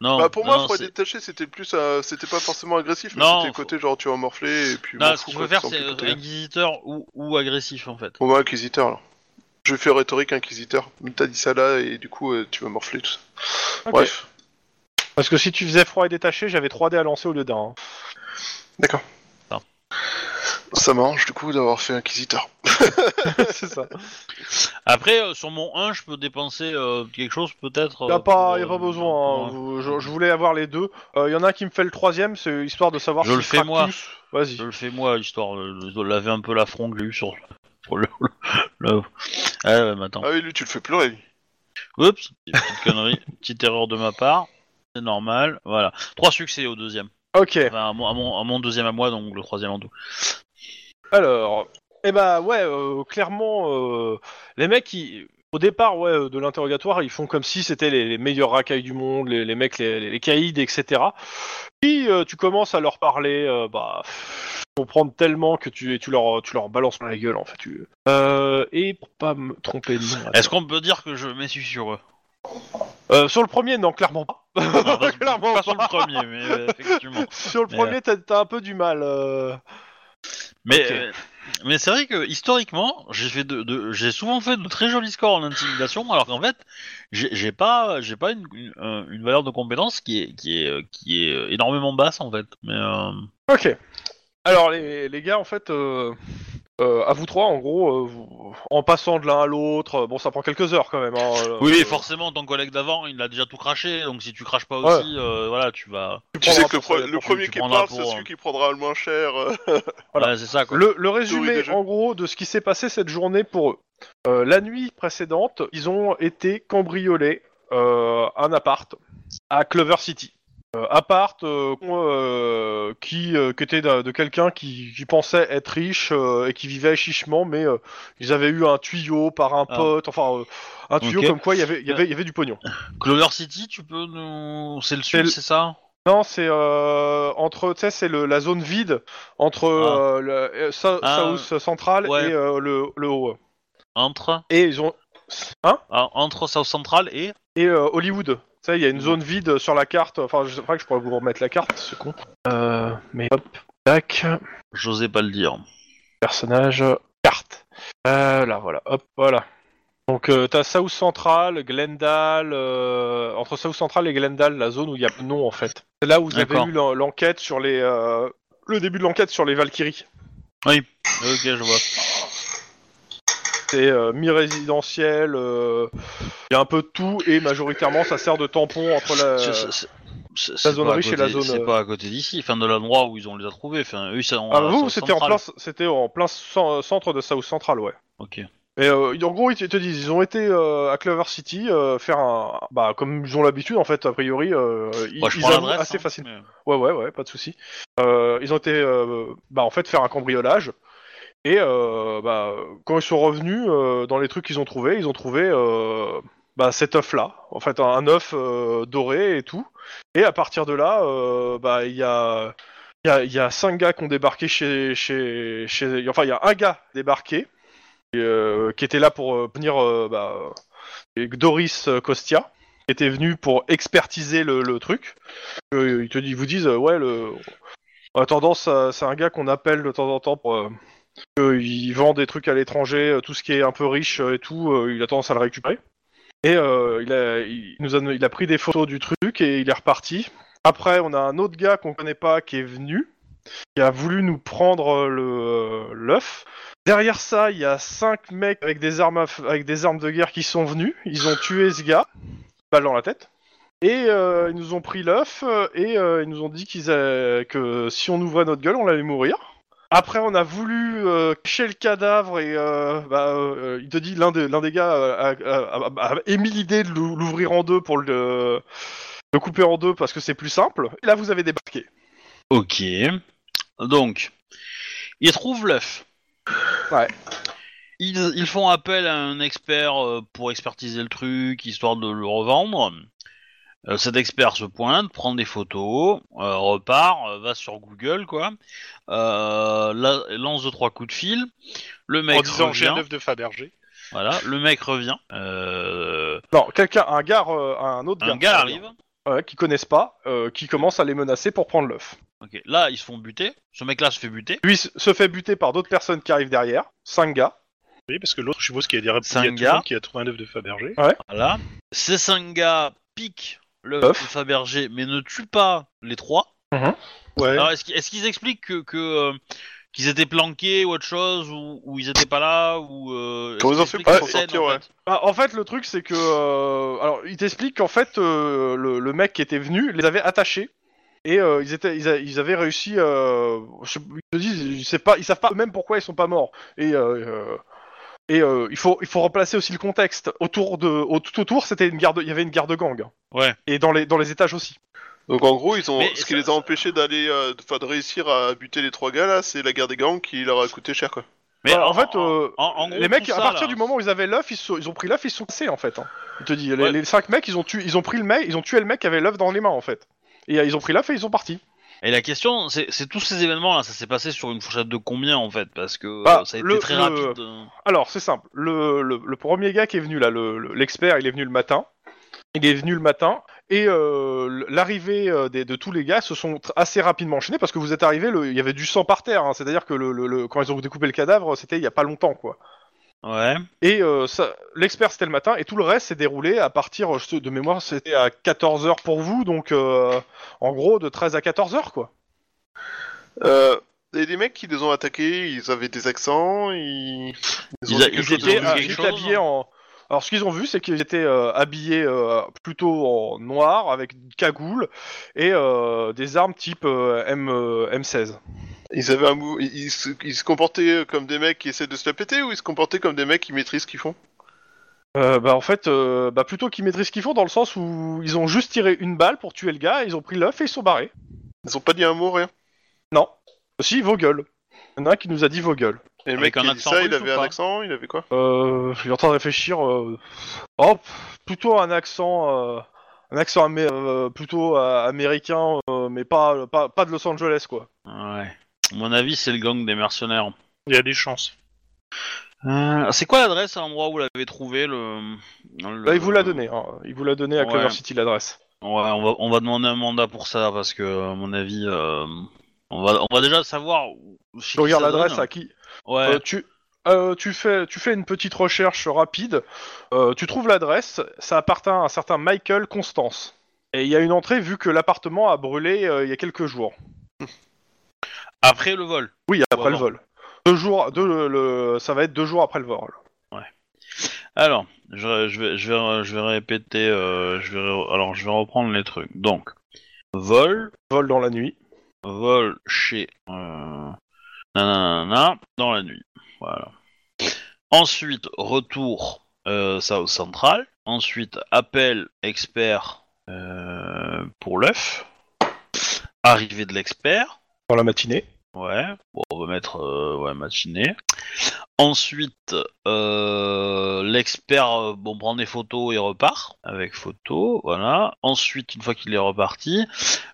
[SPEAKER 1] Non.
[SPEAKER 4] bah, pour
[SPEAKER 1] non,
[SPEAKER 4] moi,
[SPEAKER 1] non,
[SPEAKER 4] froid
[SPEAKER 1] c'est-
[SPEAKER 4] et détaché, c'était plus, euh, c'était pas forcément agressif, mais
[SPEAKER 1] Non,
[SPEAKER 4] c'était le
[SPEAKER 1] faut-
[SPEAKER 4] côté genre tu vas morfler et puis.
[SPEAKER 1] Non,
[SPEAKER 4] m'en
[SPEAKER 1] ce
[SPEAKER 4] fous,
[SPEAKER 1] qu'il
[SPEAKER 4] quoi,
[SPEAKER 1] faut faire,
[SPEAKER 4] tu sens
[SPEAKER 1] c'est
[SPEAKER 4] plus
[SPEAKER 1] euh,
[SPEAKER 4] ton dégât.
[SPEAKER 1] inquisiteur ou, ou agressif en fait.
[SPEAKER 4] Bon, bah, inquisiteur. Alors. Je fais rhétorique inquisiteur. T'as dit ça là et du coup, euh, tu vas morfler tout ça.
[SPEAKER 2] Ok.
[SPEAKER 4] Bref.
[SPEAKER 2] Parce que si tu faisais froid et détaché, j'avais 3 dés à lancer au lieu d'un. hein.
[SPEAKER 4] D'accord.
[SPEAKER 1] Ah.
[SPEAKER 4] Ça m'arrange du coup d'avoir fait inquisiteur.
[SPEAKER 2] <laughs> c'est ça.
[SPEAKER 1] Après, euh, sur mon 1, je peux dépenser euh, quelque chose peut-être.
[SPEAKER 2] Il n'y
[SPEAKER 1] euh,
[SPEAKER 2] a pas,
[SPEAKER 1] pour,
[SPEAKER 2] y a
[SPEAKER 1] euh,
[SPEAKER 2] pas besoin.
[SPEAKER 1] pour,
[SPEAKER 2] hein.
[SPEAKER 1] euh,
[SPEAKER 2] Vous- Je, je voulais avoir les deux. Il y en a un qui me fait le troisième, c'est histoire de savoir
[SPEAKER 1] Je
[SPEAKER 2] s'ils
[SPEAKER 1] le fais
[SPEAKER 2] craquent
[SPEAKER 1] moi.
[SPEAKER 2] tous. Vas-y.
[SPEAKER 1] Je le fais moi, histoire de, de laver un peu la fronde lui sur. sur le, <laughs> le- Ah ouais, mais attends.
[SPEAKER 4] Ah oui, lui, tu le fais pleurer. lui.
[SPEAKER 1] Oups, petite connerie, petite erreur de ma part. C'est normal, voilà. Trois succès au deuxième.
[SPEAKER 2] Ok.
[SPEAKER 1] Enfin, à mon, à mon- à mon deuxième à moi, donc le troisième en tout.
[SPEAKER 2] Alors, eh bah ouais, euh, clairement, euh, les mecs, ils- au départ, ouais, euh, de l'interrogatoire, ils font comme si c'était les, les meilleurs racailles du monde, les, les mecs, les, les- les caïds, etc. Puis euh, tu commences à leur parler, euh, bah, pff, comprendre tellement que tu, et tu leur, tu leur balances dans la gueule, en fait. tu- Euh, et pour pas me tromper de nom.
[SPEAKER 1] Est-ce qu'on peut dire que je m'essuie sur eux
[SPEAKER 2] Euh, sur le premier, non, clairement pas.
[SPEAKER 1] Non, parce que-
[SPEAKER 2] <laughs> Clairement
[SPEAKER 1] pas sur le premier, mais euh, effectivement.
[SPEAKER 2] <laughs> Sur le
[SPEAKER 1] Mais,
[SPEAKER 2] premier, t'as t'as un peu du mal. euh.
[SPEAKER 1] Mais,
[SPEAKER 2] Ok.
[SPEAKER 1] euh, mais c'est vrai que historiquement, j'ai fait de, de- j'ai souvent fait de très jolis scores en intimidation, alors qu'en fait, j'ai j'ai pas, j'ai pas une, une, euh, une valeur de compétence qui est, qui est, euh, qui est euh, énormément basse en fait. Mais euh,
[SPEAKER 2] Ok. Alors les, les gars, en fait, euh, euh, à vous trois, en gros, euh, vous- en passant de l'un à l'autre, euh, bon, ça prend quelques heures quand même. hein, euh,
[SPEAKER 1] oui,
[SPEAKER 2] euh,
[SPEAKER 1] forcément, ton collègue d'avant, il a déjà tout craché, donc si tu craches pas aussi, euh, voilà, tu vas.
[SPEAKER 4] Tu sais
[SPEAKER 2] prendras
[SPEAKER 4] que le,
[SPEAKER 2] pour
[SPEAKER 4] pre-
[SPEAKER 2] ça,
[SPEAKER 4] le
[SPEAKER 2] pour-
[SPEAKER 4] premier
[SPEAKER 1] tu
[SPEAKER 4] qui
[SPEAKER 1] prendras
[SPEAKER 4] parle, c'est
[SPEAKER 1] pour,
[SPEAKER 4] celui
[SPEAKER 1] euh,
[SPEAKER 4] qui prendra le moins cher. euh.
[SPEAKER 2] Voilà.
[SPEAKER 1] Ouais, c'est ça quoi.
[SPEAKER 2] Le, le
[SPEAKER 4] Oui,
[SPEAKER 2] résumé,
[SPEAKER 4] déjà.
[SPEAKER 2] en gros, de ce qui s'est passé cette journée pour eux. Euh, la nuit précédente, ils ont été cambriolés euh, un appart à Clover City. Euh, appart euh, qu'on, euh, qui, euh, qui était de, de quelqu'un qui, qui pensait être riche euh, et qui vivait chichement, mais euh, ils avaient eu un tuyau par un
[SPEAKER 1] Ah.
[SPEAKER 2] pote, enfin euh, un tuyau
[SPEAKER 1] Ok.
[SPEAKER 2] comme quoi il y avait, il y avait, il y avait du pognon.
[SPEAKER 1] Clover City, tu peux nous. C'est le sud,
[SPEAKER 2] le-
[SPEAKER 1] c'est ça
[SPEAKER 2] Non, c'est euh, entre, tu sais, c'est le- la zone vide entre
[SPEAKER 1] Ah.
[SPEAKER 2] euh, le- euh, Sou-
[SPEAKER 1] Ah,
[SPEAKER 2] South Central
[SPEAKER 1] ouais.
[SPEAKER 2] et euh, le, le haut.
[SPEAKER 1] Entre
[SPEAKER 2] Et ils ont. Hein
[SPEAKER 1] ah, Entre South Central et.
[SPEAKER 2] Et euh, Hollywood. Tu sais, il y a une zone vide sur la carte. Enfin, je sais pas que je pourrais vous remettre la carte, c'est con. Euh, mais hop, tac,
[SPEAKER 1] J'osais pas le dire.
[SPEAKER 2] personnage, carte. Euh, là, voilà, hop, voilà. Donc, euh, t'as South Central, Glendale. euh, entre South Central et Glendale, la zone où il y a le nom, en fait. C'est là où vous avez
[SPEAKER 1] D'accord.
[SPEAKER 2] eu l'en- l'enquête sur les. euh, le début de l'enquête sur les Valkyries.
[SPEAKER 1] Ok, je vois.
[SPEAKER 2] C'est euh, mi-résidentiel, il y a un peu de tout et majoritairement ça sert de tampon entre la.
[SPEAKER 1] C'est- c'est- c'est- c'est-
[SPEAKER 2] Euh, la
[SPEAKER 1] c'est
[SPEAKER 2] zone
[SPEAKER 1] pas à
[SPEAKER 2] riche et
[SPEAKER 1] côté-
[SPEAKER 2] la zone,
[SPEAKER 1] C'est
[SPEAKER 2] euh,
[SPEAKER 1] pas à côté d'ici, enfin de l'endroit où ils ont les a trouvés. Enfin, eux, ils sont
[SPEAKER 2] Ah,
[SPEAKER 1] à
[SPEAKER 2] vous,
[SPEAKER 1] South
[SPEAKER 2] c'était en
[SPEAKER 1] Euh, Central.
[SPEAKER 2] plein, c'était en plein cen- centre de South Central, ouais.
[SPEAKER 1] Ok.
[SPEAKER 2] Et euh, en gros, ils te, te disent, ils ont été euh, à Clover City euh, faire un, bah comme ils ont l'habitude en fait, a priori, euh, ils,
[SPEAKER 1] Moi, je
[SPEAKER 2] ils
[SPEAKER 1] prends
[SPEAKER 2] avouent
[SPEAKER 1] l'adresse.
[SPEAKER 2] assez
[SPEAKER 1] hein,
[SPEAKER 2] facilement.
[SPEAKER 1] mais-
[SPEAKER 2] Ouais, ouais, ouais, pas de souci. Euh, ils ont été, euh, bah en fait, faire un cambriolage. Et euh, bah quand ils sont revenus euh, dans les trucs qu'ils ont trouvés, ils ont trouvé euh, bah, cet œuf là, en fait un, un œuf euh, doré et tout. Et à partir de là, euh, bah il y a il y a, il y a cinq gars qui ont débarqué chez, chez, chez- Enfin, il y a un gars débarqué et, euh, qui était là pour euh, venir. euh, bah, euh, Doris euh, Costia, qui était venu pour expertiser le, le truc. Euh, ils, te, ils vous disent, euh, ouais, le. On a tendance, à- c'est un gars qu'on appelle de temps en temps pour. euh, que il vend des trucs à l'étranger, euh, tout ce qui est un peu riche euh, et tout, euh, il a tendance à le récréer. Et euh, il, a, il, nous a, il a pris des photos du truc et il est reparti. Après, on a un autre gars qu'on connaît pas qui est venu, qui a voulu nous prendre euh, le- l'œuf. Derrière ça, il y a cinq mecs avec des armes, à f- avec des armes de guerre qui sont venus. Ils ont tué ce gars, balle dans la tête. Et euh, ils nous ont pris l'œuf euh, et euh, ils nous ont dit qu'ils a- que si on ouvrait notre gueule, on allait mourir. Après, on a voulu euh, cacher le cadavre et euh, bah, euh, il te dit l'un des, l'un des gars euh, a, a- a- a émis l'idée de l'ou- l'ouvrir en deux pour le, le couper en deux parce que c'est plus simple. Et là, vous avez débarqué.
[SPEAKER 1] Ok. Donc, ils trouvent l'œuf.
[SPEAKER 2] Ouais.
[SPEAKER 1] Ils, ils font appel à un expert euh, pour expertiser le truc, histoire de le revendre. Euh, cet expert se pointe, prend des photos, euh, repart, euh, va sur Google, quoi. Euh, la- lance deux trois coups de fil. Le
[SPEAKER 3] En
[SPEAKER 1] mec
[SPEAKER 3] disant j'ai
[SPEAKER 1] revient.
[SPEAKER 3] un œuf de Fabergé.
[SPEAKER 1] Voilà, le mec revient. Euh,
[SPEAKER 2] Non, quelqu'un, un gars, euh, un autre
[SPEAKER 1] un gars
[SPEAKER 2] pardon,
[SPEAKER 1] arrive.
[SPEAKER 2] euh, qui connaissent pas, euh, qui commence à les menacer pour prendre l'œuf.
[SPEAKER 1] Ok, Là, ils se font buter. Ce mec-là se fait buter.
[SPEAKER 2] Lui se- se fait buter par d'autres personnes qui arrivent derrière, cinq gars.
[SPEAKER 3] Oui, parce que l'autre, je suppose qu'il y a des
[SPEAKER 1] C'est un
[SPEAKER 3] réponses
[SPEAKER 1] gars.
[SPEAKER 3] qui a trouvé un œuf de Fabergé.
[SPEAKER 1] Voilà. Ces cinq gars piquent le
[SPEAKER 2] Ouf.
[SPEAKER 1] le Fabergé, mais ne tuent pas les trois.
[SPEAKER 3] Ouais.
[SPEAKER 2] Mhm.
[SPEAKER 1] Alors, est-ce qu'ils est-ce qu'ils expliquent que, que, euh, qu'ils étaient planqués ou autre chose, ou, ou ils étaient pas là, ou... Euh,
[SPEAKER 4] Qu'on vous en fait
[SPEAKER 1] explique
[SPEAKER 4] pas,
[SPEAKER 1] cette scène,
[SPEAKER 4] sortir,
[SPEAKER 1] en
[SPEAKER 4] ouais.
[SPEAKER 1] fait.
[SPEAKER 2] Bah, en fait, le truc, c'est que. euh, alors, il t'explique qu'en fait, euh, le, le mec qui était venu les avait attachés. Et euh, ils, étaient, ils, a- ils avaient réussi. euh, je- ils te disent, ils, savent pas, ils savent pas eux-mêmes pourquoi ils sont pas morts. Et. euh, euh, et euh, il, faut, il faut remplacer aussi le contexte. Autour de, au- tout autour, c'était une garde, il y avait une garde gang.
[SPEAKER 1] Ouais.
[SPEAKER 2] Et dans les, dans les étages aussi.
[SPEAKER 4] Donc en gros, ils ont,
[SPEAKER 1] Mais
[SPEAKER 4] ce qui
[SPEAKER 1] ça-
[SPEAKER 4] les a empêchés d'aller, euh, enfin de réussir à buter les trois gars là, c'est la guerre des gangs qui leur a coûté cher quoi.
[SPEAKER 1] Mais
[SPEAKER 2] Voilà, en fait, euh,
[SPEAKER 1] en- en gros,
[SPEAKER 2] les mecs,
[SPEAKER 1] tout
[SPEAKER 2] à
[SPEAKER 1] ça,
[SPEAKER 2] partir
[SPEAKER 1] là,
[SPEAKER 2] du moment où ils avaient l'œuf, ils, sont- ils ont pris l'œuf, ils sont passés en fait. hein. Je te dis, les,
[SPEAKER 1] Ouais.
[SPEAKER 2] les cinq mecs, ils ont, tué, ils ont pris le mec, ils ont tué le mec qui avait l'œuf dans les mains en fait. Et euh, ils ont pris l'œuf et ils sont partis.
[SPEAKER 1] Et la question, c'est c'est tous ces événements-là, ça s'est passé sur une fourchette de combien, en fait Parce que euh,
[SPEAKER 2] Bah,
[SPEAKER 1] ça a été
[SPEAKER 2] le-
[SPEAKER 1] très
[SPEAKER 2] le-
[SPEAKER 1] rapide. euh.
[SPEAKER 2] Alors, c'est simple. Le, le- le premier gars qui est venu là, le- le- l'expert, il est venu le matin. Il est venu le matin et euh, l- l'arrivée euh, des- de tous les gars se sont tr- assez rapidement enchaînés parce que vous êtes arrivés, le- il y avait du sang par terre. hein. C'est-à-dire que le- le- le- quand ils ont découpé le cadavre, c'était il y a pas longtemps quoi.
[SPEAKER 1] Ouais.
[SPEAKER 2] Et euh, ça- l'expert c'était le matin et tout le reste s'est déroulé à partir je sais- de mémoire c'était à 14h pour vous donc euh, en gros de 13 à 14h quoi.
[SPEAKER 4] Euh, et les mecs qui les ont attaqués, ils avaient des accents, ils,
[SPEAKER 1] Ils
[SPEAKER 4] ont
[SPEAKER 1] a-
[SPEAKER 4] dit quelque
[SPEAKER 1] ils
[SPEAKER 4] chose,
[SPEAKER 1] étaient,
[SPEAKER 4] ont dit
[SPEAKER 1] euh,
[SPEAKER 4] quelque
[SPEAKER 1] ils
[SPEAKER 4] chose. hein
[SPEAKER 1] chose,
[SPEAKER 2] habillés en alors ce qu'ils ont vu c'est qu'ils étaient euh, habillés euh, plutôt en noir avec une cagoule et euh, des armes type euh, M euh, M16.
[SPEAKER 4] Ils avaient un mou- ils, ils se, ils se comportaient euh, comme des mecs qui essaient de se la péter ou ils se comportaient comme des mecs qui maîtrisent ce qu'ils font
[SPEAKER 2] Euh, bah en fait euh, bah plutôt qu'ils maîtrisent ce qu'ils font dans le sens où ils ont juste tiré une balle pour tuer le gars, ils ont pris l'œuf et ils sont barrés.
[SPEAKER 4] Ils ont pas dit un mot, rien.
[SPEAKER 2] Non. Si vos gueules. Il y en a un qui nous a dit vos gueules.
[SPEAKER 4] Et le
[SPEAKER 1] Avec
[SPEAKER 4] mec qui
[SPEAKER 1] un
[SPEAKER 4] a dit
[SPEAKER 1] accent
[SPEAKER 4] ça,
[SPEAKER 1] russe
[SPEAKER 4] il
[SPEAKER 1] ou
[SPEAKER 4] avait un
[SPEAKER 1] pas
[SPEAKER 4] accent, il avait quoi
[SPEAKER 2] Euh, je suis en train de réfléchir. Euh... Oh, pff, plutôt un accent, euh, un accent amé- euh, plutôt euh, américain, euh, mais pas, pas pas de Los Angeles quoi.
[SPEAKER 1] Ouais. À mon avis, c'est le gang des mercenaires.
[SPEAKER 3] Il y a des chances.
[SPEAKER 1] Euh, c'est quoi l'adresse à l'endroit où vous l'avez trouvé le... le-
[SPEAKER 2] Là, il vous l'a donné. Hein. Il vous l'a donné à
[SPEAKER 1] Ouais.
[SPEAKER 2] Clover City l'adresse.
[SPEAKER 1] Ouais, on va, on va demander un mandat pour ça parce que, à mon avis, euh, on, va, on va déjà savoir. où- chez
[SPEAKER 2] Tu
[SPEAKER 1] qui
[SPEAKER 2] regardes
[SPEAKER 1] ça
[SPEAKER 2] l'adresse
[SPEAKER 1] donne.
[SPEAKER 2] à qui
[SPEAKER 1] Ouais.
[SPEAKER 2] Euh, Tu euh, tu fais tu fais une petite recherche rapide. Euh, tu trouves l'adresse. Ça appartient à un certain Michael Constance. Et il y a une entrée vu que l'appartement a brûlé euh, il y a quelques jours.
[SPEAKER 1] Après le vol.
[SPEAKER 2] Oui, après le
[SPEAKER 1] avant.
[SPEAKER 2] vol. Deux jours, deux, le- le- ça va être deux jours après le vol.
[SPEAKER 1] Alors, je, je vais, je, vais, je vais répéter. euh, je vais, alors, je vais reprendre les trucs. Donc, vol,
[SPEAKER 2] Vol dans la nuit.
[SPEAKER 1] vol chez euh, nanana, dans la nuit. Voilà. Ensuite, retour euh, South Central. Ensuite, appel expert euh, pour l'œuf. Arrivée de l'expert.
[SPEAKER 2] dans la matinée.
[SPEAKER 1] Ouais, bon, on va mettre euh, ouais, matinée. Ensuite, euh, l'expert euh, bon, prend des photos et repart avec photo, voilà. Ensuite, une fois qu'il est reparti,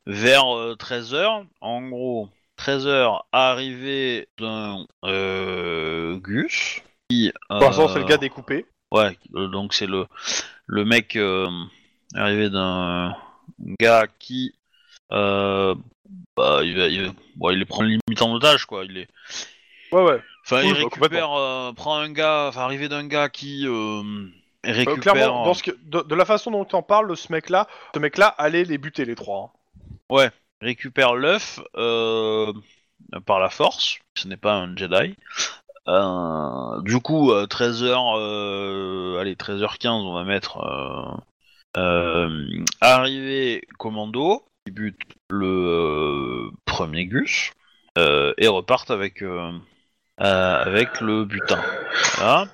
[SPEAKER 1] vers 13h, en gros, 13h, arrivée d'un euh, Gus. Qui,
[SPEAKER 2] Pour l'instant, c'est le
[SPEAKER 1] euh,
[SPEAKER 2] gars découpé.
[SPEAKER 1] Ouais, euh, donc c'est le, le mec euh, arrivé d'un gars qui. euh, bah, il, va- il, va- bon, il les prend limite en otage, quoi. Il les,
[SPEAKER 2] Ouais, ouais.
[SPEAKER 1] Enfin,
[SPEAKER 2] Oui,
[SPEAKER 1] il
[SPEAKER 2] bah,
[SPEAKER 1] récupère, euh, prend un gars, enfin, arrivé d'un gars qui euh, récupère.
[SPEAKER 2] Euh, clairement, dans ce que- de, de la façon dont t'en parles, ce mec-là, ce mec-là allait les buter les trois. hein.
[SPEAKER 1] récupère l'œuf euh, par la force. Ce n'est pas un Jedi. Euh, du coup, 13h, allez, 13h15, on va mettre euh, euh, arrivée commando qui bute le euh, premier Gus euh, et repartent avec euh, euh, avec le butin. Voilà.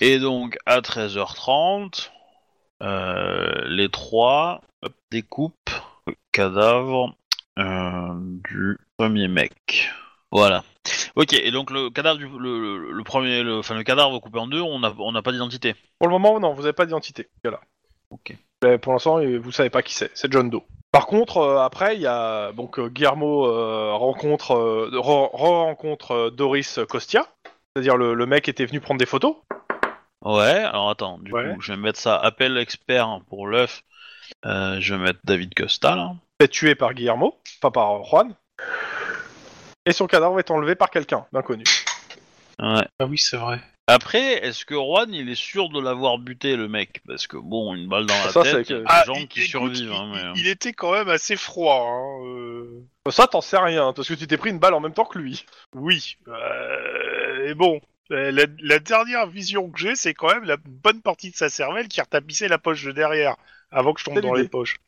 [SPEAKER 1] Et donc à 13h30, euh, les trois hop, découpent le cadavre euh, du premier mec. Voilà. Ok, et donc le cadavre du le, le- le premier, le, enfin le cadavre coupé en deux, on n'a on n'a pas d'identité.
[SPEAKER 2] Pour le moment, non, vous n'avez pas d'identité. Voilà.
[SPEAKER 1] Ok.
[SPEAKER 2] Mais pour l'instant, euh, vous savez pas qui c'est. C'est John Doe. Par contre, euh, après, il y a donc euh, Guillermo euh, rencontre euh, re- rencontre euh, Doris Costia, c'est-à-dire le, le mec qui était venu prendre des photos.
[SPEAKER 1] Ouais, alors attends, du
[SPEAKER 3] Ouais.
[SPEAKER 1] coup, je vais mettre ça appel expert pour l'œuf. Euh, je vais mettre David Costa là.
[SPEAKER 2] est tué par Guillermo, enfin par euh, Juan, et son cadavre est enlevé par quelqu'un d'inconnu.
[SPEAKER 1] Ouais.
[SPEAKER 3] Ah oui, c'est vrai.
[SPEAKER 1] Après, est-ce que Juan, il est sûr de l'avoir buté, le mec Parce que bon, une balle dans la
[SPEAKER 2] Ça,
[SPEAKER 1] tête,
[SPEAKER 2] c'est
[SPEAKER 1] il y a des
[SPEAKER 3] Ah,
[SPEAKER 1] gens
[SPEAKER 3] il-
[SPEAKER 1] qui
[SPEAKER 3] écoute,
[SPEAKER 1] survivent.
[SPEAKER 3] il-
[SPEAKER 1] hein, mais, euh.
[SPEAKER 3] Il était quand même assez froid. hein, euh,
[SPEAKER 2] Ça, t'en sais rien, hein, parce que tu t'es pris une balle en même temps que lui.
[SPEAKER 3] Oui. Euh, Et bon, euh, la, la dernière vision que j'ai, c'est quand même la bonne partie de sa cervelle qui retapissait la poche de derrière avant que je tombe
[SPEAKER 2] C'est
[SPEAKER 3] dans
[SPEAKER 2] l'idée.
[SPEAKER 3] les poches.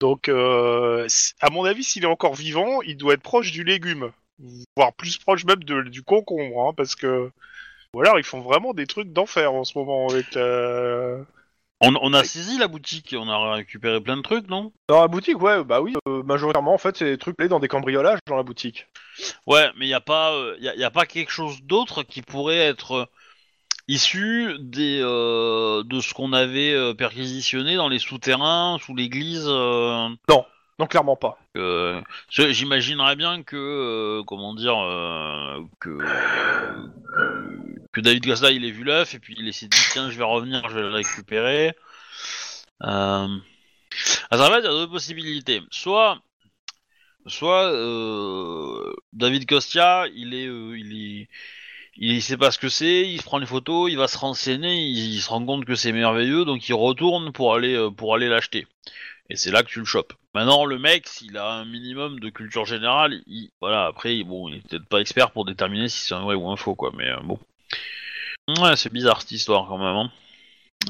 [SPEAKER 3] Donc, euh, c- à mon avis, s'il est encore vivant, il doit être proche du légume, voire plus proche même de- du concombre, hein, parce que. Ou alors, ils font vraiment des trucs d'enfer en ce moment avec euh, la.
[SPEAKER 1] On, on a saisi la boutique, on a récupéré plein de trucs, non
[SPEAKER 2] Dans la boutique, ouais, bah oui, euh, majoritairement, en fait, c'est des trucs liés dans des cambriolages dans la boutique.
[SPEAKER 1] Ouais, mais il n'y a, pas, euh, y a, y a pas quelque chose d'autre qui pourrait être euh, issu des, euh, de ce qu'on avait euh, perquisitionné dans les souterrains, sous l'église euh,
[SPEAKER 2] Non, clairement pas.
[SPEAKER 1] Euh, je- J'imaginerais bien que, euh, comment dire, euh, que, euh, que David Costa il ait vu l'œuf et puis il s'est dit tiens je vais revenir, je vais le récupérer. Euh... À travers, il y a deux possibilités. Soit, soit euh, David Costia, il est, euh, il est, il sait pas ce que c'est, il se prend les photos, il va se renseigner, il, il se rend compte que c'est merveilleux, donc il retourne pour aller, euh, pour aller l'acheter. Et c'est là que tu le chopes. Maintenant, le mec, s'il a un minimum de culture générale, il, voilà, après, il- bon, il est peut-être pas expert pour déterminer si c'est un vrai ou un faux, quoi, mais euh, bon. Ouais, c'est bizarre cette histoire quand même, hein.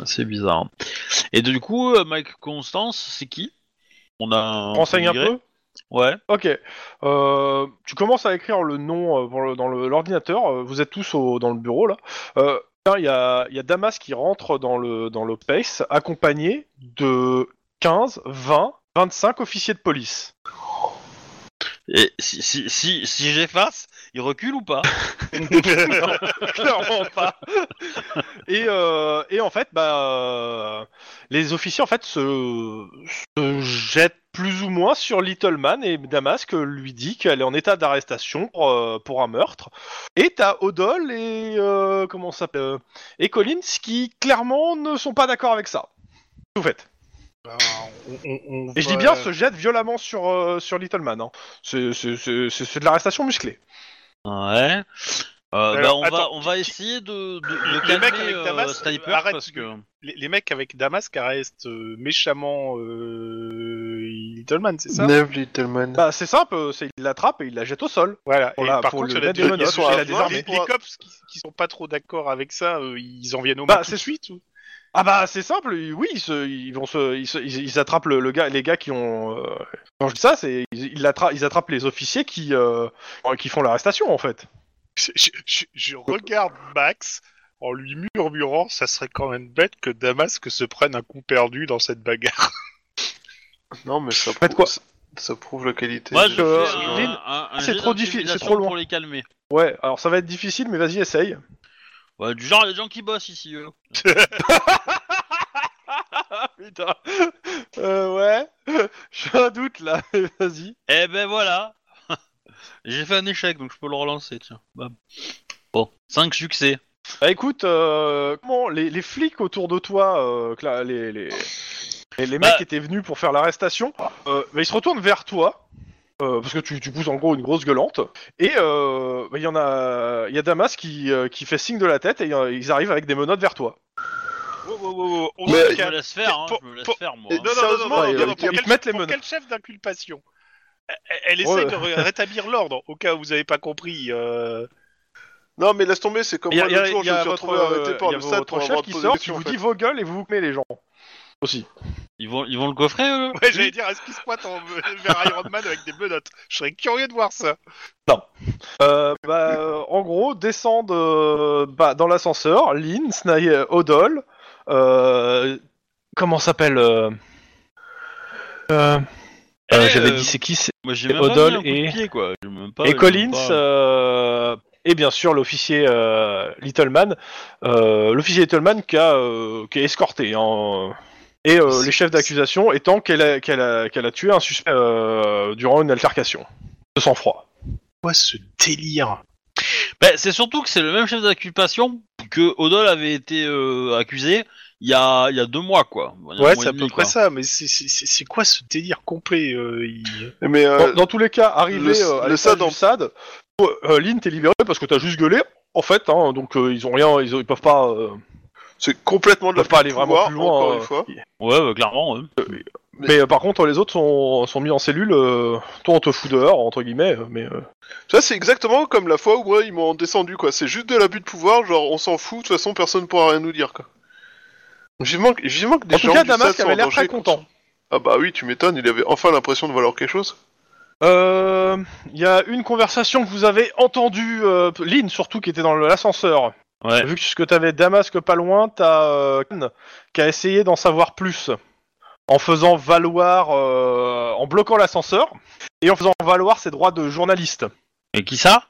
[SPEAKER 1] C'est bizarre. hein. Et du coup, euh, Mike Constance, c'est qui On a un
[SPEAKER 2] Renseigne un
[SPEAKER 1] immigré
[SPEAKER 2] peu
[SPEAKER 1] Ouais.
[SPEAKER 2] Ok. Euh, tu commences à écrire le nom euh, pour le- dans le- l'ordinateur. euh, Vous êtes tous au- dans le bureau là. Euh, tiens, Il y, a, il y a Damas qui rentre dans le dans le PACE, accompagné de 15, 20, 25 officiers de police.
[SPEAKER 1] Et si, si, si, si j'efface, il recule ou pas
[SPEAKER 2] Clairement pas. et, euh, et en fait, bah, euh, les officiers en fait se, se jettent plus ou moins sur Little Man et Damas que lui dit qu'elle est en état d'arrestation pour, euh, pour un meurtre. Et t'as Odol et euh, comment ça s'appelle euh, et Collins qui clairement ne sont pas d'accord avec ça. Tout fait.
[SPEAKER 3] Ben, on- on- on euh,
[SPEAKER 2] Et je dis
[SPEAKER 3] va-
[SPEAKER 2] bien se jettent violemment sur euh, sur Little Man. hein. C'est c'est- c'est- c'est- c'est de l'arrestation musclée.
[SPEAKER 1] Ouais. Euh,
[SPEAKER 3] Alors,
[SPEAKER 1] bah, on, va,
[SPEAKER 3] attends,
[SPEAKER 1] on va
[SPEAKER 3] qui-
[SPEAKER 1] essayer de, de, de
[SPEAKER 3] Les mecs
[SPEAKER 1] calmer
[SPEAKER 3] avec
[SPEAKER 1] euh,
[SPEAKER 3] Damas,
[SPEAKER 1] Sniper
[SPEAKER 3] euh, arrête.
[SPEAKER 1] parce que...
[SPEAKER 3] les, les mecs avec Damas qui arrestent euh, méchamment euh, Littleman, c'est ça
[SPEAKER 4] Nev Littleman.
[SPEAKER 2] Bah c'est simple, c'est il l'attrape et il la jette au sol.
[SPEAKER 3] Voilà.
[SPEAKER 2] pour
[SPEAKER 3] Et
[SPEAKER 2] la-
[SPEAKER 3] par
[SPEAKER 2] pour
[SPEAKER 3] contre,
[SPEAKER 2] le
[SPEAKER 3] il y en a
[SPEAKER 2] mettre
[SPEAKER 3] des
[SPEAKER 2] des menottes,
[SPEAKER 3] menottes,
[SPEAKER 2] il a
[SPEAKER 3] les-
[SPEAKER 2] des
[SPEAKER 3] les-
[SPEAKER 2] armées.
[SPEAKER 3] les cops qui, qui sont pas trop d'accord avec ça, euh, ils en viennent au
[SPEAKER 2] Bah,
[SPEAKER 3] max
[SPEAKER 2] c'est-
[SPEAKER 3] suite. ou-
[SPEAKER 2] Ah bah c'est simple, ils- oui, ils, se- ils vont se, ils, se- ils- ils attrapent le, le gars, les gars qui ont. euh, Quand je dis ça, c'est ils, ils l'attra- ils attrapent les officiers qui euh, qui font l'arrestation en fait.
[SPEAKER 3] <laughs> Je, je- je regarde Max en lui murmurant, ça serait quand même bête que Damasque se prenne un coup perdu dans cette bagarre.
[SPEAKER 4] Non, mais ça
[SPEAKER 2] Faites
[SPEAKER 4] prouve,
[SPEAKER 2] quoi
[SPEAKER 4] ça, ça prouve la qualité.
[SPEAKER 1] Moi,
[SPEAKER 4] de-
[SPEAKER 1] je fais
[SPEAKER 2] euh,
[SPEAKER 1] un-
[SPEAKER 2] Lynn,
[SPEAKER 1] un- un
[SPEAKER 2] c'est
[SPEAKER 1] jet
[SPEAKER 2] trop difficile,
[SPEAKER 1] d'intimidation
[SPEAKER 2] c'est trop loin.
[SPEAKER 1] pour les calmer.
[SPEAKER 2] Ouais, alors ça va être difficile, mais vas-y essaye.
[SPEAKER 1] Ouais, du genre, il y a des gens qui bossent ici, eux.
[SPEAKER 2] Ah, Putain. Euh, ouais, <laughs> j'ai un doute là, mais vas-y.
[SPEAKER 1] Eh ben voilà <laughs> J'ai fait un échec, donc je peux le relancer, tiens. Bam. Bon, 5 succès.
[SPEAKER 2] Bah écoute, euh, comment les, les flics autour de toi, euh, que là, les les, les- les mecs
[SPEAKER 1] Bah.
[SPEAKER 2] qui étaient venus pour faire l'arrestation, euh, bah, ils se retournent vers toi. euh, parce que tu, tu pousses en gros une grosse gueulante. Et euh, bah, il y en a, il y a Damas qui, euh, qui fait signe de la tête et euh, ils arrivent avec des menottes vers toi.
[SPEAKER 3] Oh, oh, oh, oh, on
[SPEAKER 4] Mais-
[SPEAKER 3] se
[SPEAKER 1] Je me
[SPEAKER 3] calme.
[SPEAKER 1] laisse faire, hein,
[SPEAKER 3] Pour-
[SPEAKER 1] je me laisse
[SPEAKER 3] pour-
[SPEAKER 1] faire, moi.
[SPEAKER 4] Et
[SPEAKER 1] hein.
[SPEAKER 4] non, non, non, non, non,
[SPEAKER 2] Ouais, euh,
[SPEAKER 4] non, non,
[SPEAKER 2] ils
[SPEAKER 3] pour
[SPEAKER 2] te
[SPEAKER 3] quel-
[SPEAKER 2] mettent les
[SPEAKER 3] pour
[SPEAKER 2] menottes.
[SPEAKER 3] quel chef d'inculpation Elle, elle
[SPEAKER 2] Ouais.
[SPEAKER 3] essaie de ré- rétablir l'ordre, au cas où vous avez pas compris. euh.
[SPEAKER 4] Non, mais laisse tomber, c'est comme
[SPEAKER 2] Il y a,
[SPEAKER 4] moi
[SPEAKER 2] il y a-
[SPEAKER 4] le jour,
[SPEAKER 2] il y
[SPEAKER 4] je
[SPEAKER 2] a
[SPEAKER 4] me suis
[SPEAKER 2] votre,
[SPEAKER 4] retrouvé arrêté
[SPEAKER 2] euh,
[SPEAKER 4] par
[SPEAKER 2] il y a
[SPEAKER 4] le SAD
[SPEAKER 2] votre
[SPEAKER 4] pour
[SPEAKER 2] chef
[SPEAKER 4] avoir
[SPEAKER 2] qui
[SPEAKER 4] posé
[SPEAKER 2] sort,
[SPEAKER 4] des
[SPEAKER 2] qui
[SPEAKER 4] questions,
[SPEAKER 2] vous
[SPEAKER 4] en
[SPEAKER 2] dit vos gueules et vous vous mettez les gens. Aussi.
[SPEAKER 1] Ils, vont, ils vont le coffrer, eux
[SPEAKER 3] Ouais, j'allais dire, est-ce qu'il se pointe en- <laughs> vers Iron Man avec des menottes Je serais curieux de voir ça.
[SPEAKER 2] Euh, bah, euh, en gros, descendent euh, bah, dans l'ascenseur, Lynn, Snyder, Odol, euh, comment s'appelle euh, euh,
[SPEAKER 1] Eh,
[SPEAKER 2] euh, J'avais
[SPEAKER 1] euh,
[SPEAKER 2] dit c'est qui c'est-
[SPEAKER 1] Moi, j'ai
[SPEAKER 2] et
[SPEAKER 1] même pas
[SPEAKER 2] Odol
[SPEAKER 1] mis un coup de
[SPEAKER 2] et-
[SPEAKER 1] pied, quoi. J'ai même pas-
[SPEAKER 2] Et
[SPEAKER 1] j'ai même
[SPEAKER 2] Collins,
[SPEAKER 1] pas-
[SPEAKER 2] euh, et bien sûr l'officier euh, Littleman, euh, l'officier Littleman qui, a, euh, qui est escorté. hein, et euh, les chefs d'accusation étant qu'elle a, qu'elle a, qu'elle a tué un suspect euh, durant une altercation. De sang-froid.
[SPEAKER 3] Quoi ce délire
[SPEAKER 1] Ben, c'est surtout que c'est le même chef d'accusation que Odol avait été euh, accusé il y a, il y a deux mois, quoi. Il y a un
[SPEAKER 3] Ouais,
[SPEAKER 1] mois et
[SPEAKER 3] c'est à peu
[SPEAKER 1] demi,
[SPEAKER 3] près
[SPEAKER 1] quoi.
[SPEAKER 3] ça, mais c'est- c'est c'est- c'est quoi ce délire complet euh, il-
[SPEAKER 4] fait. Mais euh,
[SPEAKER 2] dans, dans tous les cas, arrivé
[SPEAKER 4] le-
[SPEAKER 2] euh, à
[SPEAKER 4] le
[SPEAKER 2] l'étage
[SPEAKER 4] SAD
[SPEAKER 2] du
[SPEAKER 4] en-
[SPEAKER 2] SAD, euh, Lynn t'es libéré parce que t'as juste gueulé. en fait, hein, donc euh, ils ont rien, ils, ont- ils peuvent pas, euh,
[SPEAKER 4] C'est complètement de
[SPEAKER 2] Ils
[SPEAKER 4] la
[SPEAKER 2] peuvent pas aller
[SPEAKER 4] perte de
[SPEAKER 2] vraiment
[SPEAKER 4] pouvoir,
[SPEAKER 2] plus loin,
[SPEAKER 4] Encore
[SPEAKER 2] euh,
[SPEAKER 4] une fois.
[SPEAKER 1] Ouais, bah, clairement. ouais.
[SPEAKER 2] Mais, euh, par contre, les autres sont, sont mis en cellule. euh, toi, on te fout dehors, entre guillemets. euh, Mais euh,
[SPEAKER 4] Ça, c'est exactement comme la fois où moi, ils m'ont descendu, quoi. C'est juste de l'abus de pouvoir, genre, on s'en fout, de toute façon, personne pourra rien nous dire, quoi. Vivement que, vivement que des
[SPEAKER 2] en
[SPEAKER 4] gens
[SPEAKER 2] tout cas,
[SPEAKER 4] du SAD
[SPEAKER 2] Damas
[SPEAKER 4] soient
[SPEAKER 2] avait
[SPEAKER 4] en
[SPEAKER 2] l'air
[SPEAKER 4] danger,
[SPEAKER 2] très
[SPEAKER 4] quoi.
[SPEAKER 2] content.
[SPEAKER 4] Ah bah oui, tu m'étonnes, il avait enfin l'impression de valoir quelque chose. <laughs>
[SPEAKER 2] Euh, Il y a une conversation que vous avez entendue, euh, Lynn surtout, qui était dans le- l'ascenseur.
[SPEAKER 1] Ouais.
[SPEAKER 2] Vu que ce que t'avais Damasque pas loin, t'as euh, Khan qui a essayé d'en savoir plus en faisant valoir, euh, en bloquant l'ascenseur et en faisant valoir ses droits de journaliste.
[SPEAKER 1] Et qui ça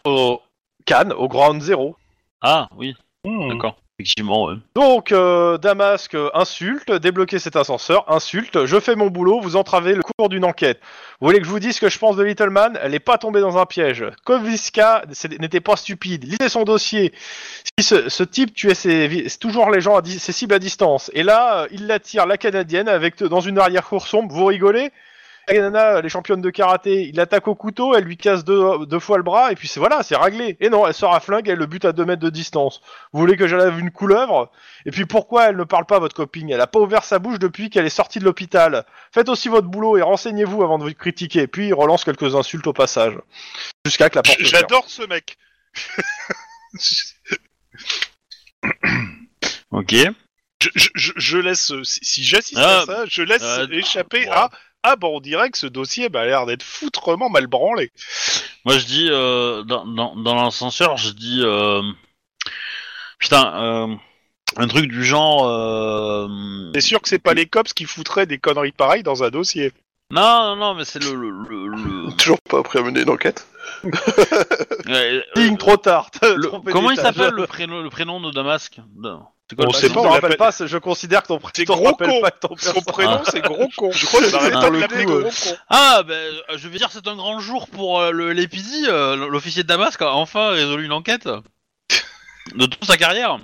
[SPEAKER 2] Cannes au Ground Zero.
[SPEAKER 1] Ah, oui,
[SPEAKER 3] Hmm.
[SPEAKER 1] d'accord. Effectivement, ouais.
[SPEAKER 2] Donc, euh, Damasque euh, insulte, débloquez cet ascenseur, insulte, je fais mon boulot, vous entravez le cours d'une enquête. Vous voulez que je vous dise ce que je pense de Little Man Elle n'est pas tombée dans un piège. Koviska c'est- n'était pas stupide, lisez son dossier. Si ce, ce type tuait ses, vi- c'est toujours les gens, à di- ses cibles à distance. Et là, euh, il l'attire, la Canadienne, avec dans une arrière-cour sombre, vous rigolez la nana, les championnes de karaté, il l'attaque au couteau, elle lui casse deux, deux fois le bras, et puis c'est voilà, c'est réglé. Et non, elle sort à flingue, elle le bute à 2 mètres de distance. Vous voulez que j'élève une couleuvre et puis pourquoi elle ne parle pas, votre copine Elle a pas ouvert sa bouche depuis qu'elle est sortie de l'hôpital. Faites aussi votre boulot et renseignez-vous avant de vous critiquer. Puis il relance quelques insultes au passage. Jusqu'à que la porte
[SPEAKER 3] J-
[SPEAKER 2] se ferme.
[SPEAKER 3] J'adore ce mec.
[SPEAKER 1] Ok.
[SPEAKER 3] <laughs> je, je- je- je laisse, euh, si, si j'assiste
[SPEAKER 1] Ah,
[SPEAKER 3] à ça, je laisse
[SPEAKER 1] euh,
[SPEAKER 3] échapper
[SPEAKER 1] ouais.
[SPEAKER 3] à Ah, bah on dirait que ce dossier bah, a l'air d'être foutrement mal branlé.
[SPEAKER 1] Moi, je dis, euh, dans, dans, dans l'ascenseur, je dis... euh, Putain, euh, un truc du genre... euh,
[SPEAKER 3] C'est sûr que c'est pas les cops qui foutraient des conneries pareilles dans un dossier.
[SPEAKER 1] Non, non, non, mais c'est le... le, le,
[SPEAKER 3] <laughs>
[SPEAKER 1] le-
[SPEAKER 4] Toujours pas prêt à mener une enquête.
[SPEAKER 1] Ouais, euh,
[SPEAKER 2] Ding, trop tard. <laughs> t'as
[SPEAKER 1] le-
[SPEAKER 2] trompé
[SPEAKER 1] Comment il
[SPEAKER 2] d'étage.
[SPEAKER 1] s'appelle le prénom, le prénom de Damasque Non. C'est quoi
[SPEAKER 3] On
[SPEAKER 1] le
[SPEAKER 2] Bah,
[SPEAKER 3] sait
[SPEAKER 1] prénom
[SPEAKER 2] si tu
[SPEAKER 3] pas,
[SPEAKER 2] t'en
[SPEAKER 3] on
[SPEAKER 2] rappelles
[SPEAKER 3] l'appelle-
[SPEAKER 2] pas, c'est- je considère que ton
[SPEAKER 3] C'est
[SPEAKER 2] ton
[SPEAKER 3] gros
[SPEAKER 2] rappelle
[SPEAKER 3] con.
[SPEAKER 2] pas <laughs> de ton Ah,
[SPEAKER 3] Son
[SPEAKER 2] perso.
[SPEAKER 3] prénom, c'est Gros Con. Je crois que
[SPEAKER 4] Ah,
[SPEAKER 3] j'arrête
[SPEAKER 4] dans
[SPEAKER 3] pas de
[SPEAKER 4] le
[SPEAKER 3] l'appeler
[SPEAKER 4] coup,
[SPEAKER 3] Gros
[SPEAKER 4] euh.
[SPEAKER 3] Con.
[SPEAKER 1] Ah, ben, euh, je veux dire, c'est un grand jour pour euh, le- l'épidie. euh, L'officier de Damasque a enfin résolu une
[SPEAKER 2] <laughs>
[SPEAKER 1] enquête de toute sa carrière.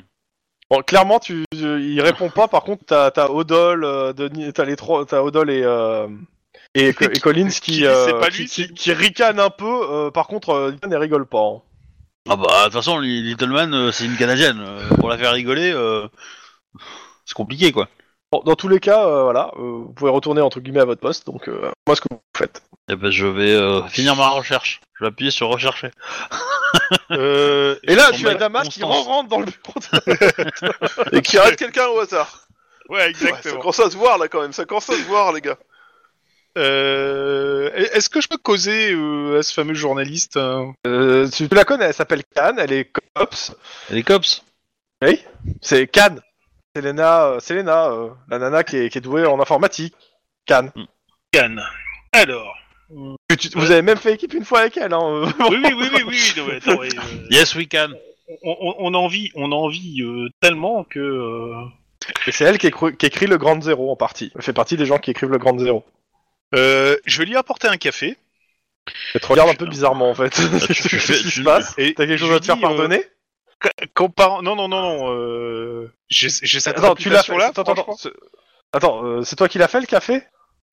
[SPEAKER 2] Bon, clairement, tu, tu- il répond pas. Par contre, t'as, t'as Odol, euh, Denis- t'as les trois, t'as Odol et euh, et, Co- <laughs> et Collins qui,
[SPEAKER 3] qui dit,
[SPEAKER 2] euh,
[SPEAKER 3] c'est pas
[SPEAKER 2] qui,
[SPEAKER 3] lui,
[SPEAKER 2] qui-
[SPEAKER 3] c'est-
[SPEAKER 2] qui ricanent un peu. euh, par contre, euh, Lian, elle rigole pas. hein.
[SPEAKER 1] Ah bah, de toute façon, Li- Little Man, euh, c'est une Canadienne. euh, Pour la faire rigoler, euh, c'est compliqué, quoi.
[SPEAKER 2] Bon, dans tous les cas, euh, voilà, euh, vous pouvez retourner entre guillemets à votre poste. Donc, euh, moi, ce que vous faites.
[SPEAKER 1] Eh ben, je vais euh, finir ma recherche. Je vais appuyer sur rechercher.
[SPEAKER 3] Euh,
[SPEAKER 2] Et là,
[SPEAKER 1] On
[SPEAKER 2] tu
[SPEAKER 1] met
[SPEAKER 2] as Damas qui
[SPEAKER 1] Constance.
[SPEAKER 2] rentre dans le bureau. de- <laughs>
[SPEAKER 4] Et qui arrête quelqu'un au hasard.
[SPEAKER 3] ouais,
[SPEAKER 4] Ouais, ça
[SPEAKER 3] exactement.
[SPEAKER 4] commence à se voir, là, quand même. Ça commence à se voir, les gars.
[SPEAKER 3] Euh, Est-ce que je peux causer euh, à ce fameux journaliste hein
[SPEAKER 2] Euh, tu, tu la connais, elle s'appelle Cannes, elle est cops.
[SPEAKER 1] Les cops
[SPEAKER 2] C'est Cannes. Selena, euh, Selena, euh, la nana qui est, qui est douée en informatique. Cannes.
[SPEAKER 3] Cannes. Alors.
[SPEAKER 2] Tu- tu- Vous avez même fait équipe une fois avec elle. Hein, euh.
[SPEAKER 3] Oui, oui, oui, oui, oui. non, mais attends, ouais, euh,
[SPEAKER 1] Yes, we can.
[SPEAKER 3] on, on- on en vit, on en vit euh, tellement que. euh,
[SPEAKER 2] Et c'est elle qui, écru- qui écrit le Grand Zéro en partie. Elle fait partie des gens qui écrivent le Grand Zéro.
[SPEAKER 3] Euh, je vais lui apporter un café.
[SPEAKER 2] Elle te regarde un peu bizarrement en fait.
[SPEAKER 3] Ah,
[SPEAKER 2] <laughs> Qu'est-ce
[SPEAKER 1] fais-
[SPEAKER 2] qui
[SPEAKER 1] tu-
[SPEAKER 2] se passe
[SPEAKER 3] Et
[SPEAKER 2] T'as quelque
[SPEAKER 3] je
[SPEAKER 2] chose
[SPEAKER 3] lui
[SPEAKER 2] à te faire
[SPEAKER 3] dis, euh,
[SPEAKER 2] pardonner
[SPEAKER 3] Comparant... Non, non, non, non. Euh... J'ai j'ai cette
[SPEAKER 2] Attends, tu l'as fait.
[SPEAKER 3] réputation-là,
[SPEAKER 2] Attends, attends,
[SPEAKER 3] franchement.
[SPEAKER 2] c'est- attends, euh, c'est toi qui l'as fait le café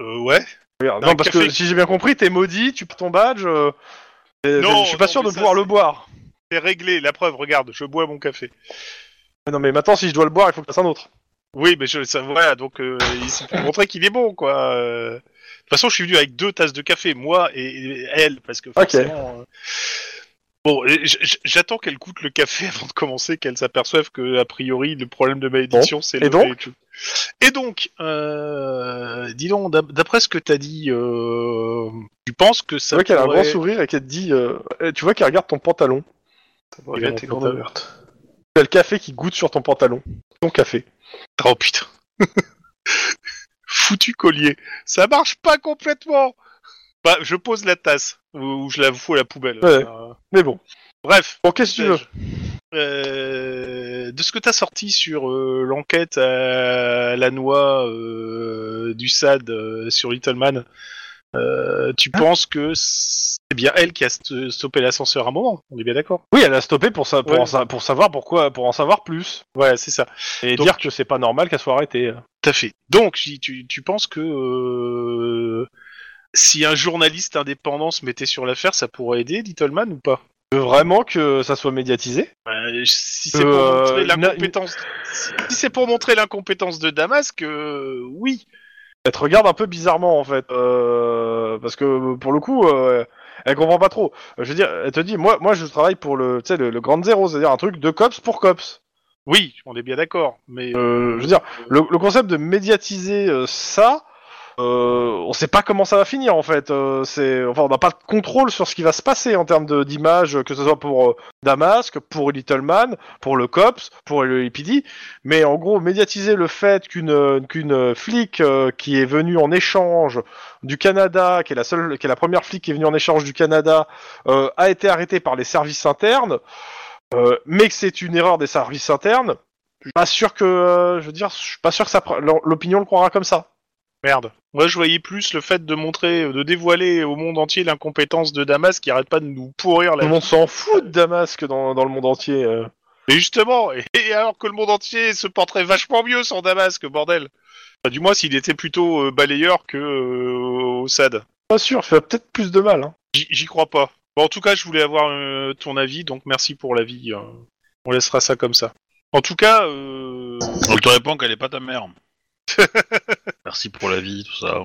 [SPEAKER 3] Euh, ouais.
[SPEAKER 2] Regarde,
[SPEAKER 3] Un
[SPEAKER 2] Non, parce
[SPEAKER 3] café.
[SPEAKER 2] que si j'ai bien compris, t'es maudit, tu prends ton badge. euh, et-
[SPEAKER 3] Non,
[SPEAKER 2] je suis pas
[SPEAKER 3] non,
[SPEAKER 2] sûr
[SPEAKER 3] mais
[SPEAKER 2] de
[SPEAKER 3] ça,
[SPEAKER 2] pouvoir le
[SPEAKER 3] c'est-
[SPEAKER 2] boire.
[SPEAKER 3] C'est réglé. La preuve, regarde, je bois mon café.
[SPEAKER 2] Mais Ah, Non, mais maintenant, si je dois le boire, il faut que je fasse un autre.
[SPEAKER 3] Oui, mais je, ça, voilà, donc euh, il- c'est pour montrer qu'il est bon, quoi. Euh, De toute façon, je suis venu avec deux tasses de café, moi et, et elle, parce que forcément. euh, Bon, et j- j- j'attends qu'elle goûte le café <laughs> avant de commencer, qu'elle s'aperçoive que a priori le problème de malédiction, c'est le
[SPEAKER 2] et donc
[SPEAKER 3] et tout. Et donc, euh, dis donc, d'ap- d'après ce que t'as dit, euh, tu penses que
[SPEAKER 2] Tu
[SPEAKER 3] ça
[SPEAKER 2] vois qu'elle a un
[SPEAKER 3] pourrait-
[SPEAKER 2] grand sourire et qu'elle te dit. euh, eh, Tu vois qu'elle regarde ton pantalon.
[SPEAKER 3] Il
[SPEAKER 4] Ouais,
[SPEAKER 3] est
[SPEAKER 4] t'es
[SPEAKER 3] mon
[SPEAKER 4] grandes
[SPEAKER 3] pantalon.
[SPEAKER 4] ouvertes.
[SPEAKER 2] T'as le café qui goûte sur ton pantalon. Ton café.
[SPEAKER 3] Oh putain. <laughs> Foutu collier. Ça marche pas complètement. Bah, je pose la tasse ou, ou je la fous à la poubelle.
[SPEAKER 2] Ouais.
[SPEAKER 3] Euh,
[SPEAKER 2] Mais bon.
[SPEAKER 3] bref.
[SPEAKER 2] Bon, qu'est-ce que tu veux
[SPEAKER 3] Euh, de ce que t'as sorti sur euh, l'enquête à la noix euh, du SAD euh, sur Little Man, euh, tu penses que c'est bien elle qui a st- stoppé l'ascenseur à un moment On est bien d'accord
[SPEAKER 2] Oui, elle a stoppé pour, ça, pour,
[SPEAKER 3] Ouais.
[SPEAKER 2] en sa- pour savoir pourquoi, pour en savoir plus.
[SPEAKER 3] Ouais, c'est ça.
[SPEAKER 2] Et
[SPEAKER 3] Donc-
[SPEAKER 2] dire que c'est pas normal qu'elle soit arrêtée.
[SPEAKER 3] Tout à fait. Donc, j'y- tu, tu penses que euh, si un journaliste indépendant se mettait sur l'affaire, ça pourrait aider Little Man ou pas
[SPEAKER 2] Tu veux vraiment que ça soit médiatisé
[SPEAKER 3] Euh, si c'est pour
[SPEAKER 2] Euh,
[SPEAKER 3] montrer
[SPEAKER 2] une-
[SPEAKER 3] l'incompétence, si si c'est pour montrer l'incompétence de Damasque, euh, oui.
[SPEAKER 2] Elle te regarde un peu bizarrement en fait, euh, parce que pour le coup, euh, elle comprend pas trop. Euh, Je veux dire, elle te dit, moi, moi, je travaille pour le, tu sais, le, le Grand Zéro, c'est-à-dire un truc de cops pour cops.
[SPEAKER 3] Oui, on est bien d'accord. Mais
[SPEAKER 2] Euh, je veux dire, le, le concept de médiatiser euh, ça, euh, on sait pas comment ça va finir en fait. Euh, c'est, enfin, on n'a pas de contrôle sur ce qui va se passer en termes de- d'image, que ce soit pour euh, Damasque, pour Little Man, pour le cops, pour le LPD. Mais en gros, médiatiser le fait qu'une euh, qu'une euh, flic euh, qui est venue en échange du Canada, qui est la seule, qui est la première flic qui est venue en échange du Canada, euh, a été arrêtée par les services internes, euh, mais que c'est une erreur des services internes. Je suis pas sûr que, euh, je veux dire, je suis pas sûr que ça, pr- l'o- l'opinion le croira comme ça.
[SPEAKER 3] merde. Moi, je voyais plus le fait de montrer, de dévoiler au monde entier l'incompétence de Damasque qui arrête pas de nous pourrir
[SPEAKER 2] Tout
[SPEAKER 3] la
[SPEAKER 2] le monde s'en fout de Damasque dans, dans le monde entier. euh.
[SPEAKER 3] Et justement, et, et alors que le monde entier se porterait vachement mieux sans Damasque, bordel. Enfin, du moins s'il était plutôt euh, balayeur que euh, au SAD.
[SPEAKER 2] Pas sûr, ça fait peut-être plus de mal. hein.
[SPEAKER 3] J'y j'y crois pas. Bon, en tout cas, je voulais avoir euh, ton avis, donc merci pour l'avis. euh. on laissera ça comme ça. En tout cas, euh,
[SPEAKER 1] Elle Oh, te répond qu'elle est pas ta
[SPEAKER 2] <laughs>
[SPEAKER 1] mère. Merci pour la vie, tout ça.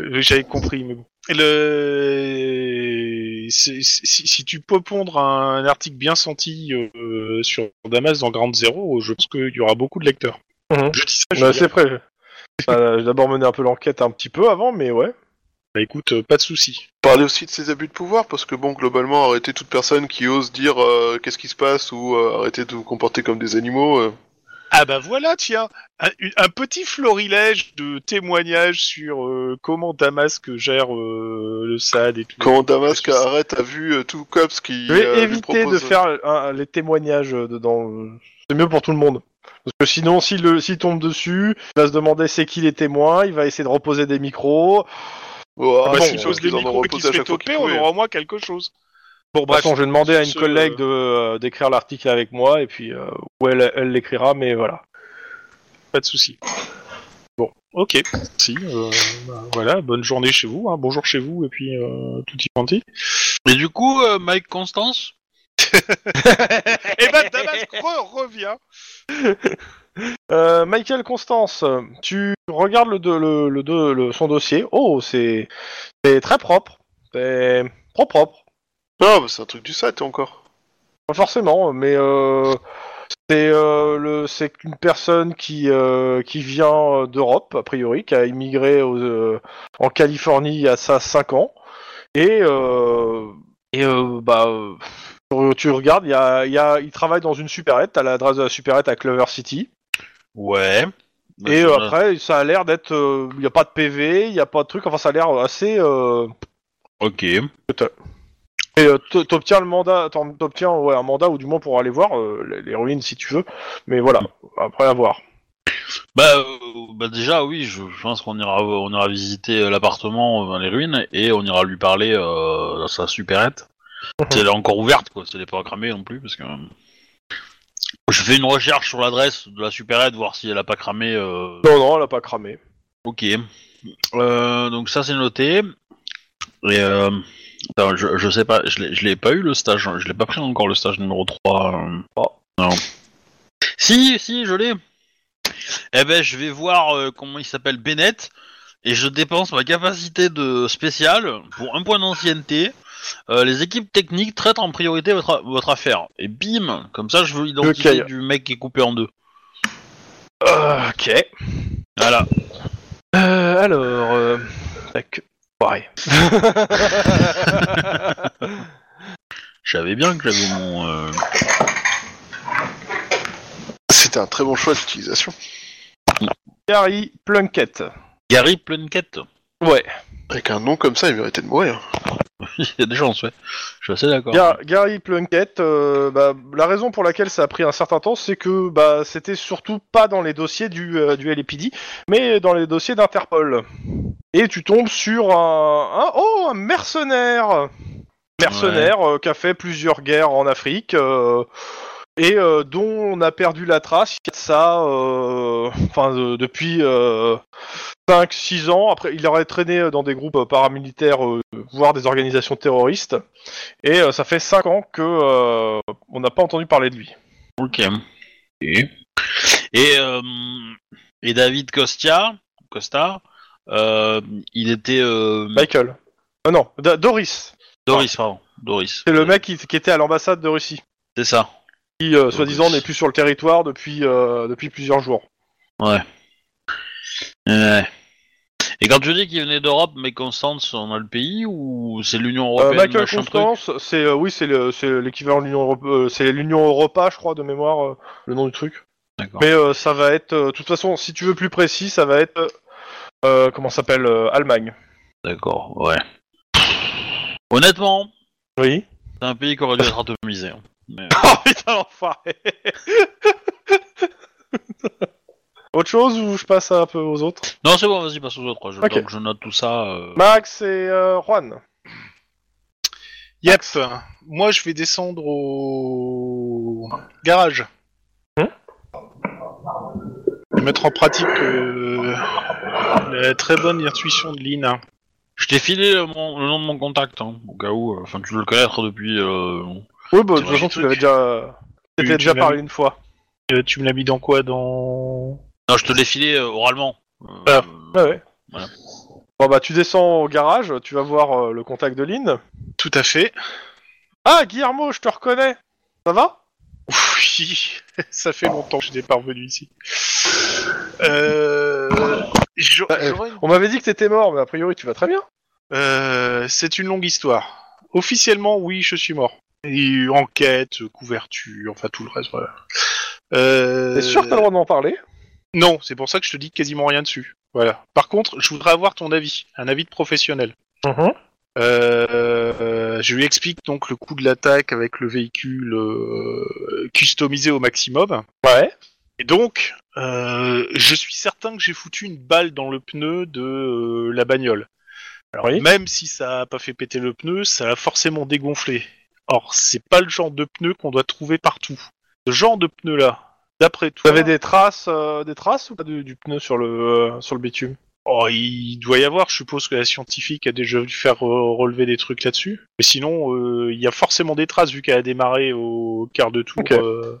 [SPEAKER 3] euh, j'avais compris, mais bon. Le... Si, si- si tu peux pondre un article bien senti euh, sur Damas dans Grande Zéro, je pense qu'il y aura beaucoup de lecteurs.
[SPEAKER 2] Mhm.
[SPEAKER 3] Je dis ça, je
[SPEAKER 2] Bah,
[SPEAKER 3] veux dire.
[SPEAKER 2] c'est prêt. Bah, J'ai d'abord mené un peu l'enquête un petit peu avant, mais ouais.
[SPEAKER 3] Bah, écoute, euh, pas de souci.
[SPEAKER 4] Parler aussi de ses abus de pouvoir, parce que bon, globalement, arrêter toute personne qui ose dire euh, qu'est-ce qui se passe ou euh, arrêter de vous comporter comme des animaux. euh.
[SPEAKER 3] Ah bah voilà, tiens, un, une- un petit florilège de témoignages sur euh, comment Damasque gère euh, le SAD et tout.
[SPEAKER 4] Quand Damasque arrête à vue euh, tout cops qui
[SPEAKER 2] Je vais
[SPEAKER 4] euh, lui
[SPEAKER 2] éviter de
[SPEAKER 4] propose-
[SPEAKER 2] faire euh, les témoignages euh, dedans. euh. C'est mieux pour tout le monde. Parce que sinon, s'il le- s'il tombe dessus, il va se demander c'est qui les témoins, il va essayer de reposer des micros.
[SPEAKER 4] Oh,
[SPEAKER 3] Ah bah,
[SPEAKER 4] non,
[SPEAKER 3] s'il
[SPEAKER 4] ils
[SPEAKER 3] pose
[SPEAKER 4] en
[SPEAKER 3] les
[SPEAKER 4] ont
[SPEAKER 3] micros et qu'il
[SPEAKER 4] reposé
[SPEAKER 3] se
[SPEAKER 4] à
[SPEAKER 3] fait
[SPEAKER 4] chaque fois qu'ils hein.
[SPEAKER 3] toper, on
[SPEAKER 4] pouvaient.
[SPEAKER 3] aura au moins quelque chose. Bon,
[SPEAKER 2] De toute
[SPEAKER 3] bref.
[SPEAKER 2] façon, je vais demander à une
[SPEAKER 3] ce-
[SPEAKER 2] collègue de, euh, d'écrire l'article avec moi, et puis euh, où elle elle l'écrira, mais voilà.
[SPEAKER 3] Pas de souci. Bon, ok. Si, euh, bah, voilà, bonne journée chez vous, hein, bonjour chez vous, et puis euh, tout y quanti.
[SPEAKER 1] Et du coup, euh, Mike Constance
[SPEAKER 3] Et bah, Damas re- revient.
[SPEAKER 2] Euh, Michael Constance, euh, tu regardes le, do- le, le do- le- son dossier. Oh, c'est c'est très propre. C'est propre, propre.
[SPEAKER 4] Non, bah, c'est un truc du SAT encore.
[SPEAKER 2] Pas forcément, mais euh, c'est euh, le- c'est une personne qui, euh, qui vient euh, d'Europe, a priori, qui a immigré aux, euh, en Californie il y a ça 5 ans. Et, euh, et euh, bah, euh, tu- tu regardes, il, y a, il y a- il travaille dans une supérette, à l'adresse de la supérette à Clover City.
[SPEAKER 1] Ouais.
[SPEAKER 2] Et euh,
[SPEAKER 1] Bah,
[SPEAKER 2] après, ça a l'air d'être. euh, Il n'y a pas de PV, il n'y a pas de truc, enfin ça a l'air assez. euh,
[SPEAKER 1] Ok.
[SPEAKER 2] Et euh, t- t'obtiens le mandat, t'en- t'obtiens ouais, un mandat ou du moins pour aller voir euh, les, les ruines si tu veux, mais voilà, après à voir.
[SPEAKER 1] Bah, euh, bah déjà, oui, je, je pense qu'on ira, on ira visiter euh, l'appartement euh, dans les ruines et on ira lui parler euh, dans sa supérette. Si elle est encore ouverte, quoi, si elle est pas cramée non plus, parce que. euh, Je fais une recherche sur l'adresse de la supérette, voir si elle a pas cramé. euh,
[SPEAKER 2] Non, non, elle a pas cramé.
[SPEAKER 1] Ok. Euh, donc ça c'est noté. Et euh, attends, je, je sais pas, je l'ai- je l'ai pas eu le stage, hein, je l'ai pas pris encore le stage numéro 3. euh.
[SPEAKER 2] Oh.
[SPEAKER 1] Non. Si, si, je l'ai. Eh ben je vais voir euh, comment il s'appelle Bennett et je dépense ma capacité de spécial pour un point d'ancienneté. Euh, les équipes techniques traitent en priorité votre, votre affaire. Et bim, comme ça je veux l'identité
[SPEAKER 2] Ok.
[SPEAKER 1] du mec qui est coupé en deux.
[SPEAKER 2] Euh, ok.
[SPEAKER 1] Voilà.
[SPEAKER 2] Euh, alors. Euh... Tac. Pareil.
[SPEAKER 1] Je savais bien que j'avais mon. euh,
[SPEAKER 4] C'était un très bon choix d'utilisation.
[SPEAKER 2] Gary Plunkett.
[SPEAKER 1] Gary Plunkett.
[SPEAKER 2] Ouais.
[SPEAKER 4] Avec un nom comme ça, il méritait de mourir.
[SPEAKER 1] <laughs> Il y a des chances, ouais. Je suis assez d'accord.
[SPEAKER 2] Ga- Gary Plunkett, euh, bah, la raison pour laquelle ça a pris un certain temps, c'est que bah, c'était surtout pas dans les dossiers du, euh, du LAPD, mais dans les dossiers d'Interpol. Et tu tombes sur un, un- oh, un mercenaire Mercenaire euh, qui a fait plusieurs guerres en Afrique, euh, et euh, dont on a perdu la trace il y a de ça euh, enfin de- depuis 5-6 ans. Après, il aurait traîné dans des groupes paramilitaires, euh, voire des organisations terroristes. Et euh, ça fait 5 ans que euh, on n'a pas entendu parler de lui.
[SPEAKER 1] Ok. Et, et, euh, et David Costia, Costa, euh, il était euh,
[SPEAKER 2] Michael. Ah non, Da- Doris.
[SPEAKER 1] Doris, pardon. Doris.
[SPEAKER 2] C'est le mec qui, qui était à l'ambassade de Russie,
[SPEAKER 1] C'est ça.
[SPEAKER 2] qui euh, soi-disant n'est plus sur le territoire depuis, euh, depuis plusieurs jours.
[SPEAKER 1] Ouais. Et quand tu dis qu'il venait d'Europe, mais Constance, on a le pays ou c'est l'Union
[SPEAKER 2] Euh,
[SPEAKER 1] européenne
[SPEAKER 2] Michael
[SPEAKER 1] machin truc
[SPEAKER 2] Constance, c'est euh, oui, c'est le- c'est l'équivalent de l'Union Europe- euh, c'est l'Union Europa, je crois, de mémoire, euh, le nom du truc.
[SPEAKER 1] D'accord.
[SPEAKER 2] Mais euh, ça va être, euh, de toute façon, si tu veux plus précis, ça va être, euh, euh, comment ça s'appelle, euh, Allemagne.
[SPEAKER 1] D'accord, ouais. Honnêtement,
[SPEAKER 2] Oui.
[SPEAKER 1] c'est un pays qui aurait dû être atomisé. hein. Mais,
[SPEAKER 2] <laughs> Oh putain, <laughs> l'enfoiré Autre chose ou je passe un peu aux autres
[SPEAKER 1] Non, c'est bon, vas-y, passe aux autres. Je,
[SPEAKER 2] Ok.
[SPEAKER 1] donc, je note tout ça. euh.
[SPEAKER 2] Max et euh, Juan.
[SPEAKER 3] Yep. Moi, je vais descendre au garage.
[SPEAKER 2] Hein
[SPEAKER 3] Et mettre en pratique euh, la très bonne intuition de Lina.
[SPEAKER 1] Je t'ai filé euh, mon- le nom de mon contact, hein, au cas où. euh, Enfin, tu veux le connaître depuis. euh,
[SPEAKER 2] Oui,
[SPEAKER 1] C'est
[SPEAKER 2] bah, de
[SPEAKER 1] vrai,
[SPEAKER 2] toute façon,
[SPEAKER 3] j'ai
[SPEAKER 2] tu
[SPEAKER 3] truc.
[SPEAKER 2] l'avais déjà, euh, tu
[SPEAKER 3] Tu-
[SPEAKER 2] t'étais
[SPEAKER 3] tu
[SPEAKER 2] déjà
[SPEAKER 3] l'avais-
[SPEAKER 2] parlé une fois.
[SPEAKER 3] Euh, tu me l'as mis dans quoi Dans
[SPEAKER 1] Non, je te l'ai filé euh, oralement. Euh,
[SPEAKER 3] Ah.
[SPEAKER 2] Ouais, ouais.
[SPEAKER 1] Voilà.
[SPEAKER 2] Bon, bah, tu descends au garage, tu vas voir euh, le contact de Lynn.
[SPEAKER 3] Tout à fait.
[SPEAKER 2] Ah, Guillermo, je te reconnais. Ça va
[SPEAKER 3] Oui, <laughs> ça fait longtemps que je n'ai pas revenu ici. Euh, j'a-
[SPEAKER 2] Bah,
[SPEAKER 3] j'aurais une-
[SPEAKER 2] On m'avait dit que t'étais mort, mais a priori, tu vas très bien.
[SPEAKER 3] Euh, c'est une longue histoire. Officiellement, oui, je suis mort. Et enquête, couverture, enfin tout le reste. Voilà. Euh,
[SPEAKER 2] T'es sûr que t'as le droit d'en parler
[SPEAKER 3] Non, c'est pour ça que je te dis quasiment rien dessus. Voilà. Par contre, je voudrais avoir ton avis, un avis de professionnel. Euh, euh, je lui explique donc le coût de l'attaque avec le véhicule euh, customisé au maximum.
[SPEAKER 2] Ouais.
[SPEAKER 3] Et donc, euh, je suis certain que j'ai foutu une balle dans le pneu de euh, la bagnole. Alors,
[SPEAKER 2] Oui.
[SPEAKER 3] même si ça a pas fait péter le pneu, ça a forcément dégonflé. Or, c'est pas le genre de pneu qu'on doit trouver partout. Ce genre de pneu-là, d'après
[SPEAKER 2] Vous
[SPEAKER 3] toi,
[SPEAKER 2] avez des traces, euh, des traces ou pas du, du pneu sur le euh, sur le bitume
[SPEAKER 3] oh, il doit y avoir. Je suppose que la scientifique a déjà dû faire euh, relever des trucs là-dessus. Mais sinon, euh, il y a forcément des traces vu qu'elle a démarré au quart de tour.
[SPEAKER 2] Ok.
[SPEAKER 3] euh,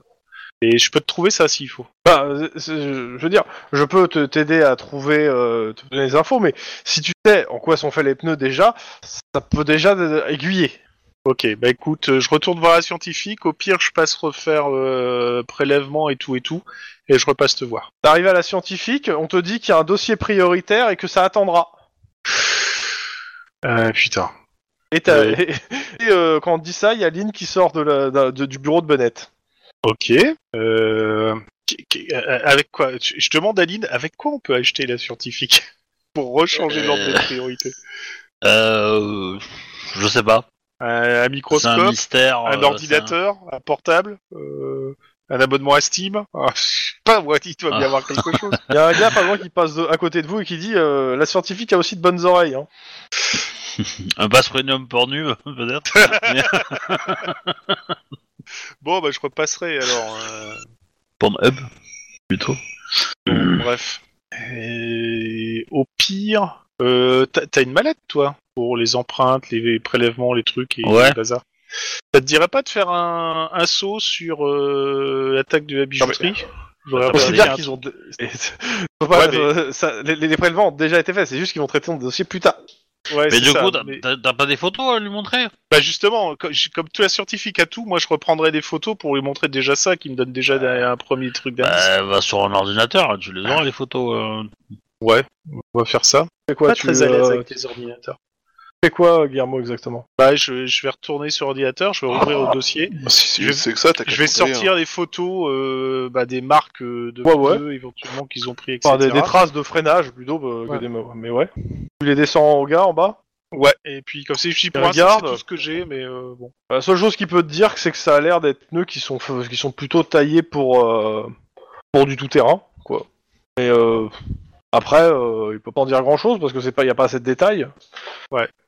[SPEAKER 3] et je peux te trouver ça s'il faut.
[SPEAKER 2] Bah, euh, c'est- je veux dire, je peux te t'aider à trouver euh, te donner les infos, mais si tu sais en quoi sont faits les pneus déjà, ça peut déjà euh, aiguiller.
[SPEAKER 3] Ok, bah écoute, euh, je retourne voir la scientifique. Au pire, je passe refaire euh, prélèvement et tout et tout, et je repasse te voir.
[SPEAKER 2] T'arrives à la scientifique, on te dit qu'il y a un dossier prioritaire et que ça attendra.
[SPEAKER 3] Euh, putain.
[SPEAKER 2] <laughs> Et, t'as-
[SPEAKER 3] Oui.
[SPEAKER 2] et, euh, quand on te dit ça, il y a Lynn qui sort de la- d'un- de- du bureau de Bennett.
[SPEAKER 3] Ok. Euh, qui- qui- euh, avec quoi je, je demande à Lynn, avec quoi on peut acheter la scientifique <laughs> pour rechanger l'ordre des priorités Ah.
[SPEAKER 1] euh, je sais pas.
[SPEAKER 3] un, un
[SPEAKER 1] C'est un
[SPEAKER 3] microscope,
[SPEAKER 1] mystère.
[SPEAKER 3] un,
[SPEAKER 1] euh, c'est
[SPEAKER 3] ordinateur, un... portable, euh, un abonnement à Steam. Ah, je sais pas, moi, il doit bien
[SPEAKER 1] Ah.
[SPEAKER 3] avoir quelque chose.
[SPEAKER 2] Il y a un gars <laughs> par exemple qui passe de- à côté de vous et qui dit euh, la scientifique a aussi de bonnes oreilles. Hein.
[SPEAKER 1] Un passe premium pour nu, <laughs> peut-être.
[SPEAKER 3] Bon, bah je repasserai alors. euh,
[SPEAKER 1] Pornhub, plutôt.
[SPEAKER 3] Bref. Et au pire, euh, t'as t'as une mallette, toi, pour les empreintes, les prélèvements, les trucs et
[SPEAKER 1] Ouais.
[SPEAKER 3] le bazar. Ça te dirait pas de faire un, un saut sur euh, l'attaque de la bijouterie J'aurais
[SPEAKER 1] Attends,
[SPEAKER 2] On
[SPEAKER 1] Bah, les
[SPEAKER 2] sait
[SPEAKER 3] regardé
[SPEAKER 2] bien
[SPEAKER 3] un
[SPEAKER 2] qu'ils
[SPEAKER 3] truc.
[SPEAKER 2] ont. de-
[SPEAKER 3] <laughs>
[SPEAKER 2] Faut pas-
[SPEAKER 3] Ouais, mais-
[SPEAKER 2] euh, ça- les, les prélèvements ont déjà été faits, c'est juste qu'ils vont traiter ton dossier plus tard.
[SPEAKER 3] Ouais,
[SPEAKER 1] Mais
[SPEAKER 3] c'est
[SPEAKER 1] du
[SPEAKER 3] ça,
[SPEAKER 1] coup, t'as
[SPEAKER 3] mais-
[SPEAKER 1] t'as- t'as pas des photos à lui montrer
[SPEAKER 3] Bah justement, co- j- comme tout la scientifique à tout, moi je reprendrai des photos pour lui montrer déjà ça, qui me donne déjà un premier truc d'indice.
[SPEAKER 1] Bah, va sur un ordinateur, tu les auras, les photos. euh.
[SPEAKER 3] Ouais, on va faire ça.
[SPEAKER 2] Fais quoi,
[SPEAKER 3] pas
[SPEAKER 2] tu
[SPEAKER 3] très à l'aise
[SPEAKER 2] euh,
[SPEAKER 3] avec les ordinateurs.
[SPEAKER 2] fais quoi, Guillermo, exactement
[SPEAKER 3] Bah je, je vais retourner sur l'ordinateur,
[SPEAKER 1] Oh.
[SPEAKER 3] je vais ouvrir le dossier.
[SPEAKER 4] Si, si
[SPEAKER 3] Je-
[SPEAKER 4] je sais que ça, t'as qu'à hein.
[SPEAKER 3] Je vais
[SPEAKER 4] demander,
[SPEAKER 3] sortir les photos euh, bah, des marques euh, de
[SPEAKER 2] hein. Ouais, ouais.
[SPEAKER 3] pneus, éventuellement qu'ils ont pris, etc.
[SPEAKER 2] Enfin, des, des traces de freinage plutôt euh, que
[SPEAKER 3] Ouais.
[SPEAKER 2] des mots. Mais ouais. Tu les descends au gars en bas
[SPEAKER 3] Ouais, et puis comme c'est je dis pour
[SPEAKER 2] Et
[SPEAKER 3] l'instant, c'est
[SPEAKER 2] regarde.
[SPEAKER 3] tout ce que j'ai, mais euh, bon.
[SPEAKER 2] La seule chose qu'il peut te dire, c'est que ça a l'air d'être pneus qui sont, f- qui sont plutôt taillés pour, euh, pour du tout-terrain, quoi. Mais euh, Après, euh, il peut pas en dire grand chose parce que c'est pas, y a pas assez de détails.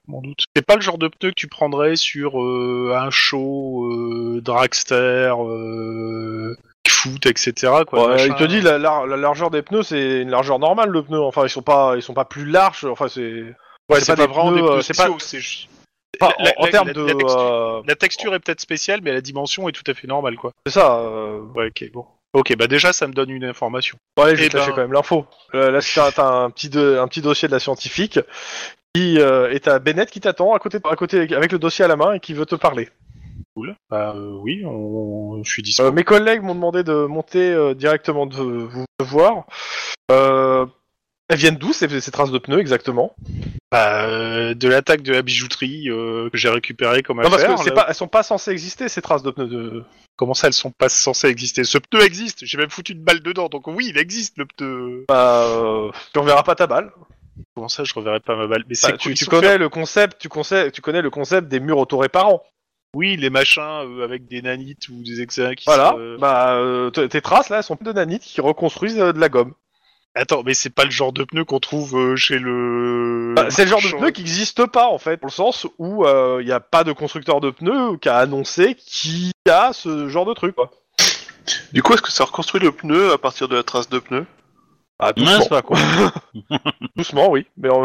[SPEAKER 3] Mon doute. C'est pas le genre de pneu que tu prendrais sur euh, un show euh, dragster, euh, foot, etc. Quoi,
[SPEAKER 2] Ouais,
[SPEAKER 3] machin.
[SPEAKER 2] il te dit la, lar- la largeur des pneus, c'est une largeur normale le pneu. Enfin, ils sont pas, ils sont pas plus larges. Enfin, c'est c'est
[SPEAKER 3] Ouais, c'est
[SPEAKER 2] pas
[SPEAKER 3] pas,
[SPEAKER 2] des
[SPEAKER 3] vraiment
[SPEAKER 2] pneus,
[SPEAKER 3] des
[SPEAKER 2] euh,
[SPEAKER 3] pneus
[SPEAKER 2] c'est pas-
[SPEAKER 3] spéciaux, c'est juste-
[SPEAKER 2] pas-
[SPEAKER 3] La-
[SPEAKER 2] en, en
[SPEAKER 3] la-
[SPEAKER 2] termes
[SPEAKER 3] la-
[SPEAKER 2] de,
[SPEAKER 3] la texture-
[SPEAKER 2] euh,
[SPEAKER 3] La texture est peut-être spéciale, mais la dimension est tout à fait normale, quoi.
[SPEAKER 2] c'est ça. euh,
[SPEAKER 3] Ouais, ok, bon. Ok, bah déjà, ça me donne une information.
[SPEAKER 2] Bon, allez, je vais
[SPEAKER 3] Eh
[SPEAKER 2] te lâcher
[SPEAKER 3] ben.
[SPEAKER 2] quand même l'info. Euh, là, c'est un- t'as un petit, de- un petit dossier de la scientifique qui euh, et t'as Bennett qui t'attend à côté, à côté avec le dossier à la main et qui veut te parler.
[SPEAKER 3] Cool. Bah euh, oui, on... je suis dispo.
[SPEAKER 2] Euh, mes collègues m'ont demandé de monter euh, directement de vous de voir. Euh, elles viennent d'où ces, ces traces de pneus exactement
[SPEAKER 3] Bah, euh, de l'attaque de la bijouterie euh, que j'ai récupérée comme
[SPEAKER 2] Non,
[SPEAKER 3] affaire.
[SPEAKER 2] parce que c'est
[SPEAKER 3] là.
[SPEAKER 2] pas, elles sont pas censées exister ces traces de pneus. De...
[SPEAKER 3] Comment ça, elles sont pas censées exister Ce pneu existe. J'ai même foutu une balle dedans, donc oui, il existe le pneu.
[SPEAKER 2] Bah, euh, tu reverras pas ta balle.
[SPEAKER 3] Comment ça, je reverrai pas ma balle Mais
[SPEAKER 2] Bah,
[SPEAKER 3] c'est cool,
[SPEAKER 2] tu,
[SPEAKER 3] ils
[SPEAKER 2] tu
[SPEAKER 3] sont
[SPEAKER 2] connais
[SPEAKER 3] faits-
[SPEAKER 2] le concept, tu, conseil- tu connais le concept des murs autoréparants.
[SPEAKER 3] Oui, les machins euh, avec des nanites ou des excès qui
[SPEAKER 2] Voilà.
[SPEAKER 3] se, euh,
[SPEAKER 2] Bah, euh, t- tes traces là, elles sont de nanites qui reconstruisent euh, de la gomme.
[SPEAKER 3] Attends, mais c'est pas le genre de pneu qu'on trouve euh, chez le.
[SPEAKER 2] Bah, c'est le genre de
[SPEAKER 3] marchand.
[SPEAKER 2] pneu qui n'existe pas en fait, dans le sens où il n'y a pas de constructeur de pneus qui a annoncé qu'il y a ce genre de truc. Quoi.
[SPEAKER 4] Du coup, est-ce que ça reconstruit le pneu à partir de la trace de pneu
[SPEAKER 2] Ah,
[SPEAKER 1] Mince,
[SPEAKER 2] pas quoi. <laughs> doucement, oui. Mais euh,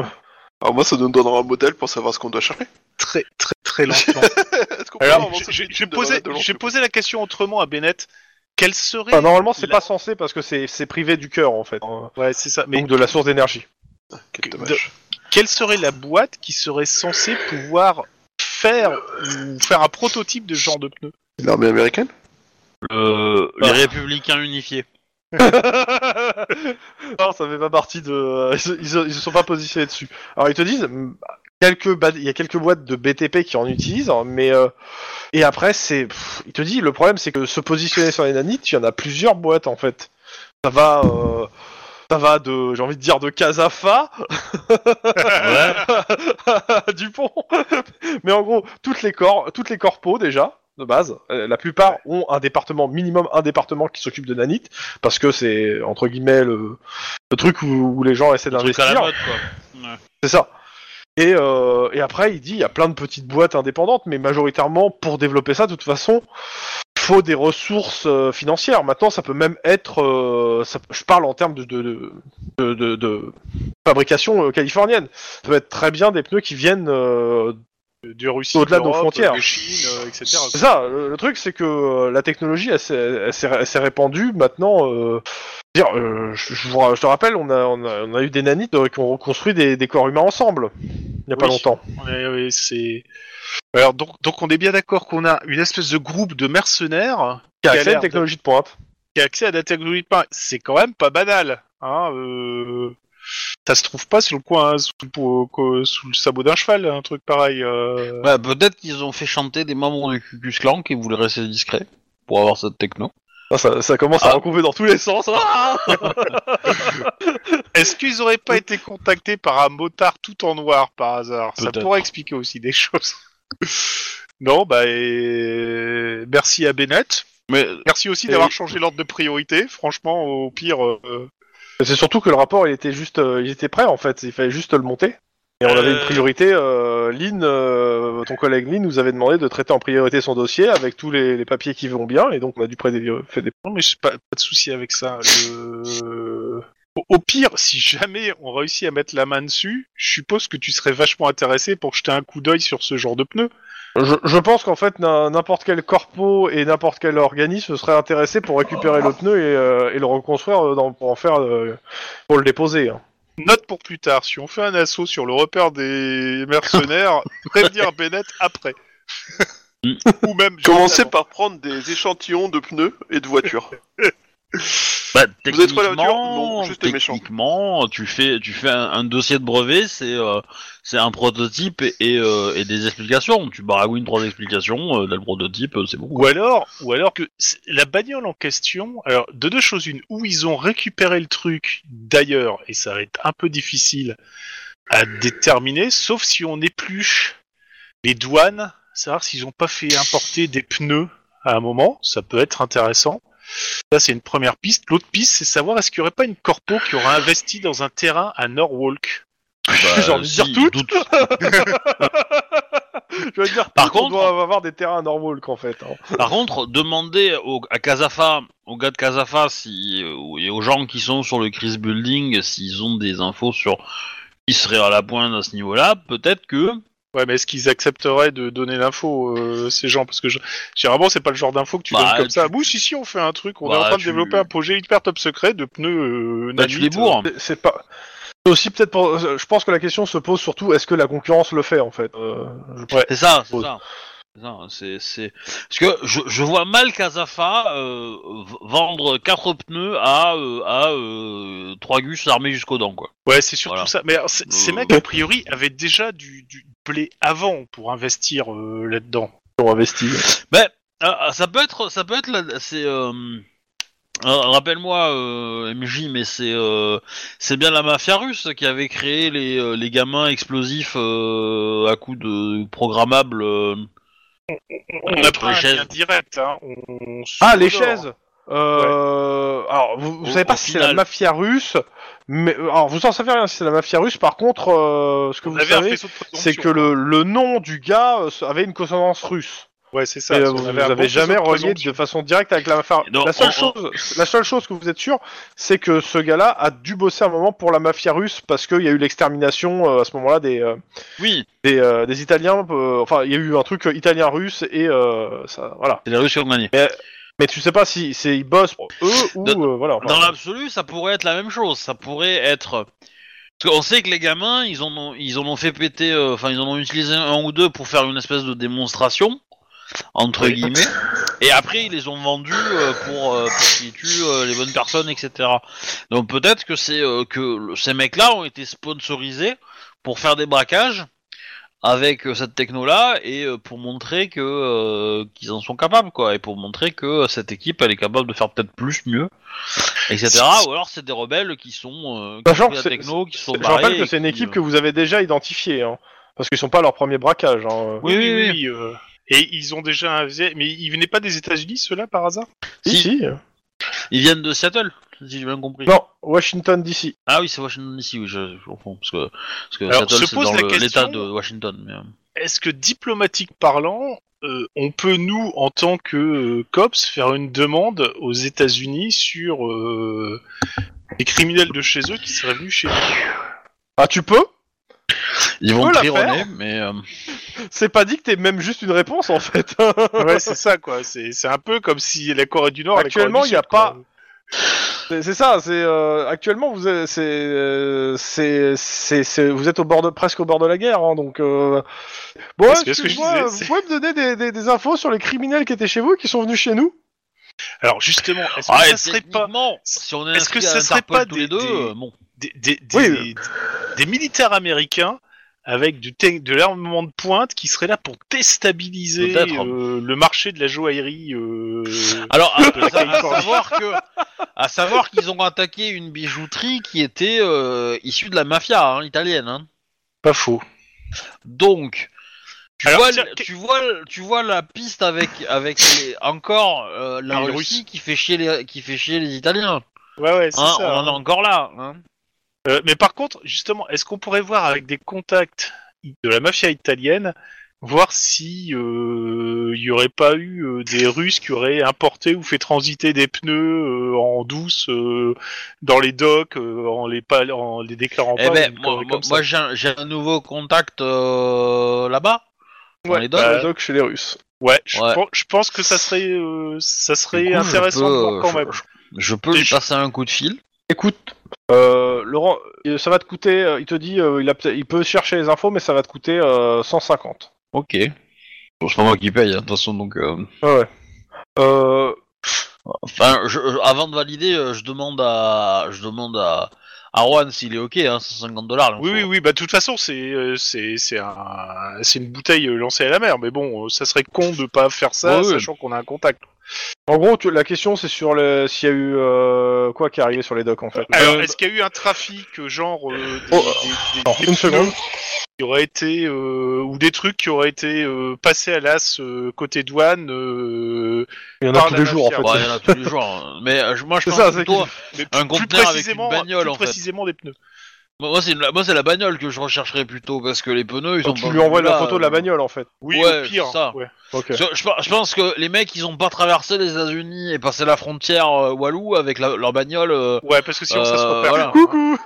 [SPEAKER 4] Alors moi, ça nous donnera un modèle pour savoir ce qu'on doit chercher.
[SPEAKER 3] Très, très, très <laughs> lentement.
[SPEAKER 4] Est-ce qu'on peut
[SPEAKER 3] Alors,
[SPEAKER 4] avancer
[SPEAKER 3] j'ai-
[SPEAKER 4] de-
[SPEAKER 3] j'ai
[SPEAKER 4] de-
[SPEAKER 3] posé,
[SPEAKER 4] de- de-
[SPEAKER 3] j'ai posé la Ah, question autrement à Bennett. Quelle serait.
[SPEAKER 2] enfin, normalement, c'est
[SPEAKER 3] la-
[SPEAKER 2] pas censé parce que c'est c'est privé du cœur en fait, hein,
[SPEAKER 3] Ouais, c'est ça. Mais
[SPEAKER 2] donc de la source d'énergie.
[SPEAKER 4] Quel dommage.
[SPEAKER 3] quelle serait la boîte qui serait censée pouvoir faire ou faire un prototype de ce genre de pneu
[SPEAKER 4] L'armée américaine
[SPEAKER 1] Euh,
[SPEAKER 3] Ah.
[SPEAKER 1] Les Républicains
[SPEAKER 3] <laughs>
[SPEAKER 1] Unifiés.
[SPEAKER 2] <laughs> non, ça fait pas partie de. euh, Ils, se- ils se- ils se sont pas positionnés dessus. Alors ils te disent mm, quelques ba- il y a quelques boîtes de BTP qui en utilisent, hein, mais euh, et après c'est, pff, il te dit le problème c'est que se positionner sur les nanites, il y en a plusieurs boîtes en fait. Ça va. euh, Ça va de, j'ai envie de dire, de Casafa
[SPEAKER 1] Ouais.
[SPEAKER 2] <laughs> à Dupont. Mais en gros, toutes les corps, toutes les corpos déjà de base, euh, la plupart ont un département minimum, un département qui s'occupe de nanites parce que c'est entre guillemets le, le truc où, où les gens essaient
[SPEAKER 1] Le truc à la
[SPEAKER 2] d'investir.
[SPEAKER 1] mode, quoi. Ouais.
[SPEAKER 2] C'est ça. Et, euh, et après, il dit, il y a plein de petites boîtes indépendantes, mais majoritairement, pour développer ça, de toute façon, faut des ressources euh, financières. Maintenant, ça peut même être, euh, ça- je parle en termes de, de, de, de- de- de fabrication euh, californienne. Ça peut être très bien des pneus qui viennent euh,
[SPEAKER 3] Euh, De Russie,
[SPEAKER 2] Au-delà de nos
[SPEAKER 3] l'Europe,
[SPEAKER 2] frontières.
[SPEAKER 3] de Chine, euh, etc.
[SPEAKER 2] C'est ça, le, le truc c'est que euh, la technologie elle, s'est- elle s'est elle s'est répandue maintenant. euh, je veux dire, euh, je, je vous ra- je te rappelle, on a, on, a, on a eu des nanites euh, qui ont reconstruit des, des corps humains ensemble il n'y a pas
[SPEAKER 3] Oui.
[SPEAKER 2] longtemps.
[SPEAKER 3] Ouais, ouais, c'est. Alors donc, donc on est bien d'accord qu'on a une espèce de groupe de mercenaires
[SPEAKER 2] Qui a
[SPEAKER 3] Qui
[SPEAKER 2] accès
[SPEAKER 3] a
[SPEAKER 2] à
[SPEAKER 3] l'air
[SPEAKER 2] une
[SPEAKER 3] de-
[SPEAKER 2] technologie de pointe.
[SPEAKER 3] qui a accès à la technologie de pain. C'est quand même pas banal, hein. euh, Ça se trouve pas sur le coin, hein, sous, le po- co- sous le sabot d'un cheval, un truc pareil. euh.
[SPEAKER 1] Bah, peut-être qu'ils ont fait chanter des membres du Cucus Clan qui voulaient rester discrets pour avoir cette techno.
[SPEAKER 2] Ah, ça, ça commence à
[SPEAKER 1] Ah.
[SPEAKER 2] recouper dans tous les sens. Ah
[SPEAKER 3] Est-ce qu'ils auraient pas été contactés par un motard tout en noir par hasard Ça
[SPEAKER 1] Peut-être.
[SPEAKER 3] pourrait expliquer aussi des choses. non, bah et... merci à Bennett.
[SPEAKER 1] Mais
[SPEAKER 3] Merci aussi
[SPEAKER 2] Et-
[SPEAKER 3] d'avoir changé l'ordre de priorité. Franchement, au pire, euh,
[SPEAKER 2] c'est surtout que le rapport il était juste, euh, il était prêt en fait, il fallait juste le monter. Et on avait une
[SPEAKER 3] Euh.
[SPEAKER 2] priorité. euh, Lynn, euh, ton collègue Lynn nous avait demandé de traiter en priorité son dossier avec tous les, les papiers qui vont bien, et donc on a dû pré- faire des
[SPEAKER 3] Non, mais je pas, pas de souci avec ça. Le- Au, au pire, si jamais on réussit à mettre la main dessus, je suppose que tu serais vachement intéressé pour jeter un coup d'œil sur ce genre de pneu.
[SPEAKER 2] Je, je pense qu'en fait, n'im- n'importe quel corpo et n'importe quel organisme serait intéressé pour récupérer le pneu et, euh, et le reconstruire euh, dans- pour en faire, euh, pour le déposer. hein.
[SPEAKER 3] Note pour plus tard, si on fait un assaut sur le repère des mercenaires, prévenir Bennett après. Ou même. juste
[SPEAKER 4] Commencez
[SPEAKER 3] avant.
[SPEAKER 4] par prendre des échantillons de pneus et de voitures.
[SPEAKER 1] bah,
[SPEAKER 4] Vous êtes trop la
[SPEAKER 1] techniquement,
[SPEAKER 4] voiture Non, juste les méchants.
[SPEAKER 1] techniquement, tu fais, tu fais un, un dossier de brevet, c'est, euh, c'est un prototype et, et, euh, et des explications. Tu baragouines trois explications, euh, t'as le prototype, euh, c'est bon.
[SPEAKER 4] <laughs>
[SPEAKER 3] Ou alors, ou alors que c'est- la bagnole en question, alors de deux choses une, ou ils ont récupéré le truc d'ailleurs, et ça va être un peu difficile à déterminer, sauf si on épluche les douanes, savoir s'ils n'ont pas fait importer des pneus à un moment, ça peut être intéressant. Ça, c'est une première piste. L'autre piste, c'est savoir est-ce qu'il n'y aurait pas une corpo qui aura investi dans un terrain à Norwalk
[SPEAKER 2] J'ai envie de dire
[SPEAKER 1] Bah,
[SPEAKER 2] tout.
[SPEAKER 1] doute.
[SPEAKER 2] Je veux dire,
[SPEAKER 1] Par
[SPEAKER 2] par contre, on
[SPEAKER 1] contre-
[SPEAKER 2] doit avoir des terrains à Norwalk en fait. hein.
[SPEAKER 1] Par contre, demander au, à Casafa, aux gars de Casafa si, euh, et aux gens qui sont sur le Chris Building s'ils ont des infos sur qui serait à la pointe à ce niveau-là, peut-être que. bah,
[SPEAKER 3] Ouais, mais est-ce qu'ils accepteraient de donner l'info, euh, ces gens Parce que je- généralement, c'est pas le genre d'info que tu
[SPEAKER 1] Bah,
[SPEAKER 3] donnes comme
[SPEAKER 1] tu-
[SPEAKER 3] ça. Bouh, si, si, on fait un truc, on est
[SPEAKER 1] Bah,
[SPEAKER 3] en train de
[SPEAKER 1] tu-
[SPEAKER 3] développer un projet hyper top secret de pneus euh,
[SPEAKER 1] Bah, tu les
[SPEAKER 3] nanoïdes.
[SPEAKER 1] bourres.
[SPEAKER 2] C'est- C'est pas. c'est aussi peut-être pour- Je pense que la question se pose surtout est-ce que la concurrence le fait en fait. Euh, je-
[SPEAKER 1] C'est ça, c'est
[SPEAKER 2] Pause.
[SPEAKER 1] ça. C'est ça, c'est- c'est- Parce que je, je vois mal Casafa euh, v- vendre quatre pneus à, euh, à euh, trois gus armés jusqu'aux dents, quoi.
[SPEAKER 3] Ouais, c'est surtout
[SPEAKER 1] Voilà.
[SPEAKER 3] ça. Mais alors, c'est- ces
[SPEAKER 1] Euh.
[SPEAKER 3] mecs, a priori, avaient déjà du, du blé avant pour investir euh, là-dedans.
[SPEAKER 2] on investit.
[SPEAKER 1] Ah, ah, ça peut être, ça peut être, la- c'est. euh, euh, Rappelle-moi, euh, MJ, mais c'est euh, c'est bien la mafia russe qui avait créé les, euh, les gamins explosifs euh, à coups de programmables. euh.
[SPEAKER 3] On
[SPEAKER 1] Euh,
[SPEAKER 3] apprend un
[SPEAKER 1] les chaises.
[SPEAKER 3] lien direct. Hein. On- on se
[SPEAKER 2] Ah, les
[SPEAKER 3] honore.
[SPEAKER 2] chaises Euh, Alors, vous, vous
[SPEAKER 1] Au-
[SPEAKER 2] savez pas
[SPEAKER 1] au
[SPEAKER 2] si c'est
[SPEAKER 1] final.
[SPEAKER 2] la mafia russe, mais euh, alors vous en savez rien si c'est la mafia russe. Par contre, euh, ce que
[SPEAKER 3] On
[SPEAKER 2] vous
[SPEAKER 3] avait un
[SPEAKER 2] savez,
[SPEAKER 3] faisceau de présomption.
[SPEAKER 2] c'est que le, le nom du gars euh, avait une consonance russe.
[SPEAKER 3] Ouais, c'est ça.
[SPEAKER 2] Et, euh,
[SPEAKER 3] On
[SPEAKER 2] vous
[SPEAKER 3] avait un bon
[SPEAKER 2] n'avez jamais
[SPEAKER 3] faisceau de
[SPEAKER 2] relié
[SPEAKER 3] présomption.
[SPEAKER 2] de façon directe avec la mafia.
[SPEAKER 1] Et donc,
[SPEAKER 2] la, seule
[SPEAKER 1] on- on-
[SPEAKER 2] chose,
[SPEAKER 3] <laughs>
[SPEAKER 2] la seule chose que vous êtes sûr, c'est que ce gars-là a dû bosser un moment pour la mafia russe parce qu'il y a eu l'extermination euh, à ce moment-là des, euh,
[SPEAKER 1] Oui,
[SPEAKER 2] des, euh, des Italiens. euh, enfin, il y a eu un truc euh, italien-russe et euh, ça, voilà.
[SPEAKER 1] c'est les Russes qui ont gagné.
[SPEAKER 2] Mais tu sais pas si c'est ils bossent pour eux ou
[SPEAKER 1] Dans-
[SPEAKER 2] euh, voilà. enfin,
[SPEAKER 1] Dans l'absolu, ça pourrait être la même chose. Ça pourrait être. Parce qu'on sait que les gamins, ils en ont, ils en ont fait péter, euh, enfin, ils en ont utilisé un ou deux pour faire une espèce de démonstration, entre guillemets, et après, ils les ont vendus euh, pour, euh, pour qu'ils tuent euh, les bonnes personnes, etc. Donc peut-être que, c'est euh, que le- ces mecs-là ont été sponsorisés pour faire des braquages avec euh, cette techno-là et euh, pour montrer que euh, qu'ils en sont capables, quoi, et pour montrer que euh, cette équipe, elle est capable de faire peut-être plus, mieux, etc. Ou alors, c'est des rebelles qui sont. euh, qui ont
[SPEAKER 2] Sachant que
[SPEAKER 1] pris la
[SPEAKER 2] c'est-
[SPEAKER 1] techno, qui sont
[SPEAKER 2] Je
[SPEAKER 1] barrés
[SPEAKER 2] rappelle que
[SPEAKER 1] et
[SPEAKER 2] c'est une
[SPEAKER 1] qui,
[SPEAKER 2] équipe
[SPEAKER 1] euh,
[SPEAKER 2] que vous avez déjà identifiée, hein, parce qu'ils sont pas leur premier braquage. hein.
[SPEAKER 1] Oui, oui, oui.
[SPEAKER 3] euh, Et ils ont déjà investi. Mais ils venaient pas des États-Unis, ceux-là, par hasard
[SPEAKER 1] Si.
[SPEAKER 2] Ici Bah.
[SPEAKER 1] Ils viennent de Seattle, si j'ai bien compris.
[SPEAKER 2] Non, Washington DC.
[SPEAKER 1] Ah oui, c'est Washington DC, oui, je, je comprends. Parce que, parce que
[SPEAKER 3] Alors,
[SPEAKER 1] Seattle,
[SPEAKER 3] se
[SPEAKER 1] c'est
[SPEAKER 3] pose
[SPEAKER 1] dans
[SPEAKER 3] la
[SPEAKER 1] le-
[SPEAKER 3] question-
[SPEAKER 1] l'état de Washington. Mais... euh,
[SPEAKER 3] Est-ce que diplomatique parlant, euh, on peut nous, en tant que euh, cops, faire une demande aux États-Unis sur euh, les criminels de chez eux qui seraient venus chez nous
[SPEAKER 2] Ah, tu peux
[SPEAKER 1] Ils
[SPEAKER 2] peux
[SPEAKER 1] vont
[SPEAKER 2] la
[SPEAKER 1] trironner,
[SPEAKER 2] faire.
[SPEAKER 1] mais. euh,
[SPEAKER 2] C'est pas dit que t'es même juste une réponse en fait. <laughs>
[SPEAKER 3] Ouais, c'est ça, quoi. C'est c'est un peu comme si la Corée du Nord. et la Corée
[SPEAKER 2] Actuellement,
[SPEAKER 3] du
[SPEAKER 2] il y a
[SPEAKER 3] Sud, quoi.
[SPEAKER 2] C'est c'est ça, c'est euh, actuellement vous êtes, c'est, euh, c'est, c'est, c'est- vous êtes au bord de, presque au bord de la guerre, hein, donc euh... bon,
[SPEAKER 3] Parce que ce que je
[SPEAKER 2] excuse-moi,
[SPEAKER 3] disais,
[SPEAKER 2] vous
[SPEAKER 3] c'est-
[SPEAKER 2] pouvez me donner des, des, des infos sur les criminels qui étaient chez vous, qui sont venus chez nous
[SPEAKER 3] Alors, justement, est-ce que
[SPEAKER 1] ah,
[SPEAKER 3] ça
[SPEAKER 1] et
[SPEAKER 3] serait pas
[SPEAKER 1] techniquement, Si on est
[SPEAKER 3] est-ce que
[SPEAKER 1] inscrit à
[SPEAKER 3] ce serait
[SPEAKER 1] Interpol
[SPEAKER 3] pas
[SPEAKER 1] tous
[SPEAKER 3] des-
[SPEAKER 1] les deux,
[SPEAKER 3] des-
[SPEAKER 1] euh,
[SPEAKER 3] <laughs>
[SPEAKER 1] bon.
[SPEAKER 3] des, des, des,
[SPEAKER 2] Oui.
[SPEAKER 3] des- des militaires américains avec du te- de l'armement de pointe qui seraient là pour déstabiliser
[SPEAKER 1] Peut-être.
[SPEAKER 3] euh, le marché de la joaillerie. euh,
[SPEAKER 1] <laughs> Alors, à, à- à
[SPEAKER 3] Californie.
[SPEAKER 1] savoir que. À savoir qu'ils ont attaqué une bijouterie qui était euh, issue de la mafia hein, italienne. hein.
[SPEAKER 3] Pas faux.
[SPEAKER 1] Donc, tu,
[SPEAKER 3] Alors,
[SPEAKER 1] vois,
[SPEAKER 3] tiens,
[SPEAKER 1] le- tu, vois, le- tu vois la piste avec, avec les- encore euh, la
[SPEAKER 3] Les Russes.
[SPEAKER 1] Russie qui fait, chier les, qui fait chier les Italiens.
[SPEAKER 3] Ouais, ouais, c'est
[SPEAKER 1] hein,
[SPEAKER 3] ça.
[SPEAKER 1] on en est encore là. hein.
[SPEAKER 3] Euh, mais par contre, justement, est-ce qu'on pourrait voir avec des contacts de la mafia italienne, voir si euh, il y aurait pas eu euh, des Russes qui auraient importé ou fait transiter des pneus euh, en douce euh, dans les docks, euh, en les pas, en les déclarant
[SPEAKER 1] Eh
[SPEAKER 3] pas.
[SPEAKER 1] ben,
[SPEAKER 3] ou une
[SPEAKER 1] moi,
[SPEAKER 3] connerie
[SPEAKER 1] moi-
[SPEAKER 3] comme ça.
[SPEAKER 1] moi, j'ai un, j'ai un nouveau contact euh, là-bas. Dans les docks.
[SPEAKER 3] bah,
[SPEAKER 2] Les docks chez les Russes.
[SPEAKER 3] Ouais, je,
[SPEAKER 1] Ouais.
[SPEAKER 3] pen- je pense que ça serait, euh, ça serait
[SPEAKER 1] Du coup, je
[SPEAKER 3] intéressant
[SPEAKER 1] peux, euh,
[SPEAKER 3] de voir quand
[SPEAKER 1] je-
[SPEAKER 3] même.
[SPEAKER 1] Je peux lui
[SPEAKER 3] je-
[SPEAKER 1] passer un coup de fil.
[SPEAKER 2] Écoute, euh, Laurent, euh, ça va te coûter, euh, il te dit, euh, il, a peut- il peut chercher les infos, mais ça va te coûter euh, 150.
[SPEAKER 1] Ok. Bon, c'est pas moi qui paye, hein, de toute façon, donc... euh,
[SPEAKER 2] Ouais. Euh,
[SPEAKER 1] Enfin, je- je- avant de valider, euh, je demande à... Je demande à... à Juan s'il est ok, hein, 150 dollars.
[SPEAKER 3] Oui, oui, oui. Bah, de toute façon, c'est, euh, c'est, c'est un, c'est une bouteille euh, lancée à la mer. Mais bon, euh, ça serait con de pas faire ça,
[SPEAKER 1] Ouais, ouais.
[SPEAKER 3] sachant qu'on a un contact.
[SPEAKER 2] En gros, tu- la question c'est sur le s'il y a eu euh, quoi qui est arrivé sur les docks en fait.
[SPEAKER 3] Alors,
[SPEAKER 2] Euh,
[SPEAKER 3] est-ce qu'il y a eu un trafic, euh, genre, euh, des,
[SPEAKER 2] Oh,
[SPEAKER 3] des- des-
[SPEAKER 2] alors,
[SPEAKER 3] des
[SPEAKER 2] une
[SPEAKER 3] pneus
[SPEAKER 2] seconde.
[SPEAKER 3] qui auraient été, euh, ou des trucs qui auraient été euh, passés à l'as euh, côté douane euh,
[SPEAKER 2] Il y en a
[SPEAKER 3] par
[SPEAKER 2] tous
[SPEAKER 3] la
[SPEAKER 2] les jours en fait.
[SPEAKER 3] mafia.
[SPEAKER 1] Ouais, il y en a tous les jours.
[SPEAKER 2] <laughs>
[SPEAKER 1] hein. Mais euh, je- moi, je
[SPEAKER 2] C'est
[SPEAKER 1] pense
[SPEAKER 2] ça, c'est
[SPEAKER 1] plutôt...
[SPEAKER 3] mais
[SPEAKER 1] Un
[SPEAKER 3] plus
[SPEAKER 1] conteneur avec une
[SPEAKER 3] précisément,
[SPEAKER 1] bagnole,
[SPEAKER 3] plus
[SPEAKER 1] en fait.
[SPEAKER 3] précisément des pneus.
[SPEAKER 1] Moi, moi, c'est la... moi, c'est la bagnole que je rechercherais plutôt, parce que les pneus, ils sont
[SPEAKER 2] Donc,
[SPEAKER 1] pas
[SPEAKER 2] tu lui envoies
[SPEAKER 1] venus
[SPEAKER 2] la
[SPEAKER 1] là,
[SPEAKER 2] photo de la
[SPEAKER 1] euh.
[SPEAKER 2] bagnole en fait.
[SPEAKER 3] Oui,
[SPEAKER 1] Ouais,
[SPEAKER 3] au pire.
[SPEAKER 1] c'est ça.
[SPEAKER 3] ouais.
[SPEAKER 2] Ok.
[SPEAKER 1] Je, je pe- je pense que les mecs, ils ont pas traversé les États-Unis et passé la frontière euh, Walou avec la- leur bagnole.
[SPEAKER 2] <laughs>
[SPEAKER 1] euh,
[SPEAKER 3] Ouais, parce que sinon ça se
[SPEAKER 1] Euh,
[SPEAKER 3] repère.
[SPEAKER 1] voilà.
[SPEAKER 2] Coucou.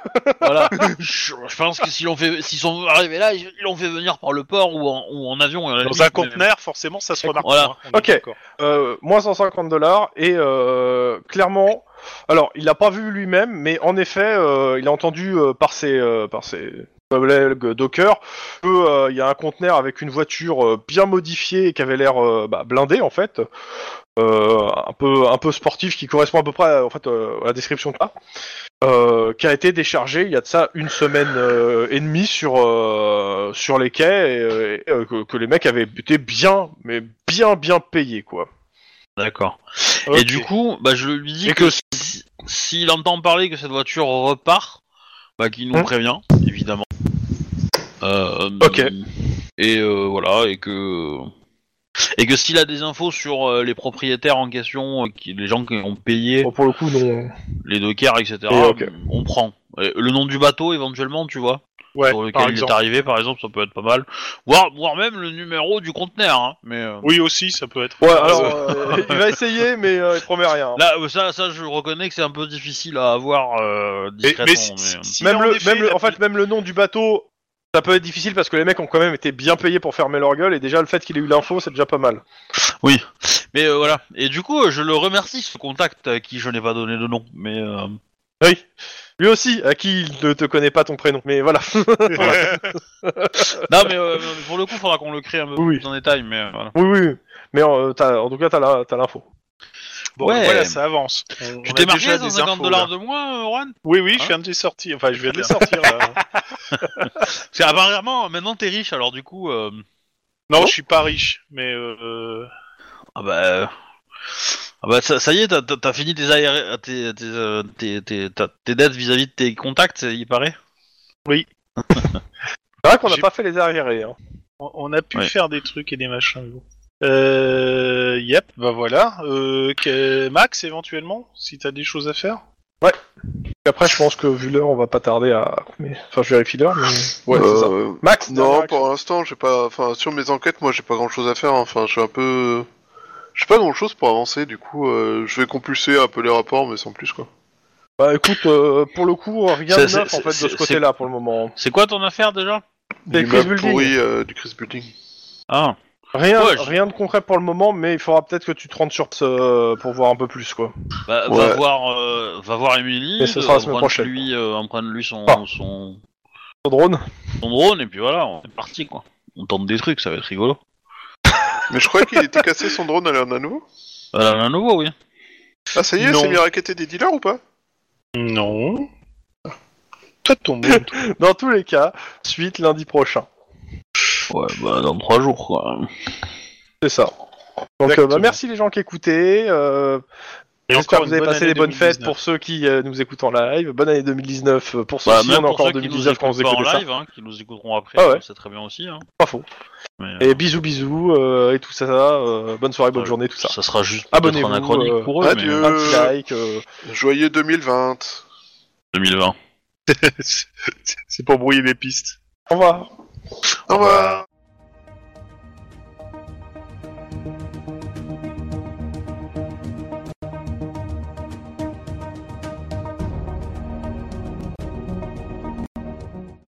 [SPEAKER 1] voilà. je, je pense que s'ils l'ont fait, s'ils sont arrivés là, ils ils l'ont fait venir par le port ou en, ou en avion. à la
[SPEAKER 3] Dans
[SPEAKER 1] limite,
[SPEAKER 3] un
[SPEAKER 1] mais-
[SPEAKER 3] conteneur, forcément, ça se remarque.
[SPEAKER 1] Voilà.
[SPEAKER 3] moins, on est
[SPEAKER 2] Ok.
[SPEAKER 3] d'accord.
[SPEAKER 2] Euh, moins 150 dollars et euh, clairement, alors il l'a pas vu lui-même, mais en effet, euh, il a entendu euh, par ses euh, par ses collègues dockers que euh, il y a un conteneur avec une voiture euh, bien modifiée et qui avait l'air euh, bah, blindée en fait, euh, un peu un peu sportif qui correspond à peu près en fait euh, à la description de ça, euh, qui a été déchargé il y a de ça une semaine euh, et demie sur euh, sur les quais et, euh, et, euh, que, que les mecs avaient été bien mais bien bien payés quoi.
[SPEAKER 1] D'accord. Et
[SPEAKER 3] Ok.
[SPEAKER 1] du coup, bah, je lui dis
[SPEAKER 2] Et
[SPEAKER 1] que
[SPEAKER 2] que-
[SPEAKER 1] si- s'il entend parler que cette voiture repart, bah, qu'il nous
[SPEAKER 2] Hmm.
[SPEAKER 1] prévient, évidemment. Euh,
[SPEAKER 2] Ok.
[SPEAKER 1] Et euh, voilà, et que et que s'il a des infos sur euh, les propriétaires en question, euh, qui, les gens qui ont payé,
[SPEAKER 2] Bon, pour le coup, non.
[SPEAKER 1] les dockers, etc.,
[SPEAKER 2] Oh. Et, ok.
[SPEAKER 1] on prend. Et le nom du bateau, éventuellement, tu vois,
[SPEAKER 3] Ouais,
[SPEAKER 1] sur lequel
[SPEAKER 3] par
[SPEAKER 1] il est
[SPEAKER 3] exemple.
[SPEAKER 1] arrivé, par exemple, ça peut être pas mal. Voire, voire même le numéro du conteneur. hein, mais euh,
[SPEAKER 3] Oui, aussi, ça peut être.
[SPEAKER 2] Ouais, alors, euh, il va essayer, mais euh, il promet rien.
[SPEAKER 1] là, euh, ça, ça, je reconnais que c'est un peu difficile à avoir euh,
[SPEAKER 3] Mais,
[SPEAKER 1] discrètement.
[SPEAKER 3] mais si-
[SPEAKER 1] mais, euh,
[SPEAKER 3] si- si
[SPEAKER 2] même
[SPEAKER 3] en
[SPEAKER 2] le,
[SPEAKER 3] effet,
[SPEAKER 2] même le-
[SPEAKER 3] la-
[SPEAKER 2] en fait, même le nom du bateau, ça peut être difficile parce que les mecs ont quand même été bien payés pour fermer leur gueule, et déjà le fait qu'il ait eu l'info, c'est déjà pas mal.
[SPEAKER 1] Mais euh, voilà. Et du coup, euh, je le remercie, ce contact à qui je n'ai pas donné de nom. Mais
[SPEAKER 3] <laughs>
[SPEAKER 1] euh,
[SPEAKER 2] Oui. Lui aussi, à qui il ne te connaît pas ton prénom. Mais voilà.
[SPEAKER 1] non, mais euh, pour le coup, faudra qu'on le crée un peu
[SPEAKER 2] Oui.
[SPEAKER 1] plus en détail. Mais euh, voilà.
[SPEAKER 2] oui, oui. Mais en, t'as- en tout cas, t'as la- t'as l'info.
[SPEAKER 3] Bon,
[SPEAKER 1] Ouais.
[SPEAKER 3] voilà, ça avance. On-
[SPEAKER 1] Tu
[SPEAKER 3] on
[SPEAKER 1] t'es
[SPEAKER 3] a
[SPEAKER 1] marqué
[SPEAKER 3] déjà des
[SPEAKER 1] 150
[SPEAKER 3] infos,
[SPEAKER 1] dollars
[SPEAKER 3] là.
[SPEAKER 1] de moins, euh, Juan
[SPEAKER 3] Oui, oui,
[SPEAKER 1] Hein
[SPEAKER 3] je viens de les sortir. Enfin, je viens
[SPEAKER 1] <laughs>
[SPEAKER 3] de les sortir. là.
[SPEAKER 1] Parce qu'apparemment, maintenant t'es riche, alors du coup. euh,
[SPEAKER 3] Non, je suis pas riche, mais euh,
[SPEAKER 1] Ah bah. euh, Ah bah ça, ça y est, t'as- t'as t'as fini tes, AR tes, tes, euh, tes, tes, t'as- tes dettes vis-à-vis de tes contacts, il paraît
[SPEAKER 2] C'est vrai qu'on n'a
[SPEAKER 3] J'ai-
[SPEAKER 2] pas fait les arriérés. Hein.
[SPEAKER 3] on, on a pu
[SPEAKER 1] Ouais.
[SPEAKER 3] faire des trucs et des machins. mais bon. Euh, yep, bah voilà. Euh, que- Max, éventuellement, si t'as des choses à faire.
[SPEAKER 2] Et Après, je pense que vu l'heure, on va pas tarder à. mais- Enfin, je vérifie l'heure, mais. Ouais, c'est ça.
[SPEAKER 4] Euh,
[SPEAKER 2] Max dernière
[SPEAKER 4] Non,
[SPEAKER 2] action.
[SPEAKER 4] pour l'instant, j'ai pas. Enfin, sur mes enquêtes, moi, j'ai pas grand chose à faire. hein. Enfin, je suis un peu. J'ai pas grand chose pour avancer, du coup, euh, je vais compulser un peu les rapports, mais sans plus, quoi.
[SPEAKER 2] Bah écoute, euh, pour le coup, rien
[SPEAKER 1] C'est-
[SPEAKER 2] de neuf
[SPEAKER 1] c'est-
[SPEAKER 2] en fait de
[SPEAKER 1] c'est-
[SPEAKER 2] ce côté-là pour le moment.
[SPEAKER 1] C'est quoi ton affaire déjà
[SPEAKER 2] Des
[SPEAKER 4] Du meuble
[SPEAKER 2] Chris Building.
[SPEAKER 4] pourri euh, du Chris Building.
[SPEAKER 1] Ah,
[SPEAKER 2] Rien,
[SPEAKER 1] Ouais, je-
[SPEAKER 2] rien de concret pour le moment, mais il faudra peut-être que tu te rendes sur ce- euh, pour voir un peu plus quoi.
[SPEAKER 1] bah, va
[SPEAKER 4] Ouais.
[SPEAKER 1] voir, euh, va voir Emily.
[SPEAKER 2] Mais ce sera la semaine prochaine.
[SPEAKER 1] Lui, euh, lui son,
[SPEAKER 2] Ah.
[SPEAKER 1] son,
[SPEAKER 2] Ton drone
[SPEAKER 1] son drone et puis voilà, on est parti quoi. On tente des trucs, ça va être rigolo.
[SPEAKER 4] Mais je croyais qu'il était cassé son drone, elle en a un nouveau.
[SPEAKER 1] Voilà, un Bah, nouveau, oui.
[SPEAKER 4] Ah, ça y est, elle
[SPEAKER 3] Non.
[SPEAKER 4] s'est mis à raqueter des dealers ou pas
[SPEAKER 3] Non. Toi, ton monde.
[SPEAKER 2] <laughs> Dans tous les cas, suite lundi prochain.
[SPEAKER 1] Ouais, bah dans trois jours quoi.
[SPEAKER 2] C'est ça. Donc euh,
[SPEAKER 3] Exactement.
[SPEAKER 2] bah, merci les gens qui écoutaient. euh,
[SPEAKER 3] Et
[SPEAKER 2] J'espère que
[SPEAKER 3] encore
[SPEAKER 2] vous avez
[SPEAKER 3] une bonne
[SPEAKER 2] passé
[SPEAKER 3] année
[SPEAKER 2] des bonnes fêtes
[SPEAKER 3] 2019.
[SPEAKER 2] pour ceux qui euh, nous écoutent en live. Bonne année 2019 euh, pour ceux
[SPEAKER 1] Bah,
[SPEAKER 2] qui
[SPEAKER 1] même
[SPEAKER 2] on est
[SPEAKER 1] pour
[SPEAKER 2] encore en
[SPEAKER 1] ceux qui nous
[SPEAKER 2] 2019 quand vous
[SPEAKER 1] écoutent pas
[SPEAKER 2] écoutez
[SPEAKER 1] en
[SPEAKER 2] ça.
[SPEAKER 1] live, hein, qui nous écouteront après,
[SPEAKER 2] Ah ouais.
[SPEAKER 1] c'est très bien aussi. Hein.
[SPEAKER 2] Pas faux.
[SPEAKER 1] Mais, euh,
[SPEAKER 2] Et bisous bisous euh, et tout ça. euh, bonne soirée, bonne
[SPEAKER 1] Ouais.
[SPEAKER 2] journée, tout ça.
[SPEAKER 1] ça sera juste peut-être
[SPEAKER 2] Abonnez-vous,
[SPEAKER 1] anachronique
[SPEAKER 2] euh,
[SPEAKER 1] pour eux. mais,
[SPEAKER 4] adieu.
[SPEAKER 1] euh,
[SPEAKER 2] Un petit like. euh,
[SPEAKER 4] Joyeux 2020.
[SPEAKER 1] 2020.
[SPEAKER 3] C'est pour brouiller les pistes.
[SPEAKER 2] au revoir. Ah bah,
[SPEAKER 4] Au revoir.